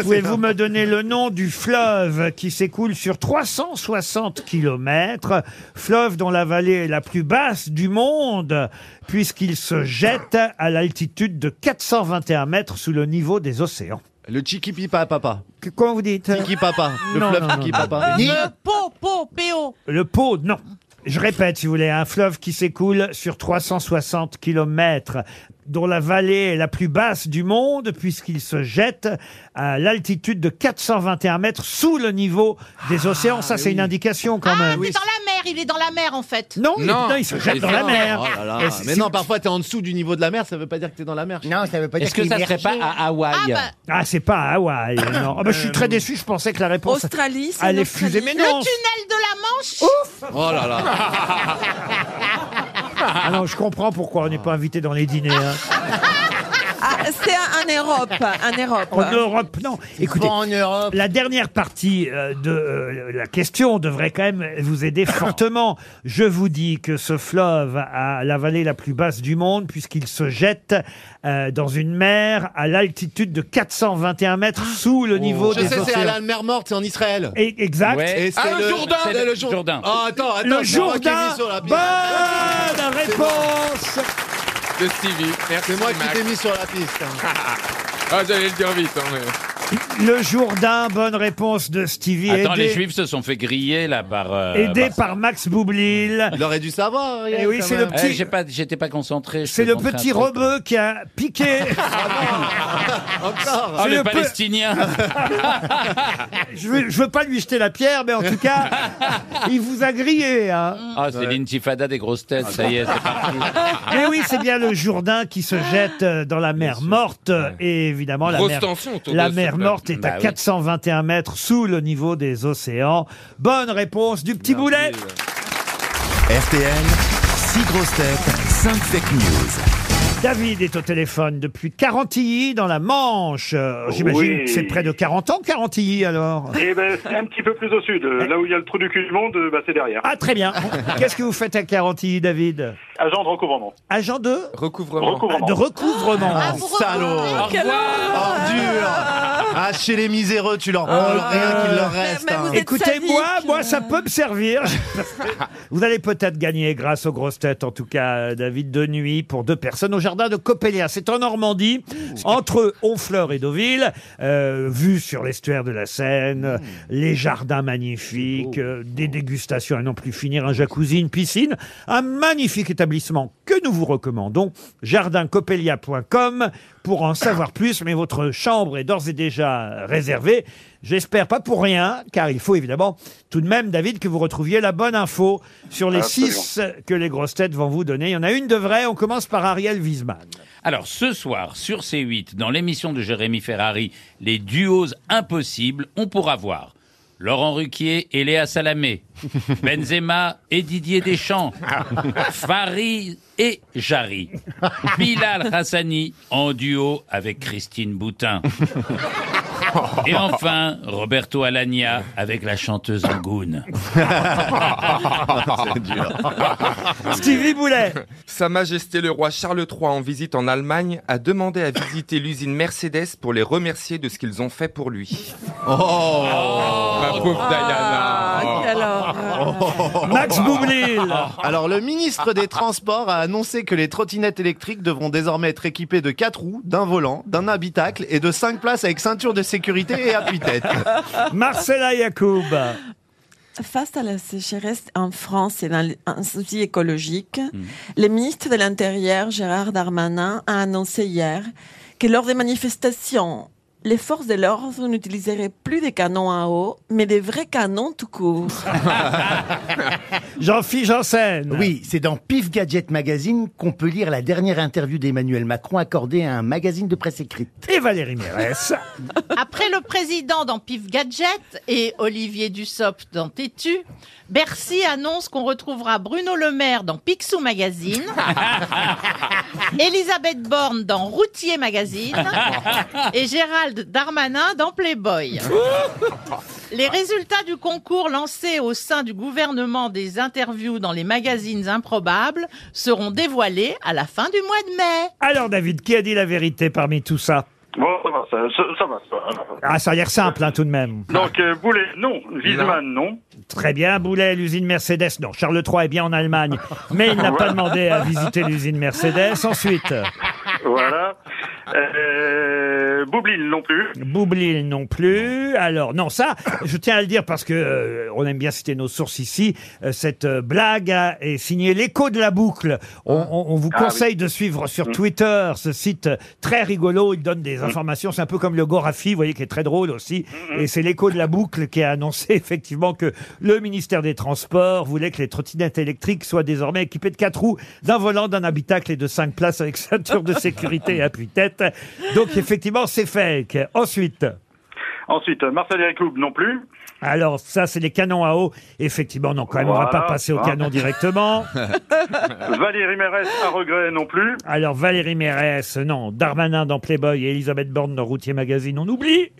B: pouvez-vous me donner le nom du fleuve qui s'écoule sur 360 kilomètres, fleuve dont la vallée est la plus basse du monde, puisqu'il se jette à l'altitude de 421 mètres sous le niveau des océans
H: Le Chiquipipa Papa.
B: Que- Comment vous dites
H: Chiquipapa. Le
B: Non,
H: fleuve
B: non, non,
H: Chiquipapa.
D: Le po, po, péo.
B: Le Pau, non. Je répète, si vous voulez, un fleuve qui s'écoule sur 360 kilomètres, dont la vallée est la plus basse du monde, puisqu'il se jette à l'altitude de 421 mètres sous le niveau
G: Ah,
B: des océans. Ça, c'est une indication quand
D: Ah,
B: même.
D: c'est dans la mer, il est dans la mer en fait.
B: Non, il-
C: Non.
B: non, il se jette
C: Il
B: dans
C: se-
B: la mer.
H: Oh là là.
B: Et si-
H: Mais non, parfois t'es en dessous du niveau de la mer, ça veut pas dire que t'es dans la mer.
F: Non, ça veut pas dire
E: Est-ce que
F: qu'il
E: ça
F: est
E: serait pas
F: berger.
E: à Hawaï
D: Ah bah,
B: Ah, c'est pas à Hawaï. non. Ah bah, je suis très déçu, je pensais que la réponse
G: Euh, Australie, c'est
B: allait
G: en
B: fuser. Mais
G: Australie.
B: non,
D: le tunnel de la Manche.
H: Oh là là.
B: ah non, je comprends pourquoi on n'est pas invité dans les dîners. hein.
G: Ah, c'est un un Europe, un Europe.
B: En Europe, non. Écoutez,
F: Pas en Europe.
B: La dernière partie euh, de euh, la question devrait quand même vous aider fortement. Je vous dis que ce fleuve a la vallée la plus basse du monde puisqu'il se jette euh, dans une mer à l'altitude de 421 mètres sous le niveau
H: Oh. Je
B: des
H: sais, c'est à
B: océans.
H: la mer morte, c'est en Israël.
B: Et- Exact.
E: Ouais.
H: Et c'est
C: Ah, le Jourdain
H: c'est
E: C'est le
H: Jour-
E: Jourdain.
H: Ah, attends, attends.
B: Le
H: c'est moi qui ai
B: Jourdain.
H: mis sur la piste.
B: Bonne
H: C'est moi-
B: réponse.
C: De Stevie. Merci
H: C'est moi qui
C: Max.
H: t'ai mis sur la piste. hein.
C: Ah j'allais le dire vite. Hein, mais...
B: Le Jourdain, bonne réponse de Stevie.
E: Attends, les
B: aidé-
E: Juifs se sont fait griller là par. euh,
B: Aidé
E: par-
B: par Max Boublil.
E: Il aurait dû savoir.
B: Eh oui, c'est le
E: Eh,
B: petit,
E: j'ai pas- J'étais pas concentré. je
B: c'est le
E: te montrais
B: petit
E: un truc.
B: rebeu qui a piqué.
E: Encore.
B: C'est
E: Oh, Ah, le,
B: le peu-
E: Palestinien.
B: je, veux, je veux pas lui jeter la pierre, mais en tout cas, il vous a grillé. hein.
E: Ah, c'est l'intifada des grosses têtes. Ça y est, c'est parti.
B: Mais Eh oui, c'est bien le Jourdain qui se jette euh, dans la mer morte. Et évidemment, la
C: Grosse
B: mer,
C: tension autour
B: la
C: de
B: mer
C: ce-
B: morte est
C: Bah
B: à
C: oui.
B: 421 mètres sous le niveau des océans. Bonne réponse du petit boulet.
A: RTL, 6 grosses têtes, 5 fake news.
B: David est au téléphone depuis Carentilly, dans la Manche. Euh, J'imagine
O: Oui.
B: que c'est près de 40 ans, Carentilly, alors.
O: Et ben, c'est un petit peu plus au sud. Euh, Là où il y a le trou du cul du monde, euh, bah, c'est derrière.
B: Ah, très bien. Qu'est-ce que vous faites à Carentilly, David
O: Agent de recouvrement.
B: Agent de
O: Recouvrement.
B: Ah, De recouvrement.
H: Salaud Ordure Ah, chez les miséreux, tu leur prends le rien qu'il leur reste. hein.
B: Écoutez-moi, moi, ça peut me servir. vous allez peut-être gagner, grâce aux grosses têtes, en tout cas, euh, David, de nuit pour deux personnes au jardin de Copelia. C'est en Normandie,
H: Mmh.
B: entre Honfleur et Deauville, euh, vue sur l'estuaire de la Seine,
H: Mmh.
B: euh, les jardins magnifiques, euh, des dégustations à non plus finir, un jacuzzi, une piscine, un magnifique établissement que nous vous recommandons, jardincopelia.com, pour en savoir plus, mais votre chambre est d'ores et déjà réservée. J'espère pas pour rien, car il faut évidemment tout de même, David, que vous retrouviez la bonne info sur les
E: Absolument.
B: six que les grosses têtes vont vous donner. Il y en a une de vraie, on commence par Ariel Wiesman.
E: Alors ce soir sur C8, dans l'émission de Jérémy Ferrari, les duos impossibles, on pourra voir Laurent Ruquier et Léa Salamé, Benzema et Didier Deschamps, Farid et Jarry, Bilal Hassani en duo avec Christine Boutin. Et enfin, Roberto Alagna avec la chanteuse Angoune.
N: C'est dur.
B: Stevie Boulet.
Q: Sa Majesté le roi Charles III en visite en Allemagne a demandé à visiter l'usine Mercedes pour les remercier de ce qu'ils ont fait pour lui. Oh, Ma
B: Ah,
Q: pauvre
D: Ah,
Q: Diana Oh.
B: Max Boublil
H: Oh. Alors, le ministre des Transports a annoncé que les trottinettes électriques devront désormais être équipées de quatre roues, d'un volant, d'un habitacle et de cinq places avec ceinture de sécurité et appui-tête.
B: Marcella Yacoub.
G: Face à la sécheresse en France et dans un souci écologique,
B: Hmm.
G: le ministre de l'Intérieur, Gérard Darmanin, a annoncé hier que lors des manifestations, les forces de l'ordre n'utiliseraient plus des canons à eau, mais des vrais canons tout court.
B: Jean-Philippe Janssen.
F: Oui, c'est dans Pif Gadget Magazine qu'on peut lire la dernière interview d'Emmanuel Macron accordée à un magazine de presse écrite.
B: Et Valérie Mérès.
D: Après le président dans Pif Gadget et Olivier Dussopt dans Tétu, Bercy annonce qu'on retrouvera Bruno Le Maire dans Picsou Magazine, Elisabeth Borne dans Routier Magazine et Gérald Darmanin dans Playboy. Les résultats du concours lancé au sein du gouvernement des interviews dans les magazines improbables seront dévoilés à la fin du mois de mai.
B: Alors David, qui a dit la vérité parmi tout ça
O: Bon, ça va, ça, ça- ça va, ça va.
B: Ah, ça a l'air simple hein, tout de même.
O: Donc, euh, Boulet, non. Wiesmann, non.
B: Très bien, Boulet, l'usine Mercedes. Non, Charles III est bien en Allemagne, mais il n'a pas demandé à visiter l'usine Mercedes. Ensuite,
O: Voilà. Euh, Boublil, non plus.
B: Boublil non plus. Alors, non, ça, je tiens à le dire parce que euh, on aime bien citer nos sources ici. Euh, cette euh, blague a- est signée L'écho de la boucle. On, on- on vous
O: Ah,
B: conseille
O: oui.
B: de suivre sur
O: Mm.
B: Twitter ce site euh, très rigolo. Il donne des informations. C'est un peu comme le Gorafi, vous voyez, qui est très drôle aussi. Et c'est L'écho de la boucle qui a annoncé effectivement que le ministère des Transports voulait que les trottinettes électriques soient désormais équipées de quatre roues, d'un volant, d'un habitacle et de cinq places avec ceinture de sécurité et appui-tête. Donc, effectivement, c'est fake. Ensuite.
O: Ensuite, euh, Marcel Yacoub, non plus.
B: Alors ça, c'est les canons à eau. Effectivement, non, quand même, on va
O: Voilà,
B: pas passer au
O: hein.
B: canon directement.
O: Valérie Mérès, à regret, non plus.
B: Alors Valérie Mérès, non. Darmanin dans Playboy et Elisabeth Borne dans Routier Magazine, on oublie.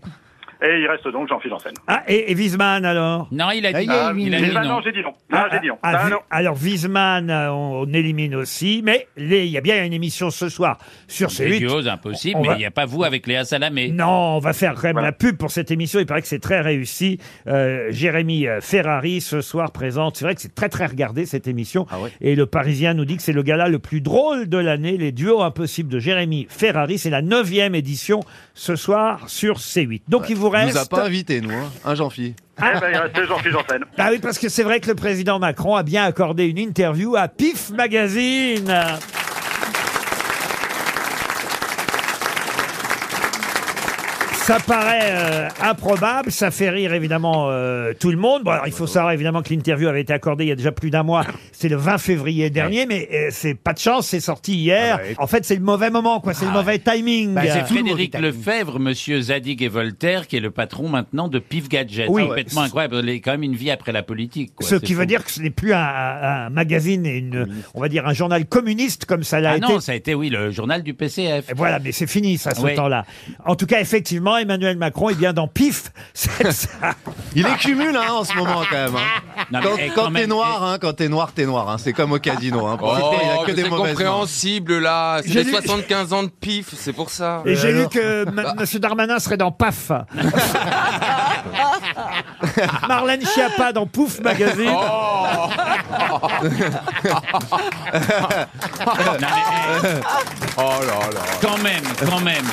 O: Et il reste donc Jean-Philippe Janssen.
B: Ah, et, et Wiesmann alors
E: Non, il a dit
O: Ah,
E: non. Il a
O: j'ai-
E: dit
O: ah,
E: non.
O: j'ai dit non.
B: Ah,
O: Ah, j'ai dit non.
B: ah,
O: Ah,
B: Vi-
O: non.
B: Alors Wiesmann, euh, on, on élimine aussi, mais les- il y a bien une émission ce soir sur
E: C'est
B: C8.
E: duos impossible,
B: On
E: mais
B: va-
E: il n'y a pas vous avec Léa Salamé.
B: Non, on va faire quand même la pub pour cette émission. Il paraît que c'est très réussi. Euh, Jérémy euh, Ferrari, ce soir, présente. C'est vrai que c'est très, très regardé, cette émission. Et le Parisien nous dit que c'est le gala le plus drôle de l'année. Les duos impossibles de Jérémy Ferrari. C'est la neuvième édition ce soir sur C8. Donc, il vous
H: Il
B: reste...
H: nous a pas invités, nous, hein, hein Jean-Phi
O: Eh ben, il reste Jean-Philippe Janssen.
B: Ah oui, parce que c'est vrai que le président Macron a bien accordé une interview à PIF Magazine. Ça paraît euh, improbable, ça fait rire évidemment euh, tout le monde. Bon, alors, il faut savoir évidemment que l'interview avait été accordée il y a déjà plus d'un mois, c'est le 20 février dernier, mais euh, c'est pas de chance, c'est sorti hier. En fait, c'est le mauvais moment, quoi, c'est le mauvais timing.
E: Bah, c'est Frédéric Lefebvre, monsieur Zadig et Voltaire, qui est le patron maintenant de Pif Gadget.
B: Oui. Ah
E: C'est complètement incroyable. Il a quand même une vie après la politique. quoi.
B: Ce
E: C'est
B: qui veut
E: fou.
B: dire que ce n'est plus un, un magazine et une, on va dire un journal communiste comme ça l'a
E: Ah
B: été.
E: non, ça a été, oui, le journal du PCF.
B: Et voilà, mais c'est fini, ça, ce
E: Oui.
B: temps-là. En tout cas, effectivement, Emmanuel Macron est bien dans pif. c'est ça.
H: Il est cumul hein, en ce moment quand même. hein.
E: Non, mais, eh,
H: quand
E: quand
H: quand t'es
E: même,
H: noir, hein, quand t'es noir, t'es noir. hein. C'est comme au casino. Hein. Pour
C: Oh,
H: l'instant, il y a que
C: mais
H: des
C: c'est
H: mauvaises mains.
C: compréhensible là. C'est
B: J'ai
C: les
B: lu-
C: 75 ans de pif, c'est pour ça.
B: Et j'ai lu que ma- Monsieur Darmanin serait dans paf. Marlène Schiappa dans Pouf Magazine.
H: Oh.
E: Oh là là. Quand même, quand même.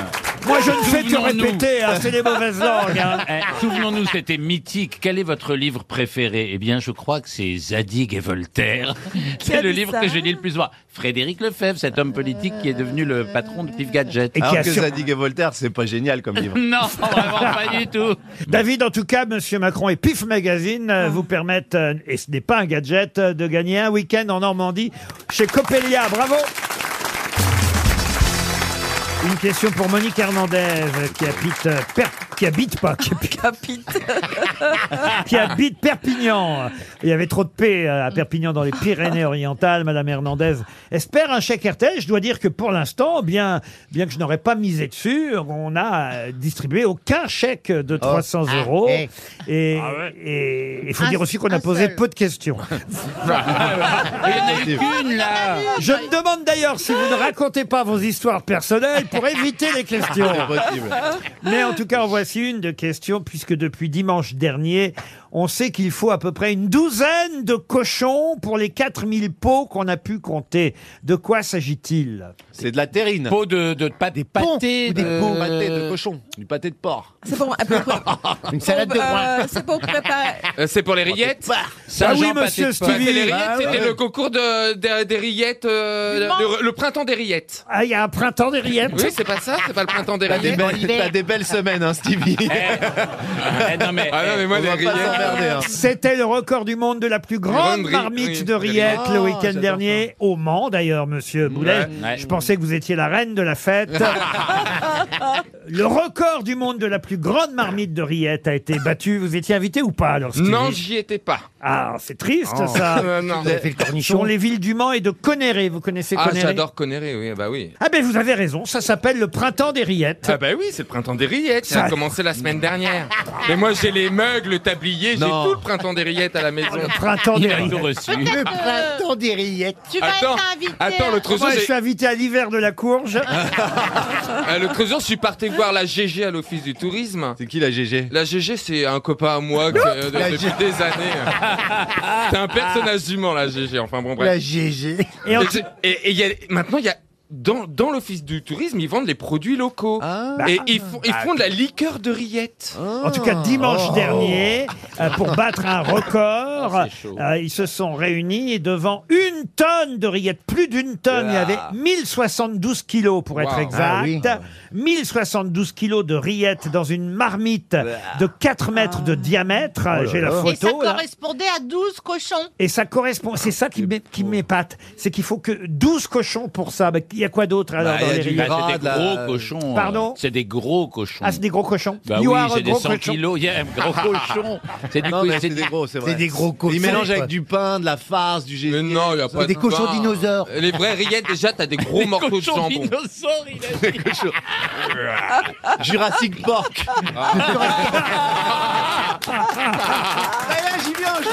B: Moi, je ne fais que
E: Souvenons-nous.
B: répéter, hein, c'est les mauvaises langues, hein.
E: Eh, Souvenons-nous, c'était mythique. Quel est votre livre préféré Eh bien, je crois que c'est Zadig et Voltaire.
B: Qui a
E: C'est le
B: dit
E: livre
B: ça
E: que j'ai lu le plus souvent. Frédéric Lefebvre, cet homme politique qui est devenu le patron de Pif Gadget.
H: Alors que Zadig et Voltaire, c'est pas génial comme livre.
E: Non, Oh, vraiment pas du tout.
B: David, en tout cas, Monsieur Macron et Pif Magazine euh, vous permettent, euh, et ce n'est pas un gadget, euh, de gagner un week-end en Normandie chez Copelia. Bravo Une question pour Monique Hernandez euh, qui habite, euh, Per- qui habite pas, qui habite, qui habite Perpignan. Il y avait trop de paix euh, à Perpignan dans les Pyrénées-Orientales. Madame Hernandez espère un chèque RTL. Je dois dire que pour l'instant, bien, bien que je n'aurais pas misé dessus, on n'a euh, distribué aucun chèque de 300
E: Ah,
B: euros.
E: eh.
B: Et
E: Ah ouais.
B: et il faut
E: Un-
B: dire aussi qu'on a
E: un
B: posé
E: seul.
B: peu de questions.
E: Il y en a eu qu'une là.
B: Je me demande d'ailleurs si vous ne racontez pas vos histoires personnelles pour éviter les questions.
H: C'est possible.
B: Mais en tout cas, en voici une de questions, puisque depuis dimanche dernier, on sait qu'il faut à peu près une douzaine de cochons pour les 4000 pots qu'on a pu compter. De quoi s'agit-il
H: C'est de la terrine.
E: Pot de, de, pas des pâtés
H: Ou des
E: de-
H: pots pâtés de cochon. Du pâté de porc.
R: Ah, C'est pour,
H: Une salade
R: euh,
H: de groin.
R: c'est pour préparer.
C: Euh, c'est
B: Oh,
C: pour les rillettes
E: Ah oui, monsieur
C: C'était
E: Stevie.
C: les rillettes,
E: Ah
C: c'était
E: ouais.
C: le concours de, de- des rillettes, euh,
E: Du
C: le, le printemps des rillettes.
B: Ah, il y a un printemps des rillettes
C: Oui, c'est pas ça, c'est pas le printemps des
H: T'as des,
C: rillettes.
H: belles, t'as des belles semaines, hein, Stevie.
E: Eh, non, mais,
C: Ah non, mais moi,
H: On
C: les
H: va pas
C: rillettes.
H: s'emmerder. hein.
B: C'était le record du monde de la plus grande
H: Grande ri-
B: marmite
H: oui,
B: de
H: de
B: rillettes
H: rillettes.
B: le
H: Ah,
B: week-end
H: j'adore
B: dernier, au Mans d'ailleurs, monsieur Boulet.
E: Ouais.
B: Je pensais que vous étiez la reine de la fête. le record du monde de la plus grande marmite de rillettes a été battu. Vous étiez invité ou pas alors Stevie
C: Non, j'y étais pas.
B: Ah, c'est triste
C: Oh.
B: ça.
C: Euh, non. Vous avez fait le cornichon.
B: Sur les villes du Mans et de Conneré. Vous connaissez
C: Ah,
B: Conneré
C: j'adore Connery, oui, ah bah oui.
B: Ah ben vous avez raison, ça s'appelle le printemps des rillettes.
C: Ah bah oui, c'est le printemps des rillettes, ça
B: Ça-
C: a commencé la semaine dernière. Mais moi j'ai les mugs, le tablier, j'ai
H: Non.
C: tout le printemps des rillettes à la maison.
B: printemps
E: Il
B: des
E: a tout
B: rillettes.
E: reçu.
F: Le printemps des rillettes.
D: Tu vas
C: Attends,
D: être invité. hein.
C: attends,
D: à-
C: l'autre jour,
B: Moi, je
C: j'ai-
B: suis invité à l'hiver de la courge.
C: Euh, L'autre jour, je suis parti voir la GG à l'office du tourisme.
H: C'est qui la GG
C: La GG, c'est un copain à moi que, euh, de-
H: La
C: depuis des années. C'est un personnage humain, la GG. Enfin bon,
F: La
C: bref.
F: GG.
B: Et en-
C: Et j'ai- Et et il y a- maintenant, il y a dans, dans l'office du tourisme, ils vendent les produits locaux. Et ils font, ils font de la liqueur de rillettes.
B: Bah, En tout
E: Oh.
B: cas, dimanche dernier, euh, pour battre un record,
E: Ah, c'est chaud.
B: euh, ils se sont réunis et devant une tonne de rillettes, plus d'une tonne, il y avait
E: Ah.
B: 1072 kilos pour être
C: Wow.
B: exact, 1072 kilos de rillettes dans une marmite
E: Bah.
B: de 4 mètres de diamètre,
E: Oh
B: j'ai
D: Et
B: la
D: ça
B: photo là.
D: correspondait à 12 cochons.
B: Et ça correspond, c'est ça qui m'é- qui m'épate, c'est qu'il faut que 12 cochons pour ça. Bah, Il y a quoi d'autre alors
E: Bah,
B: dans
E: il y a
B: les
E: du
B: rires
E: gras, de la- C'est des gros cochons.
B: Pardon
E: euh, C'est des gros cochons.
B: Ah, c'est des gros cochons.
E: Bah
B: You
E: oui,
B: are a
E: c'est des
B: gros
E: 100
B: cochon.
H: Oh,
E: kilos. Il y a un gros cochon. Ah, C'est du
H: Non,
E: coup-
H: mais
E: c'est
H: c'est
E: du-
H: des gros, c'est vrai.
E: c'est des gros cochons,
H: Ils mélangent
E: quoi.
H: avec du pain, de la farce, du génie. Mais non, il y a
Q: pas Des de cochons
C: bah.
Q: pain. dinosaures.
E: Euh,
Q: Les vrais rillettes, déjà, t'as des gros Des morceaux de cochons jambon.
E: Des
H: cochons. Jurassic Park.
E: Ah.
N: j'y viens,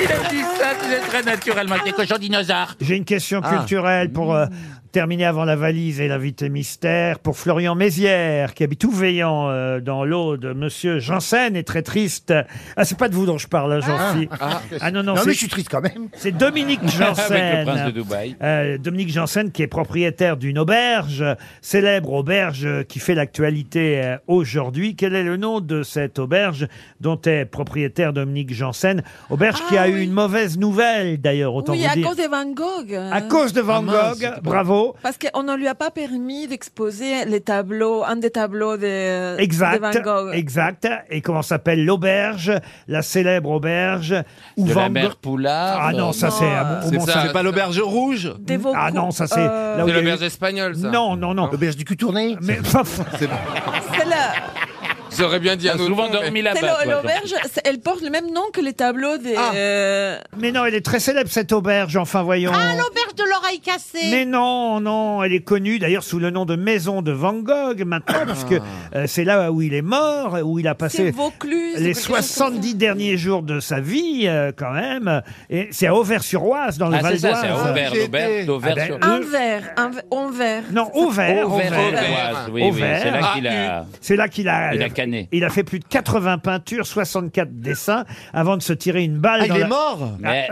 N: Il a dit ça, c'est très naturellement. Des cochons dinosaures.
B: J'ai une question
N: Ah.
B: culturelle pour euh, terminer avant la valise et l'invité mystère. Pour Florian Mézières, qui habite Ouveillant euh, dans l'Aude. Monsieur Janssen est très triste. Ah, c'est pas de vous dont je parle, jean
F: Ah,
B: philippe
F: ah.
B: non, non.
F: Non,
B: c'est-
F: mais je suis triste quand même.
B: C'est Dominique Janssen.
F: Avec le prince de Dubaï.
B: Euh, Dominique Janssen, qui est propriétaire d'une auberge, euh, célèbre auberge euh, qui fait l'actualité euh, aujourd'hui. Quel est le nom de cette auberge dont est propriétaire Dominique Janssen Auberge
F: Ah
B: qui a eu une mauvaise nouvelle, d'ailleurs, autant
G: oui,
B: vous
G: à
B: dire.
G: cause de Van Gogh.
B: À cause de
G: Ah,
B: Van Gogh, bravo.
G: Parce qu'on ne lui a pas permis d'exposer les tableaux, un des tableaux de, Euh, de Van
B: Exact,
G: Gogh.
B: exact. Et comment s'appelle l'auberge, la célèbre auberge où
E: De
B: Van
E: la mère
B: Gogh-
E: Poulard.
B: Ah non, ça c'est à
E: C'est ça,
H: c'est pas l'auberge rouge
B: Ah non, ça c'est
G: Euh,
B: là où il y a eu-
Q: l'auberge espagnole, ça.
B: Non, non, non.
F: L'auberge du cul tourné
B: Mais
G: C'est la-
Q: J'aurais bien dit un
G: Ah,
Q: autre. nom, mais-
G: c'est l'au- l'auberge, c'est- elle porte le même nom que les tableaux des.
B: Ah.
G: euh,
B: Mais non, elle est très célèbre cette auberge, enfin voyons.
D: Ah, l'auberge de l'oreille cassée
B: mais non, non, elle est connue d'ailleurs sous le nom de Maison de Van Gogh maintenant, parce que
E: Ah.
B: euh, c'est là où il est mort, où il a
G: C'est
B: passé
G: Vaucluse.
B: les
G: ou quelque chose comme
B: 70 derniers jours de sa vie euh, quand même. Et c'est à Auvers-sur-Oise, dans le
E: Ah,
B: Val
E: c'est ça,
B: d'Oise.
E: c'est à Auvers, l'auberge d'Auvers
B: Ah ben,
E: sur-
G: Un verre, un verre, un verre.
B: Non, Auvers.
E: Auvers,
B: Auvers.
E: Auvers, oui, oui,
B: Auvers.
E: c'est là qu'il a-
B: Ah, C'est là qu'il a.
E: Il a canné.
B: Il a fait plus de 80 peintures, 64 dessins avant de se tirer une balle.
H: Ah,
B: dans
H: il est
B: la-
H: mort
E: Mais-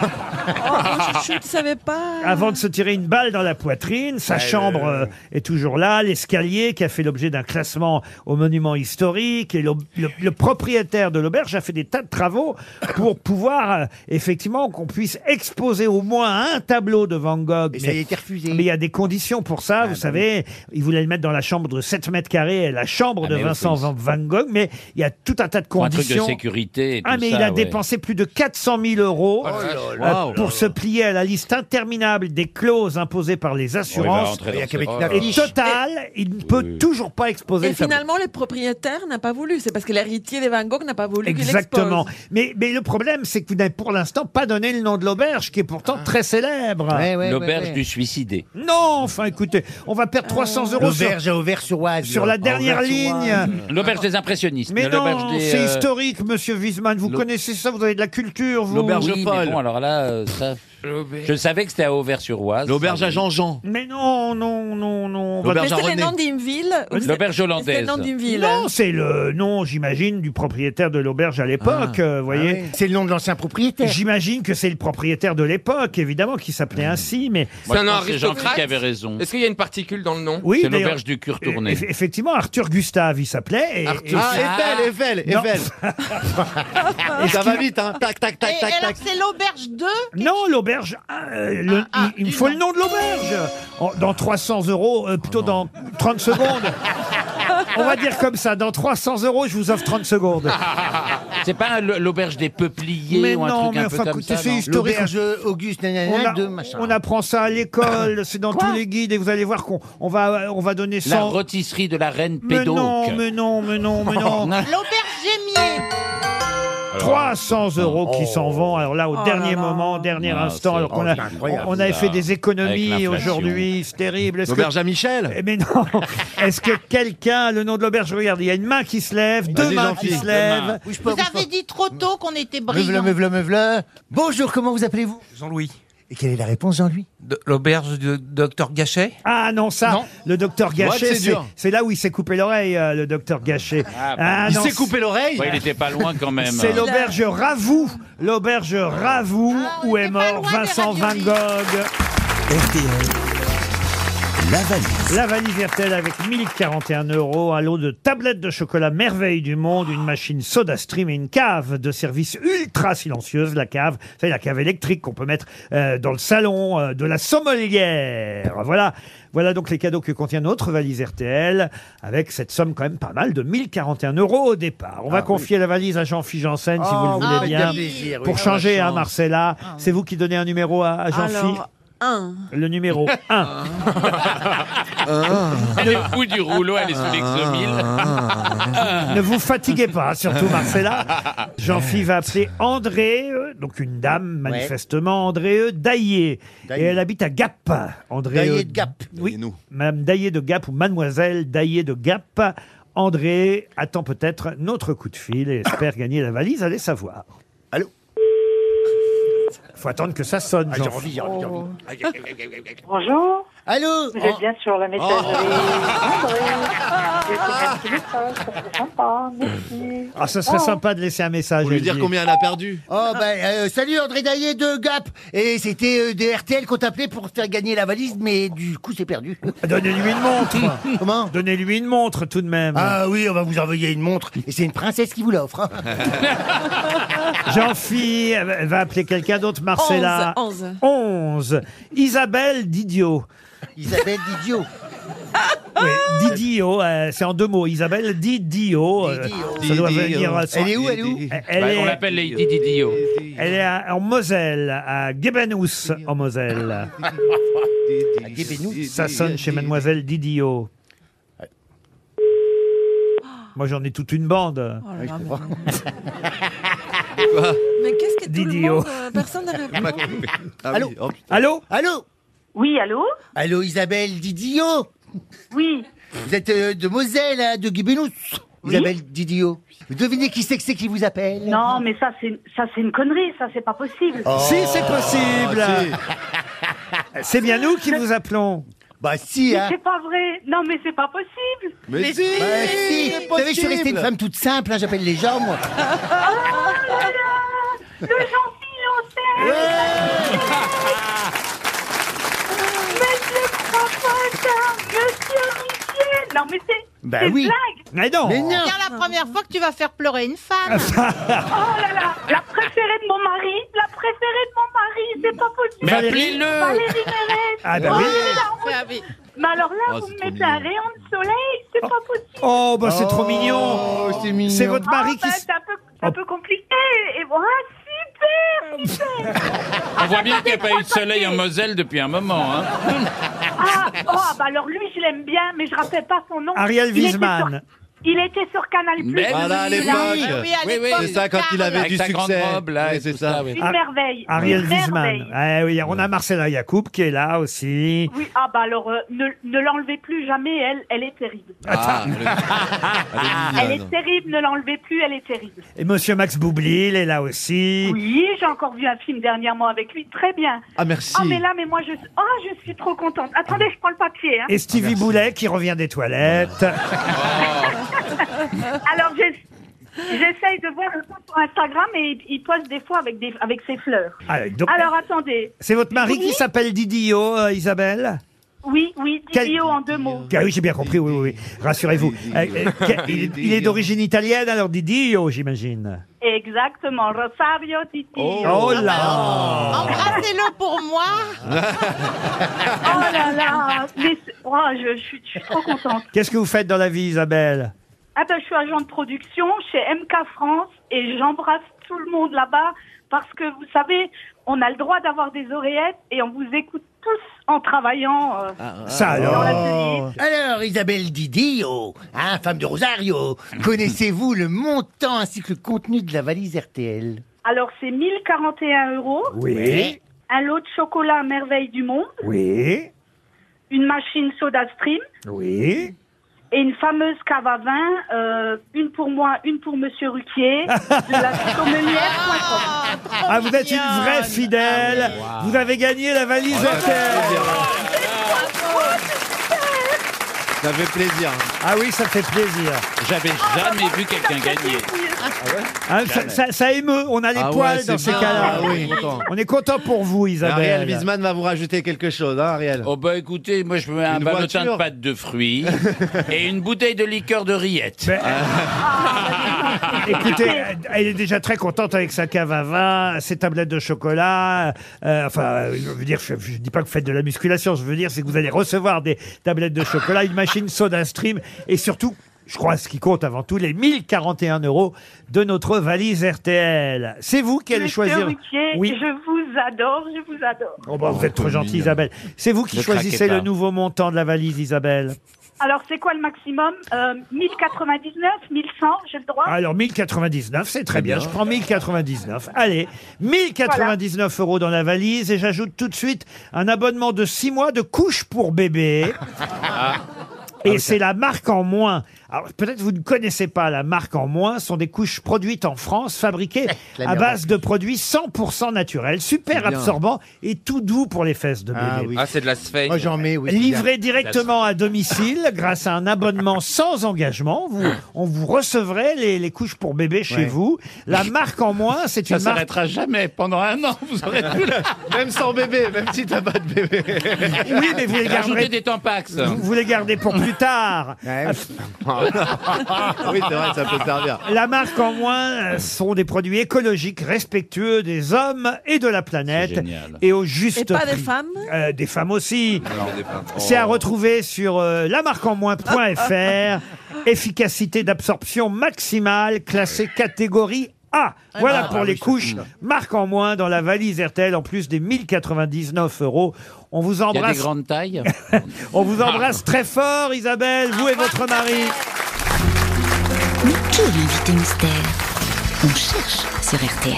G: ça. Oh, Je ne savais pas.
E: Ah.
B: Avant de se tirer une balle dans la poitrine, sa
H: Ouais,
B: chambre
H: le-
B: euh, est toujours là, l'escalier qui a fait l'objet d'un classement au monument historique, et l'aub- le, le propriétaire de l'auberge a fait des tas de travaux pour pouvoir, euh, effectivement, qu'on puisse exposer au moins un tableau de Van Gogh.
F: Mais ça a été refusé.
B: Mais il y a des conditions pour
E: Ah,
B: ça,
E: bah
B: vous savez. Il voulait le mettre dans la chambre de 7 mètres carrés, la chambre
E: Ah,
B: de
E: mais
B: Vincent
E: oui,
B: Van Van Gogh, mais il y a tout un tas de
E: Pour un truc de
B: conditions.
E: sécurité et tout
B: Ah, mais il
E: ça,
B: a
E: ouais.
B: dépensé plus de 400 000 euros
E: Oh là
B: euh,
E: là. Wow.
B: pour se plier à la liste interminable des clauses imposées par les assurances.
E: rentrer dans Oh, Il y a ce- Oh
F: qu'avec une
B: et
F: affiche.
B: total, il ne peut toujours pas exposer
G: Et
B: le tableau.
G: finalement, le propriétaire n'a pas voulu. C'est parce que l'héritier de Van Gogh n'a pas voulu qu'il
B: Exactement.
G: expose.
B: Mais, mais le problème, c'est que vous n'avez pour l'instant pas donné le nom de l'auberge, qui est pourtant
E: Ah.
B: très célèbre.
E: L'auberge du suicidé.
B: Non, enfin écoutez, on va
G: Euh.
B: perdre 300 euros sur,
F: L'auberge à Auvers-sur-Oise.
B: sur la dernière ligne.
E: L'auberge des impressionnistes.
B: Mais
E: l'auberge
B: non,
E: des,
B: c'est
E: euh,
B: historique, monsieur Wiesmann. Vous
E: l'au-
B: connaissez ça, vous avez de la culture, vous.
E: L'auberge oui, mais Bon, alors là, euh, ça, je savais que c'était à Auvers-sur-Oise.
H: L'auberge à Jean-Jean.
B: Mais non, non, non, non.
E: L'auberge
G: Mais
E: à
G: c'est le
E: René.
G: nom d'une ville. ou c'est-
E: L'auberge
G: C'est le
E: hollandaise.
G: nom d'une ville.
B: Non, c'est le nom, j'imagine, du propriétaire de l'auberge à l'époque, euh, vous voyez.
F: C'est le nom de l'ancien propriétaire.
B: J'imagine que c'est le propriétaire de l'époque, évidemment, qui s'appelait ainsi, mais...
E: Moi,
Q: C'est
E: je
Q: un
E: pense que c'est Jean-Philippe
Q: aristocrate.
E: qui avait raison.
Q: Est-ce qu'il y a une particule dans le nom
B: Oui,
E: C'est
B: d'ailleurs, e-,
E: l'auberge du cure tourné.
B: eff- Effectivement, Arthur Gustave, il s'appelait. et- et-
Q: Arthur.
H: Ah, Eiffel, Eiffel,
B: Non.
H: Eiffel. Et ça va vite, hein. Tac, tac,
D: Et,
H: tac, tac,
D: alors,
H: tac.
D: c'est l'auberge 2
B: Non, l'auberge, euh, le- il, il me faut le nom de l'auberge. En- Dans 300 euros, euh, plutôt dans 30 secondes. On va dire comme ça, dans 300 euros, je vous offre 30 secondes.
E: C'est pas le- l'auberge des peupliers
B: Mais
E: ou un
B: non,
E: truc
B: mais
E: un
B: enfin,
E: peu comme
B: écoutez,
E: ça.
B: c'est
E: non
B: historique.
F: L'auberge Auguste,
B: On,
F: nanana,
B: a-
F: de machin.
B: on apprend ça à l'école, c'est dans tous les guides, et vous allez voir qu'on on va, on va donner
E: La
B: 100...
E: rôtisserie de la reine
B: Mais
E: Pédoc.
B: non, mais non, mais non,
N: Oh,
B: mais non.
D: L'auberge gémier
H: Oh.
B: 300 euros qui s'en vont. Alors là, au
G: Oh
B: dernier
G: là là.
B: moment, dernier
E: Ah,
B: instant,
E: c'est
B: alors qu'on a,
H: incroyable.
B: on avait fait des
E: Avec
B: économies
E: l'inflation.
B: aujourd'hui, c'est terrible. Est-ce que- Eh,
H: L'auberge à Michel.
B: mais non, est-ce que quelqu'un, le nom de l'auberge, regarde, il y a une main qui se lève, deux
H: Vas-y,
B: mains
H: Jean-Philippe,
B: qui se
H: Bah, deux
B: lèvent.
H: mains.
F: Bouge pas,
D: Vous
F: bouge pas.
D: avez dit trop tôt qu'on était
F: Meuvle,
D: brillants.
F: meuvle, meuvle. Bonjour, comment vous appelez-vous
S: Jean-Louis.
F: Et quelle est la réponse, Jean-Louis
S: De- L'auberge du docteur Gachet
B: Ah non, ça, le docteur
H: Ouais,
B: Gachet,
H: c'est
B: c'est-
H: dur.
B: c'est là où il s'est coupé l'oreille, euh, le docteur Gachet.
E: Ah,
B: Ah,
H: Il
B: non,
H: s'est coupé l'oreille.
E: Ouais, il était pas loin quand même. euh,
B: C'est l'auberge Ravoux, l'auberge Ravoux, où est mort Vincent Van Gogh.
A: La valise.
B: La valise RTL avec 1041 euros, un lot de tablettes de chocolat merveille du monde, une machine soda stream et une cave de service ultra silencieuse, la cave, c'est la cave électrique qu'on peut mettre euh, dans le salon euh, de la sommelière. Voilà. Voilà donc les cadeaux que contient notre valise RTL, avec cette somme quand même pas mal de 1041 euros au départ. On va confier la valise à Jean-Philippe Janssen, si vous le voulez bien. Pour changer, hein, Marcella, c'est vous qui donnez un numéro à, à Jean-Philippe.
G: Alors, 1.
B: Le numéro 1. Ah.
N: Elle est au bout du rouleau, elle est sous l'exomile.
B: Ah. ne vous fatiguez pas, hein, surtout Marcella. Jean-Phi va appeler André, euh, donc une dame,
F: Ouais.
B: manifestement, André euh, Daillé. Et
F: Daillé.
B: elle habite à Gap. André
F: Daillé
B: euh,
F: de Gap.
B: Oui, Madame Daillé de Gap ou Mademoiselle Daillé de Gap. André attend peut-être notre coup de fil et espère gagner la valise, allez savoir. Allô Faut attendre que ça sonne,
F: Ah, j'ai envie, j'ai envie, j'ai envie.
M: Bonjour.
F: Allô
M: Vous êtes bien sur
B: Oh.
M: la messagerie. André. Je vous remercie, ça serait sympa. Merci.
B: Ah, ça serait
F: Oh.
B: sympa de laisser un message.
F: Vous lui dire
B: Olivier.
F: combien elle a perdu Oh bah euh, salut André Daillé de Gap et c'était euh, des RTL qu'on t'appelait pour faire gagner la valise mais du coup c'est perdu.
B: Ah, Donnez-lui une montre.
F: Comment
B: Donnez-lui une montre tout de même.
F: Ah oui, on va vous envoyer une montre et c'est une princesse qui vous l'offre. hein.
B: Jean-Phi elle va- elle va appeler quelqu'un d'autre, Marcella.
G: 11,
B: 11. Isabelle Didio.
F: Isabelle Didio.
B: Oui, Didio, euh, c'est en deux mots. Isabelle Didio. euh, ça doit
N: Didio.
B: venir. euh, sans-
N: Elle est où, elle est où
B: Elle
N: Bah,
B: est-
N: on l'appelle les Didi Dio.
B: Elle est à- en Moselle, à Gebenous, en Moselle.
F: Ah,
B: Ça sonne chez Mademoiselle Didio.
N: Ah.
B: Moi, j'en ai toute une bande.
G: Oh là là, Mais qu'est-ce que tout le
B: Didio.
G: monde, euh, personne ne répond.
F: allô
B: Allô
F: oh, Allô
M: Oui, allô
F: Allô Isabelle Didio
M: Oui.
F: Vous êtes euh, de Moselle, hein, de Guibénous Isabelle Didio. Vous devinez qui c'est que c'est qui vous appelle Oh.
M: Non, mais ça, c'est ça, c'est une connerie. Ça, c'est pas possible.
H: Oh,
B: Si, c'est possible. C'est bien nous qui vous appelons.
F: Bah si,
H: hein.
M: Mais c'est pas vrai. Non, mais c'est pas possible.
F: Mais, si, Bah, si. Vous savez, je suis restée une femme toute simple, hein, j'appelle les gens, moi.
M: Le gentil l'antenne. Mais je crois pas ça. Monsieur Riquier. Non, mais c'est. c'est Blague.
B: Bah Mais non.
D: C'est bien la première fois que tu vas faire pleurer une femme.
M: Oh là là, la préférée de mon mari, la préférée de mon mari, c'est pas possible.
B: Mais Valérie- appelez-le.
M: Valérie Mérès.
B: Ah bah oui.
M: mais là, on- Mais alors là,
B: Oh,
M: vous
B: c'est
M: me
B: trop
M: mettez un rayon de soleil, c'est pas possible.
B: Oh, bah c'est trop mignon.
F: Oh, C'est
B: votre mari
M: Ah,
B: qui.
M: bah,
B: s-
M: C'est un peu, c'est un peu compliqué. Et voilà, super, super.
N: On voit bien qu'il n'y a pas eu de soleil en Moselle depuis un moment. Hein.
M: Ah, oh, ah, bah alors lui, je l'aime bien, mais je rappelle pas son nom.
N: Ariel
M: Il était sur-
N: Wiesmann.
M: Il était sur Canal+.
N: Mais Voilà, à oui, l'époque. Ah oui, oui, à l'époque,
H: C'est ça, quand il avait
N: Avec
H: du
N: sa grande
H: succès.
N: robe, là,
H: Oui,
N: et
H: c'est
N: tout
H: ça.
N: ça, oui.
M: Une merveille.
B: Ah, Ariel
M: Une
B: Wiesman.
M: merveille.
B: Eh oui, on a Marcella Yacoub qui est là aussi.
M: Oui, ah bah alors, euh, ne, ne l'enlevez plus jamais, elle, elle est terrible.
B: Ah,
N: Ah,
M: elle est terrible, ne l'enlevez plus, elle est terrible.
B: Et Monsieur Max Boublil est là aussi.
M: Oui, j'ai encore vu un film dernièrement avec lui, très bien.
B: Ah, merci.
M: Ah mais là, mais moi, je, ah, je suis trop contente. Attendez, je prends le papier. hein.
B: Et
H: Ah,
B: Stevie Boulet qui revient des toilettes.
M: Alors, j'ess- j'essaye de voir sur Instagram et il- il poste des fois avec, des, avec ses fleurs.
B: Ah, donc-
M: alors, attendez.
B: C'est votre mari
M: Oui.
B: qui s'appelle Didio, euh, Isabelle
M: Oui, oui,
B: Quel-
M: Didio en deux mots.
B: Ah oui, j'ai bien compris, oui, oui, oui. Rassurez-vous. Euh, euh, que- il, il est d'origine italienne, alors Didio, j'imagine.
M: Exactement, Rosario Didio.
B: Oh là
D: Embrassez-le Ah, pour moi.
M: Oh là là Mais c'est- oh, je, je suis, je suis trop contente.
B: Qu'est-ce que vous faites dans la vie, Isabelle
M: Ah ben, je suis agent de production chez MK France et j'embrasse tout le monde là-bas parce que vous savez, on a le droit d'avoir des oreillettes et on vous écoute tous en travaillant. euh.
B: Ça
F: alors Alors, Isabelle Didio, hein, femme de Rosario, connaissez-vous le montant ainsi que le contenu de la valise RTL
M: Alors, c'est 1041 euros.
F: Oui.
M: Un lot de chocolat à merveille du monde.
B: Oui.
M: Une machine soda stream.
B: Oui.
M: Et une fameuse cave à vin, euh, une pour moi, une pour Monsieur Ruquier, de la sommelière.com.
B: Ah, vous êtes une vraie fidèle.
M: Ah
B: Vous avez gagné la valise RTL.
H: Ça fait plaisir.
B: Ah oui, ça fait plaisir.
N: J'avais jamais vu quelqu'un gagner.
B: Ah, ça, ça- ça émeut, on a les
H: Ah ouais,
B: poils dans
H: c'est
B: ces
H: bien.
B: cas-là.
H: Ah oui, content.
B: On est content pour vous, Isabelle.
H: Ariel Wiesman va vous rajouter quelque chose, hein, Ariel
N: Oh bah écoutez, moi je mets un
H: Une
N: ballotin de
H: voiture.
N: pâte de fruits et une bouteille de liqueur de rillettes.
B: Ben,
N: Ah.
B: Écoutez, elle est déjà très contente avec sa cave à vin, ses tablettes de chocolat. euh, enfin, je veux dire, je, je dis pas que vous faites de la musculation. Je veux dire, c'est que vous allez recevoir des tablettes de chocolat, une machine Soda Stream et surtout je crois, ce qui compte avant tout, les 1041 euros de notre valise RTL. C'est vous qui allez
M: Monsieur
B: choisir.
M: Ruquier, je vous adore, je vous adore.
B: Oh bah, vous êtes trop gentille, Isabelle. C'est vous qui
N: Ne craquez
B: choisissez
N: pas.
B: le nouveau montant de la valise, Isabelle.
M: Alors, c'est quoi le maximum Euh, 1099, 1100, j'ai le droit
B: Alors, 1099, c'est très bien. Je prends 1099. Allez, 1099 euros dans la valise et j'ajoute tout de suite un abonnement de 6 mois de couche pour bébé. Ah.
N: Ah
B: Et c'est la marque en moins. Alors peut-être vous ne connaissez pas la marque en moins. Ce sont des couches produites en France, fabriquées
N: la
B: à
N: merde
B: base de produits 100% naturels, super
Q: C'est bien.
B: absorbants et tout doux pour les fesses de bébé.
Q: Ah, c'est de la sphère.
B: Moi, j'en
Q: mets,
B: Livré directement à domicile grâce à un abonnement sans engagement. Vous, on vous recevrez les, les couches pour bébé chez
N: Ouais.
B: vous. La marque en moins, c'est
N: Ça
B: une marque.
N: s'arrêtera jamais. Pendant un an, vous aurez tout le... Même sans bébé, même si t'as pas de bébé.
B: Oui, mais vous les garderez-
N: Rajoutez des tampax.
B: Vous, vous les gardez pour plus tard. Ah,
N: oui, c'est vrai, ça peut servir.
B: La marque en moins euh, sont des produits écologiques, respectueux des hommes et de la planète. Et au juste
G: Et pas des
B: prix.
G: femmes
B: Euh, Des femmes aussi.
Q: Oh.
B: C'est à retrouver sur euh, lamarqueenmoins.fr. Efficacité d'absorption maximale, classée catégorie
N: Ah,
B: A. Voilà
N: bah,
B: pour
N: ah
B: les
N: oui, ça-
B: couches,
N: Mm.
B: marque en moins dans la valise RTL, en plus des 1099 euros. On vous
E: Il y a
B: embrasse.
E: des grandes tailles.
B: On vous embrasse très fort, Isabelle, vous et votre mari.
T: Mais qui est l'invité mystère On cherche sur RTL.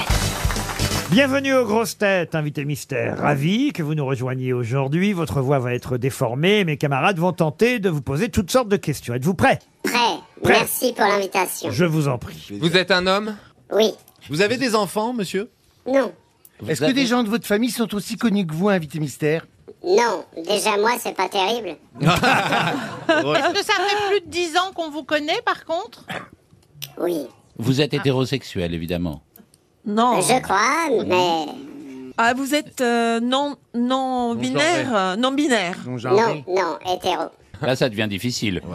B: Bienvenue aux grosses têtes, invité mystère. Ravi que vous nous rejoigniez aujourd'hui. Votre voix va être déformée. Mes camarades vont tenter de vous poser toutes sortes de questions. Êtes-vous prêts
U: Prêt.
B: Prêt.
U: Merci pour l'invitation.
B: Je vous en prie.
Q: Vous êtes un homme
U: Oui.
F: Vous avez des enfants, monsieur
U: Non.
F: Est-ce
U: avez-
F: que des gens de votre famille sont aussi connus que vous, invité mystère
U: Non. Déjà, moi, c'est pas terrible.
D: Est-ce que ça fait plus de 10 ans qu'on vous connaît, par contre
U: Oui.
E: Vous êtes hétérosexuel, évidemment.
G: Non.
U: Je crois, mais.
G: Ah, vous êtes euh, non, non binaire, euh, non binaire.
U: Non, non, hétéro.
E: Là, ça devient difficile.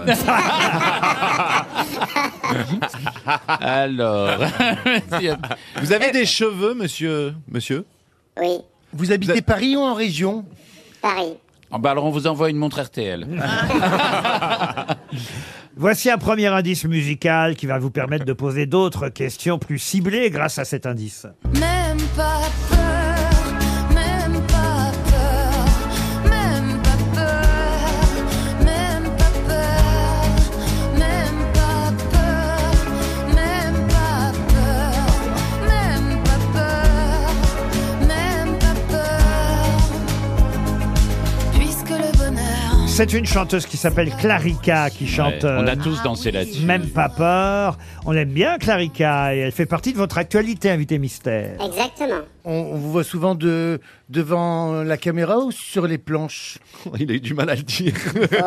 E: Alors.
H: Vous avez des cheveux, monsieur Monsieur
U: Oui.
F: Vous habitez Paris ou en région
U: Paris.
E: Ah bah alors, on vous envoie une montre RTL.
B: Voici un premier indice musical qui va vous permettre de poser d'autres questions plus ciblées grâce à cet indice.
K: Même pas peur, même pas peur, même pas peur, même pas peur, même pas peur, même pas peur, même pas peur, même pas peur. Puisque le bonheur.
B: C'est une chanteuse qui s'appelle Clarica qui chante.
E: Ouais, on a
B: euh,
E: tous dansé là-dessus.
B: Même pas peur. On l'aime bien, Clarica, et elle fait partie de votre actualité, invité mystère.
U: Exactement.
F: On, on vous voit souvent de, devant la caméra ou sur les planches
H: Il a eu du mal à le dire.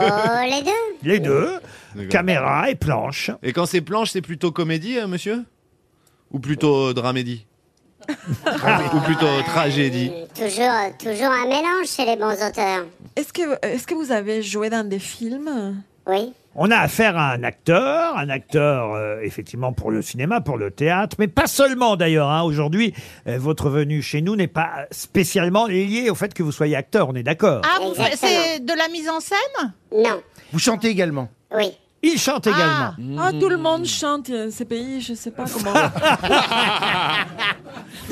H: Ah. Oh,
U: Oh, les deux.
B: Les deux,
H: D'accord.
B: caméra et planche.
H: Et quand c'est planche, c'est plutôt comédie, hein, monsieur Ou plutôt euh, dramédie Ou plutôt tragédie
U: Toujours, toujours un mélange chez les bons auteurs.
G: Est-ce que, est que vous avez joué dans des films
U: Oui.
B: On a affaire à un acteur, un acteur euh, effectivement pour le cinéma, pour le théâtre, mais pas seulement d'ailleurs. hein. Aujourd'hui, euh, votre venue chez nous n'est pas spécialement liée au fait que vous soyez acteur, on est d'accord.
D: Ah, vous- c'est de la mise en scène
U: Non.
F: Vous chantez également
U: Oui.
B: Il chante également. Mm.
G: Ah, tout le monde chante euh, ces pays, je sais pas comment.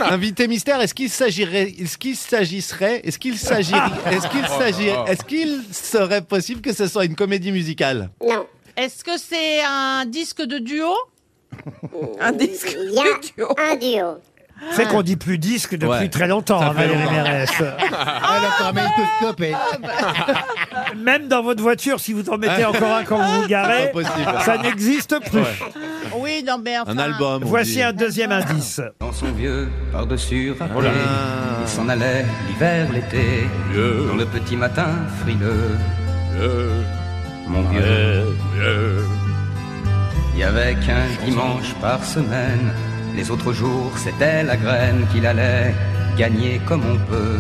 H: Invité mystère, est-ce qu'il s'agirait, est-ce qu'il s'agisserait, est-ce qu'il s'agirait, est-ce qu'il s'agirait, est-ce qu'il serait possible que ce soit une comédie musicale
U: Non.
D: Est-ce que c'est un disque de duo
G: Un disque
U: Il y a un duo.
B: C'est qu'on dit plus disque depuis très longtemps, hein, Valérie Mérès.
F: Ah, Elle a quand même tout scopé. Ah, bah.
B: Même dans votre voiture, si vous en mettez encore un quand vous vous garez,
H: C'est pas possible.
B: ça n'existe plus.
D: Oui, non, mais enfin...
B: Voici un deuxième indice. Ah,
V: Dans son vieux par-dessus râpé, il s'en allait l'hiver, l'été, dans le petit matin frileux. Mon vieux, il y avait qu'un dimanche par semaine. Les autres jours, c'était la graine qu'il allait gagner comme on peut.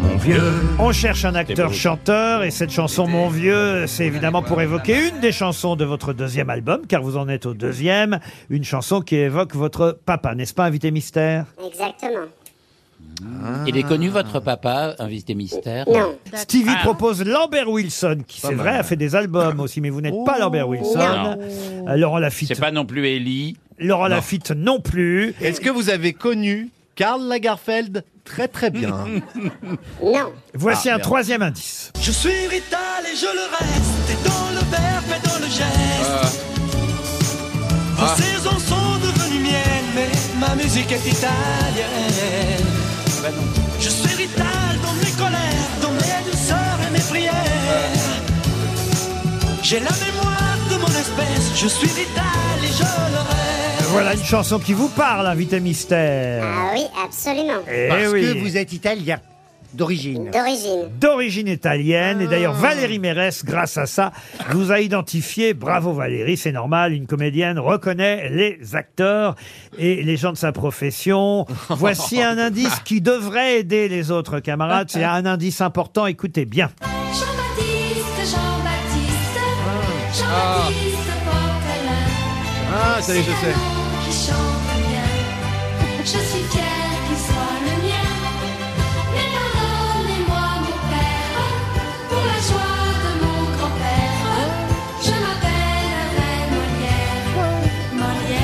V: Mon vieux,
B: On cherche un acteur-chanteur et cette chanson Mon Vieux, c'est évidemment pour évoquer une des chansons de votre deuxième album, car vous en êtes au deuxième, une chanson qui évoque votre papa, n'est-ce pas, invité mystère
U: Exactement.
E: Il est connu, votre papa, invité mystère
B: Non. Stevie propose Lambert Wilson, qui c'est vrai a fait des albums aussi, mais vous n'êtes pas Lambert Wilson. Euh, Laurent Lafitte.
E: C'est pas non plus Ellie.
B: Laurent Lafitte non plus.
H: Est-ce que vous avez connu Karl Lagerfeld Très très bien.
B: Voici
H: Ah,
B: un
H: merde.
B: troisième indice.
K: Je suis Rital et je le reste, et dans le verbe et dans le geste. Vos
C: Ah.
K: saisons sont devenues miennes, mais ma musique est italienne. Ben Je suis Rital dans mes colères, dans mes douceurs et mes prières. J'ai la mémoire de mon espèce, je suis Rital et je le reste.
B: Voilà une chanson qui vous parle, invité mystère.
U: Ah oui, absolument.
B: Eh
F: Parce
B: oui.
F: que vous êtes italien d'origine.
U: D'origine.
B: D'origine italienne. Et d'ailleurs, Valérie Mérès, grâce à ça, vous a identifié. Bravo Valérie, c'est normal. Une comédienne reconnaît les acteurs et les gens de sa profession. Voici un indice qui devrait aider les autres camarades. C'est un indice important. Écoutez bien.
K: Jean-Baptiste, Jean-Baptiste,
B: Ah.
K: Jean-Baptiste Pocalin.
H: Ah, ça y est, je sais.
K: qui chante bien. Je suis fier qu'il soit le mien. Mais pardonnez-moi, mon père, pour la joie de mon grand-père. Je m'appelle Alain Molière. Molière.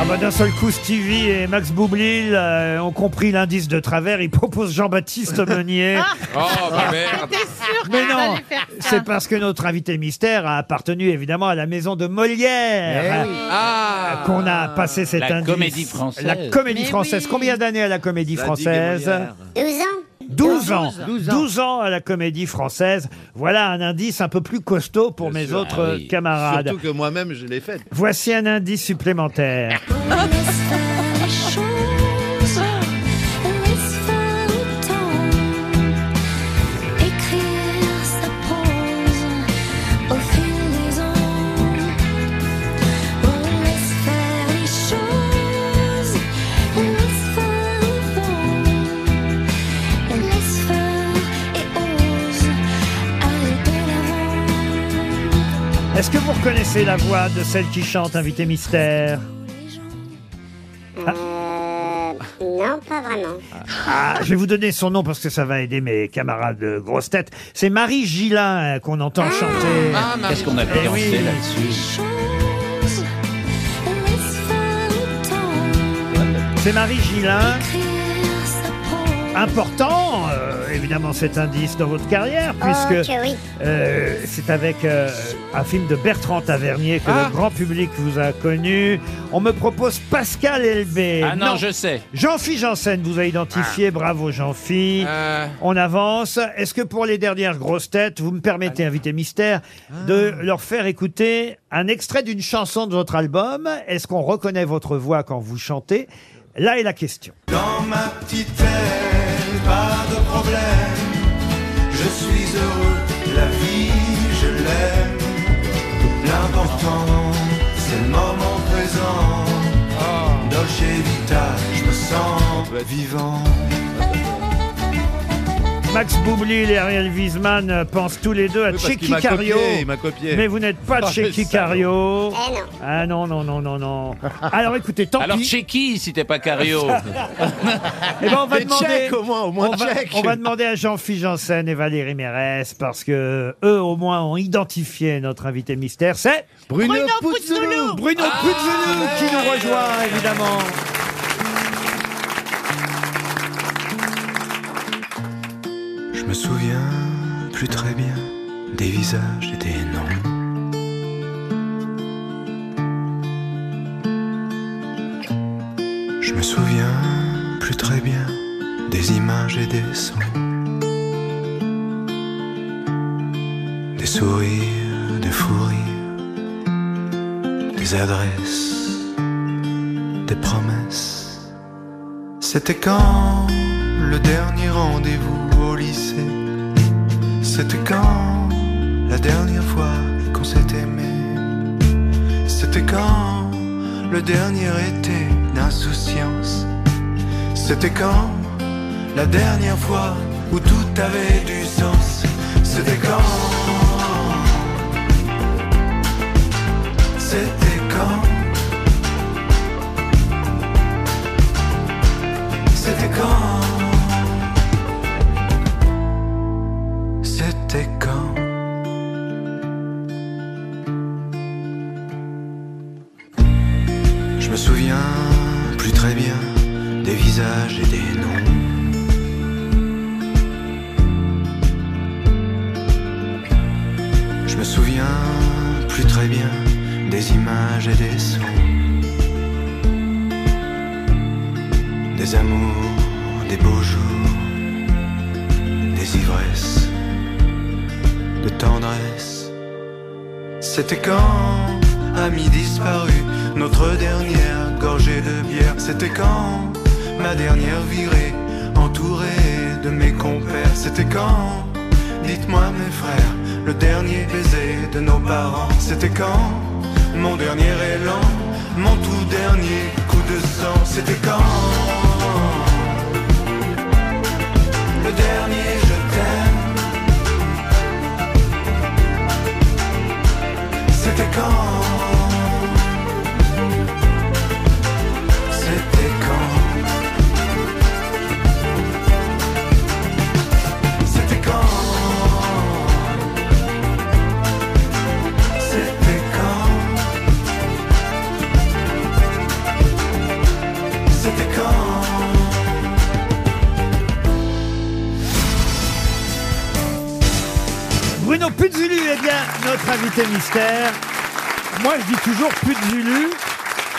B: Ah bah d'un seul coup, Stevie et Max Boublil euh, ont compris l'indice de travers. Ils proposent Jean-Baptiste Meunier.
C: Oh,
N: bah,
C: ma mère.
B: Ah,
N: Ah,
B: Mais
K: que
B: non,
K: t'allais faire ça.
B: c'est parce que notre invité mystère a appartenu évidemment à la maison de Molière
C: Eh oui.
B: euh,
C: Ah.
B: qu'on a passé cet
E: La
B: indice.
E: comédie française.
B: La comédie
E: Mais
B: française.
E: oui.
B: Combien d'années à la comédie
E: La Digue et
B: française
E: Molière.
U: 12 ans
B: 12 ans,
F: 12
B: 12
F: ans.
B: ans. à la comédie française. Voilà un indice un peu plus costaud pour mes
H: sûr.
B: autres
H: Ah oui.
B: camarades.
H: Surtout que moi-même, je l'ai faite.
B: Voici un indice supplémentaire.
K: Laisse faire les choses, laisse faire le temps, écrire sa prose au fil des ans. On laisse faire les choses, laisse faire le vent, laisse faire et ose aller de l'avant.
B: Est-ce que vous reconnaissez la voix de celle qui chante Invité Mystère
U: Euh, non, pas vraiment.
B: Ah, je vais vous donner son nom parce que ça va aider mes camarades de grosses têtes. C'est Marie Gillin euh, qu'on entend chanter.
E: Qu'est-ce qu'on a pu
B: Eh oui.
E: danser là-dessus
B: C'est Marie Gillin. Important, euh, évidemment, cet indice dans votre carrière,
N: Oh,
B: puisque
U: Oh, que oui.
B: euh, c'est avec euh, un film de Bertrand Tavernier que
E: Ah.
B: le grand public vous a connu. On me propose Pascal Elbé.
E: Ah non, je sais.
B: Jean-Philippe Janssen vous a
H: Ah.
B: identifié, bravo Jean-Philippe.
H: Euh.
B: On avance. Est-ce que pour les dernières grosses têtes, vous me permettez, invité mystère, de
H: Ah.
B: leur faire écouter un extrait d'une chanson de votre album Est-ce qu'on reconnaît votre voix quand vous chantez Là est la question.
K: Dans ma petite tête, pas de problème. Je suis heureux, la vie, je l'aime. L'important, c'est le moment
H: Ah.
K: présent. Dolce Vita, je me sens
H: Bah,
K: vivant.
B: Max Boublil et Ariel Wiesman euh, pensent tous les deux à
H: Oui, parce
B: Checky
H: qu'il m'a copié,
B: Cario.
H: il m'a copié.
B: Mais vous n'êtes pas de
H: Ah, le
B: Checky
H: salaud.
B: Cario.
U: Eh non.
B: Ah non, non, non, non, non. Alors écoutez, tant
E: Alors,
B: pis.
E: chez qui si t'es pas Cario
B: Eh ben, on va
H: Mais
B: demander.
H: check, au moins, au moins
B: on, va,
H: check.
B: on va demander à Jean-Philippe Janssen et Valérie Mérès parce que eux au moins ont identifié notre invité mystère. C'est Ah,
H: Bruno,
D: Bruno
H: Puzzolo.
D: Puzzolo.
B: Bruno Puzzolo qui nous rejoint évidemment.
K: Je me souviens plus très bien des visages et des noms. Je me souviens plus très bien des images et des sons. Des sourires, des fous rires, des adresses, des promesses. C'était quand le dernier rendez-vous au lycée C'était quand la dernière fois qu'on s'est aimé C'était quand le dernier été d'insouciance C'était quand la dernière fois où tout avait du sens C'était quand C'était quand C'était quand C'était quand Je me souviens plus très bien des visages et des noms. Je me souviens plus très bien des images et des sons. Des amours, des beaux jours, des ivresses, de tendresse. C'était quand, amis disparus, notre dernière gorgée de bière. C'était quand, ma dernière virée, entourée de mes compères. C'était quand, dites-moi mes frères, le dernier baiser de nos parents. C'était quand, mon dernier élan, mon tout dernier coup de sang. C'était quand, le dernier je t'aime. C'était quand C'était quand C'était quand C'était quand C'était quand
B: Bruno Puzulu est bien notre invité mystère. Moi, je dis toujours Puzulu.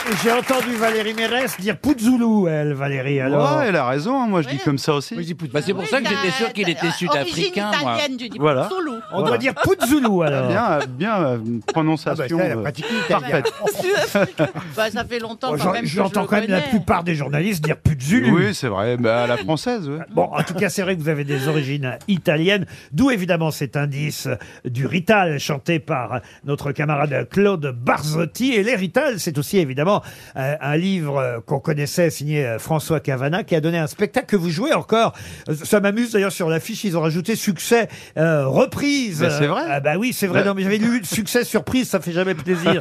B: Et J'ai entendu Valérie Mérès dire Puzulu, elle, Valérie. Alors.
H: Euh, Ouais, elle a raison, hein, moi je dis comme ça aussi.
E: Bah, c'est pour ça que j'étais sûr qu'il était sud-africain. moi.
H: Voilà.
B: On doit dire Puzulu alors.
H: Bien, bien euh, prononciation
B: Ah bah, ça, elle a
H: euh,
B: pratiqué l'italien.
H: parfaite.
D: Bah, ça fait longtemps
B: Bon,
D: quand
B: j'en-
D: même que je
B: J'entends
D: le
B: quand même la
D: connais.
B: plupart des journalistes dire Puzulu.
H: Oui, c'est vrai, bah, à la française. Ouais.
B: Bon, en tout cas, c'est vrai que vous avez des origines italiennes, d'où évidemment cet indice du Rital chanté par notre camarade Claude Barzotti. Et les Rital, c'est aussi évidemment euh, un livre euh, qu'on connaissait, signé euh, François Cavana, qui a donné un spectacle que vous jouez encore. Euh, Ça m'amuse d'ailleurs sur l'affiche, ils ont rajouté succès euh, reprise.
H: Ben, c'est vrai.
B: Ah bah oui, c'est vrai.
H: Ben-
B: Non, mais j'avais lu succès surprise, ça fait jamais plaisir.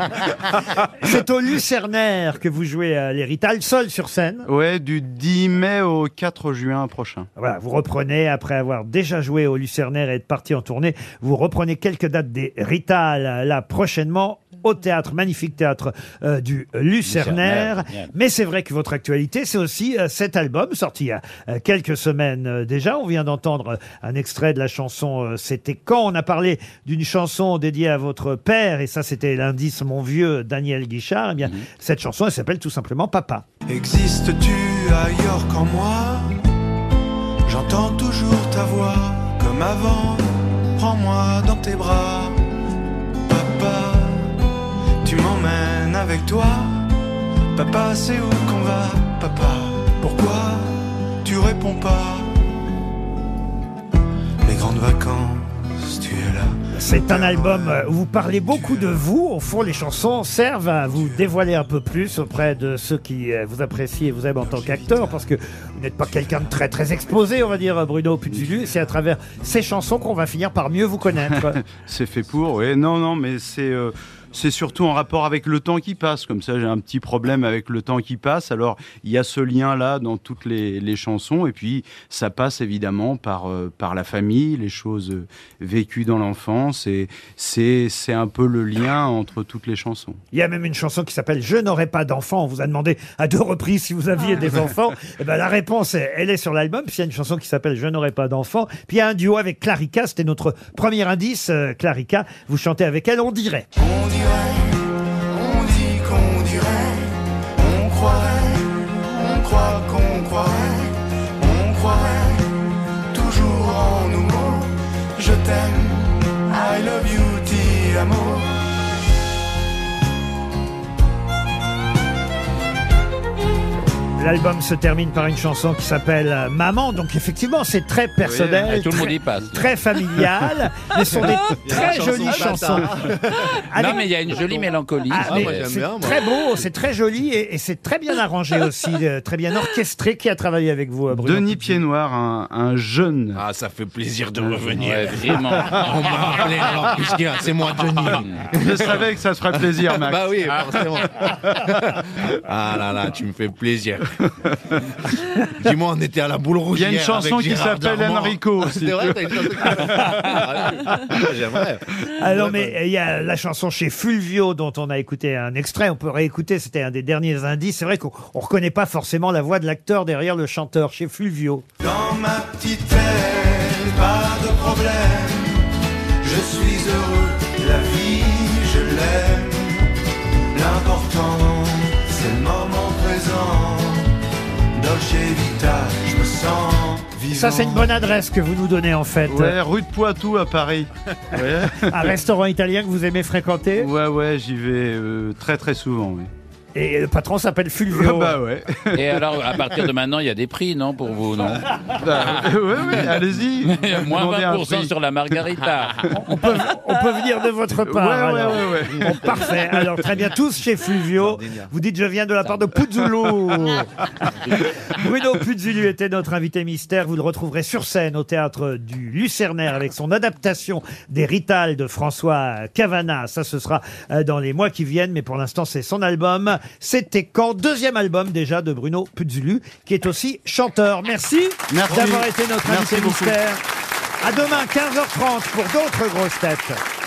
B: c'est au Lucernaire que vous jouez euh, les Rital, seul sur scène.
H: Ouais, du 10 mai au 4 juin prochain.
B: Voilà, vous reprenez, après avoir déjà joué au Lucernaire et être parti en tournée, vous reprenez quelques dates des Rital, euh, là, prochainement, au théâtre, magnifique théâtre euh, du Lucernaire.
E: Lucernaire, génial.
B: Mais c'est vrai que votre actualité, c'est aussi euh, cet album, sorti il y a euh, quelques semaines euh, déjà. On vient d'entendre euh, un extrait de la chanson euh, C'était quand On a parlé d'une chanson dédiée à votre père, et ça, c'était l'indice, mon vieux Daniel Guichard. Eh bien, cette chanson, elle s'appelle tout simplement Papa.
K: Existes-tu ailleurs qu'en moi J'entends toujours ta voix comme avant. Prends-moi dans tes bras, papa. Tu m'emmènes avec toi, papa. C'est où qu'on va, papa Pourquoi tu réponds pas Les grandes vacances, tu es là.
B: C'est un album où vous parlez beaucoup de vous. Au fond, les chansons servent à vous dévoiler un peu plus auprès de ceux qui euh, vous apprécient et vous aiment en tant qu'acteur, parce que vous n'êtes pas quelqu'un de très très exposé, on va dire, Bruno Puzulu. Et C'est à travers ces chansons qu'on va finir par mieux vous connaître.
H: c'est fait pour, ouais. Non, non, mais c'est. euh, C'est surtout en rapport avec le temps qui passe. Comme ça, j'ai un petit problème avec le temps qui passe. Alors, il y a ce lien-là dans toutes les, les chansons. Et puis, ça passe évidemment par, euh, par la famille, les choses euh, vécues dans l'enfance. Et c'est c'est un peu le lien entre toutes les chansons.
B: Il y a même une chanson qui s'appelle Je n'aurai pas d'enfants. On vous a demandé à deux reprises si vous aviez des enfants. Et ben, la réponse, est- elle est sur l'album. Puis il y a une chanson qui s'appelle Je n'aurai pas d'enfants. Puis il y a un duo avec Clarica. C'était notre premier indice. euh, Clarica, vous chantez avec elle, on dirait.
K: On dit qu'on dirait, on croirait, on croit qu'on croirait, on croirait toujours en nous mots. Je t'aime, I love you, ti amo.
B: L'album se termine par une chanson qui s'appelle euh, Maman, donc effectivement c'est très personnel,
E: Ah, tout le
B: très,
E: monde y passe.
B: très familial, mais ce sont des
E: Il y a la
B: très
E: chanson
B: jolies
E: Tata.
B: chansons.
H: Ah,
B: Avec-
E: Non, mais il y a une jolie mélancolie.
B: Ah, mais c'est très beau, c'est très joli et, et c'est très bien arrangé aussi, euh, très bien orchestré. Qui a travaillé avec vous, euh, Bruno
H: Denis Pied-Noir, un, un jeune. Euh,
W: Ah, ça fait plaisir de revenir.
H: Ouais, vraiment.
W: On m'a rappelé alors, puisqu'il c'est moi, Johnny.
H: Je savais que ça se ferait plaisir, Max.
W: Bah oui, forcément. Ah là là, tu me fais plaisir.
H: Dis-moi, on était à la boule rouge.
J: Il y a une
H: hier
J: chanson
H: avec
J: qui
H: Gérard
J: s'appelle
H: Darmon. Ah,
J: Enrico, si
H: C'est vrai,
J: tu
H: t'as une
J: veux.
H: chanson qui s'appelle. J'aimerais.
B: Ah non,
H: bah.
B: mais il y a la chanson chez Fulvio dont on a écouté un extrait. On peut réécouter. C'était un des derniers indices. C'est vrai qu'on on reconnaît pas forcément la voix de l'acteur derrière le chanteur chez Fulvio.
K: Dans ma petite aile, pas de problème. Je suis heureux, la vie, je l'aime. L'important, c'est le moment présent. Dolce Vita, je me sens vivant.
B: Ça, c'est une bonne adresse que vous nous donnez en fait.
J: Ouais, rue de Poitou à Paris. Ouais.
B: Un restaurant italien que vous aimez fréquenter.
J: Ouais, ouais, j'y vais euh, très très souvent, oui.
B: Et le patron s'appelle Fulvio.
J: bah ouais.
E: Et alors, à partir de maintenant, il y a des prix, non, pour vous, non
J: ouais, ouais, Bah, allez-y.
E: Moins
J: Demandez un
E: 20%
J: prix.
E: sur la margarita.
B: On peut venir de votre part.
J: Ouais, ouais,
B: alors.
J: ouais, ouais.
B: Bon, parfait. Alors très bien, tous chez Fulvio. Vous dites je viens de la part de Puzzulo. Bruno Puzzulo était notre invité mystère. Vous le retrouverez sur scène au théâtre du Lucernaire avec son adaptation des Rital de François Cavana. Ça, ce sera euh, dans les mois qui viennent, mais pour l'instant, c'est son album. C'était quand Deuxième album déjà de Bruno Puzzulo, qui est aussi chanteur. Merci,
J: Merci.
B: d'avoir été notre
J: Merci
B: invité
J: beaucoup.
B: mystère. À demain, 15h30 pour d'autres grosses têtes.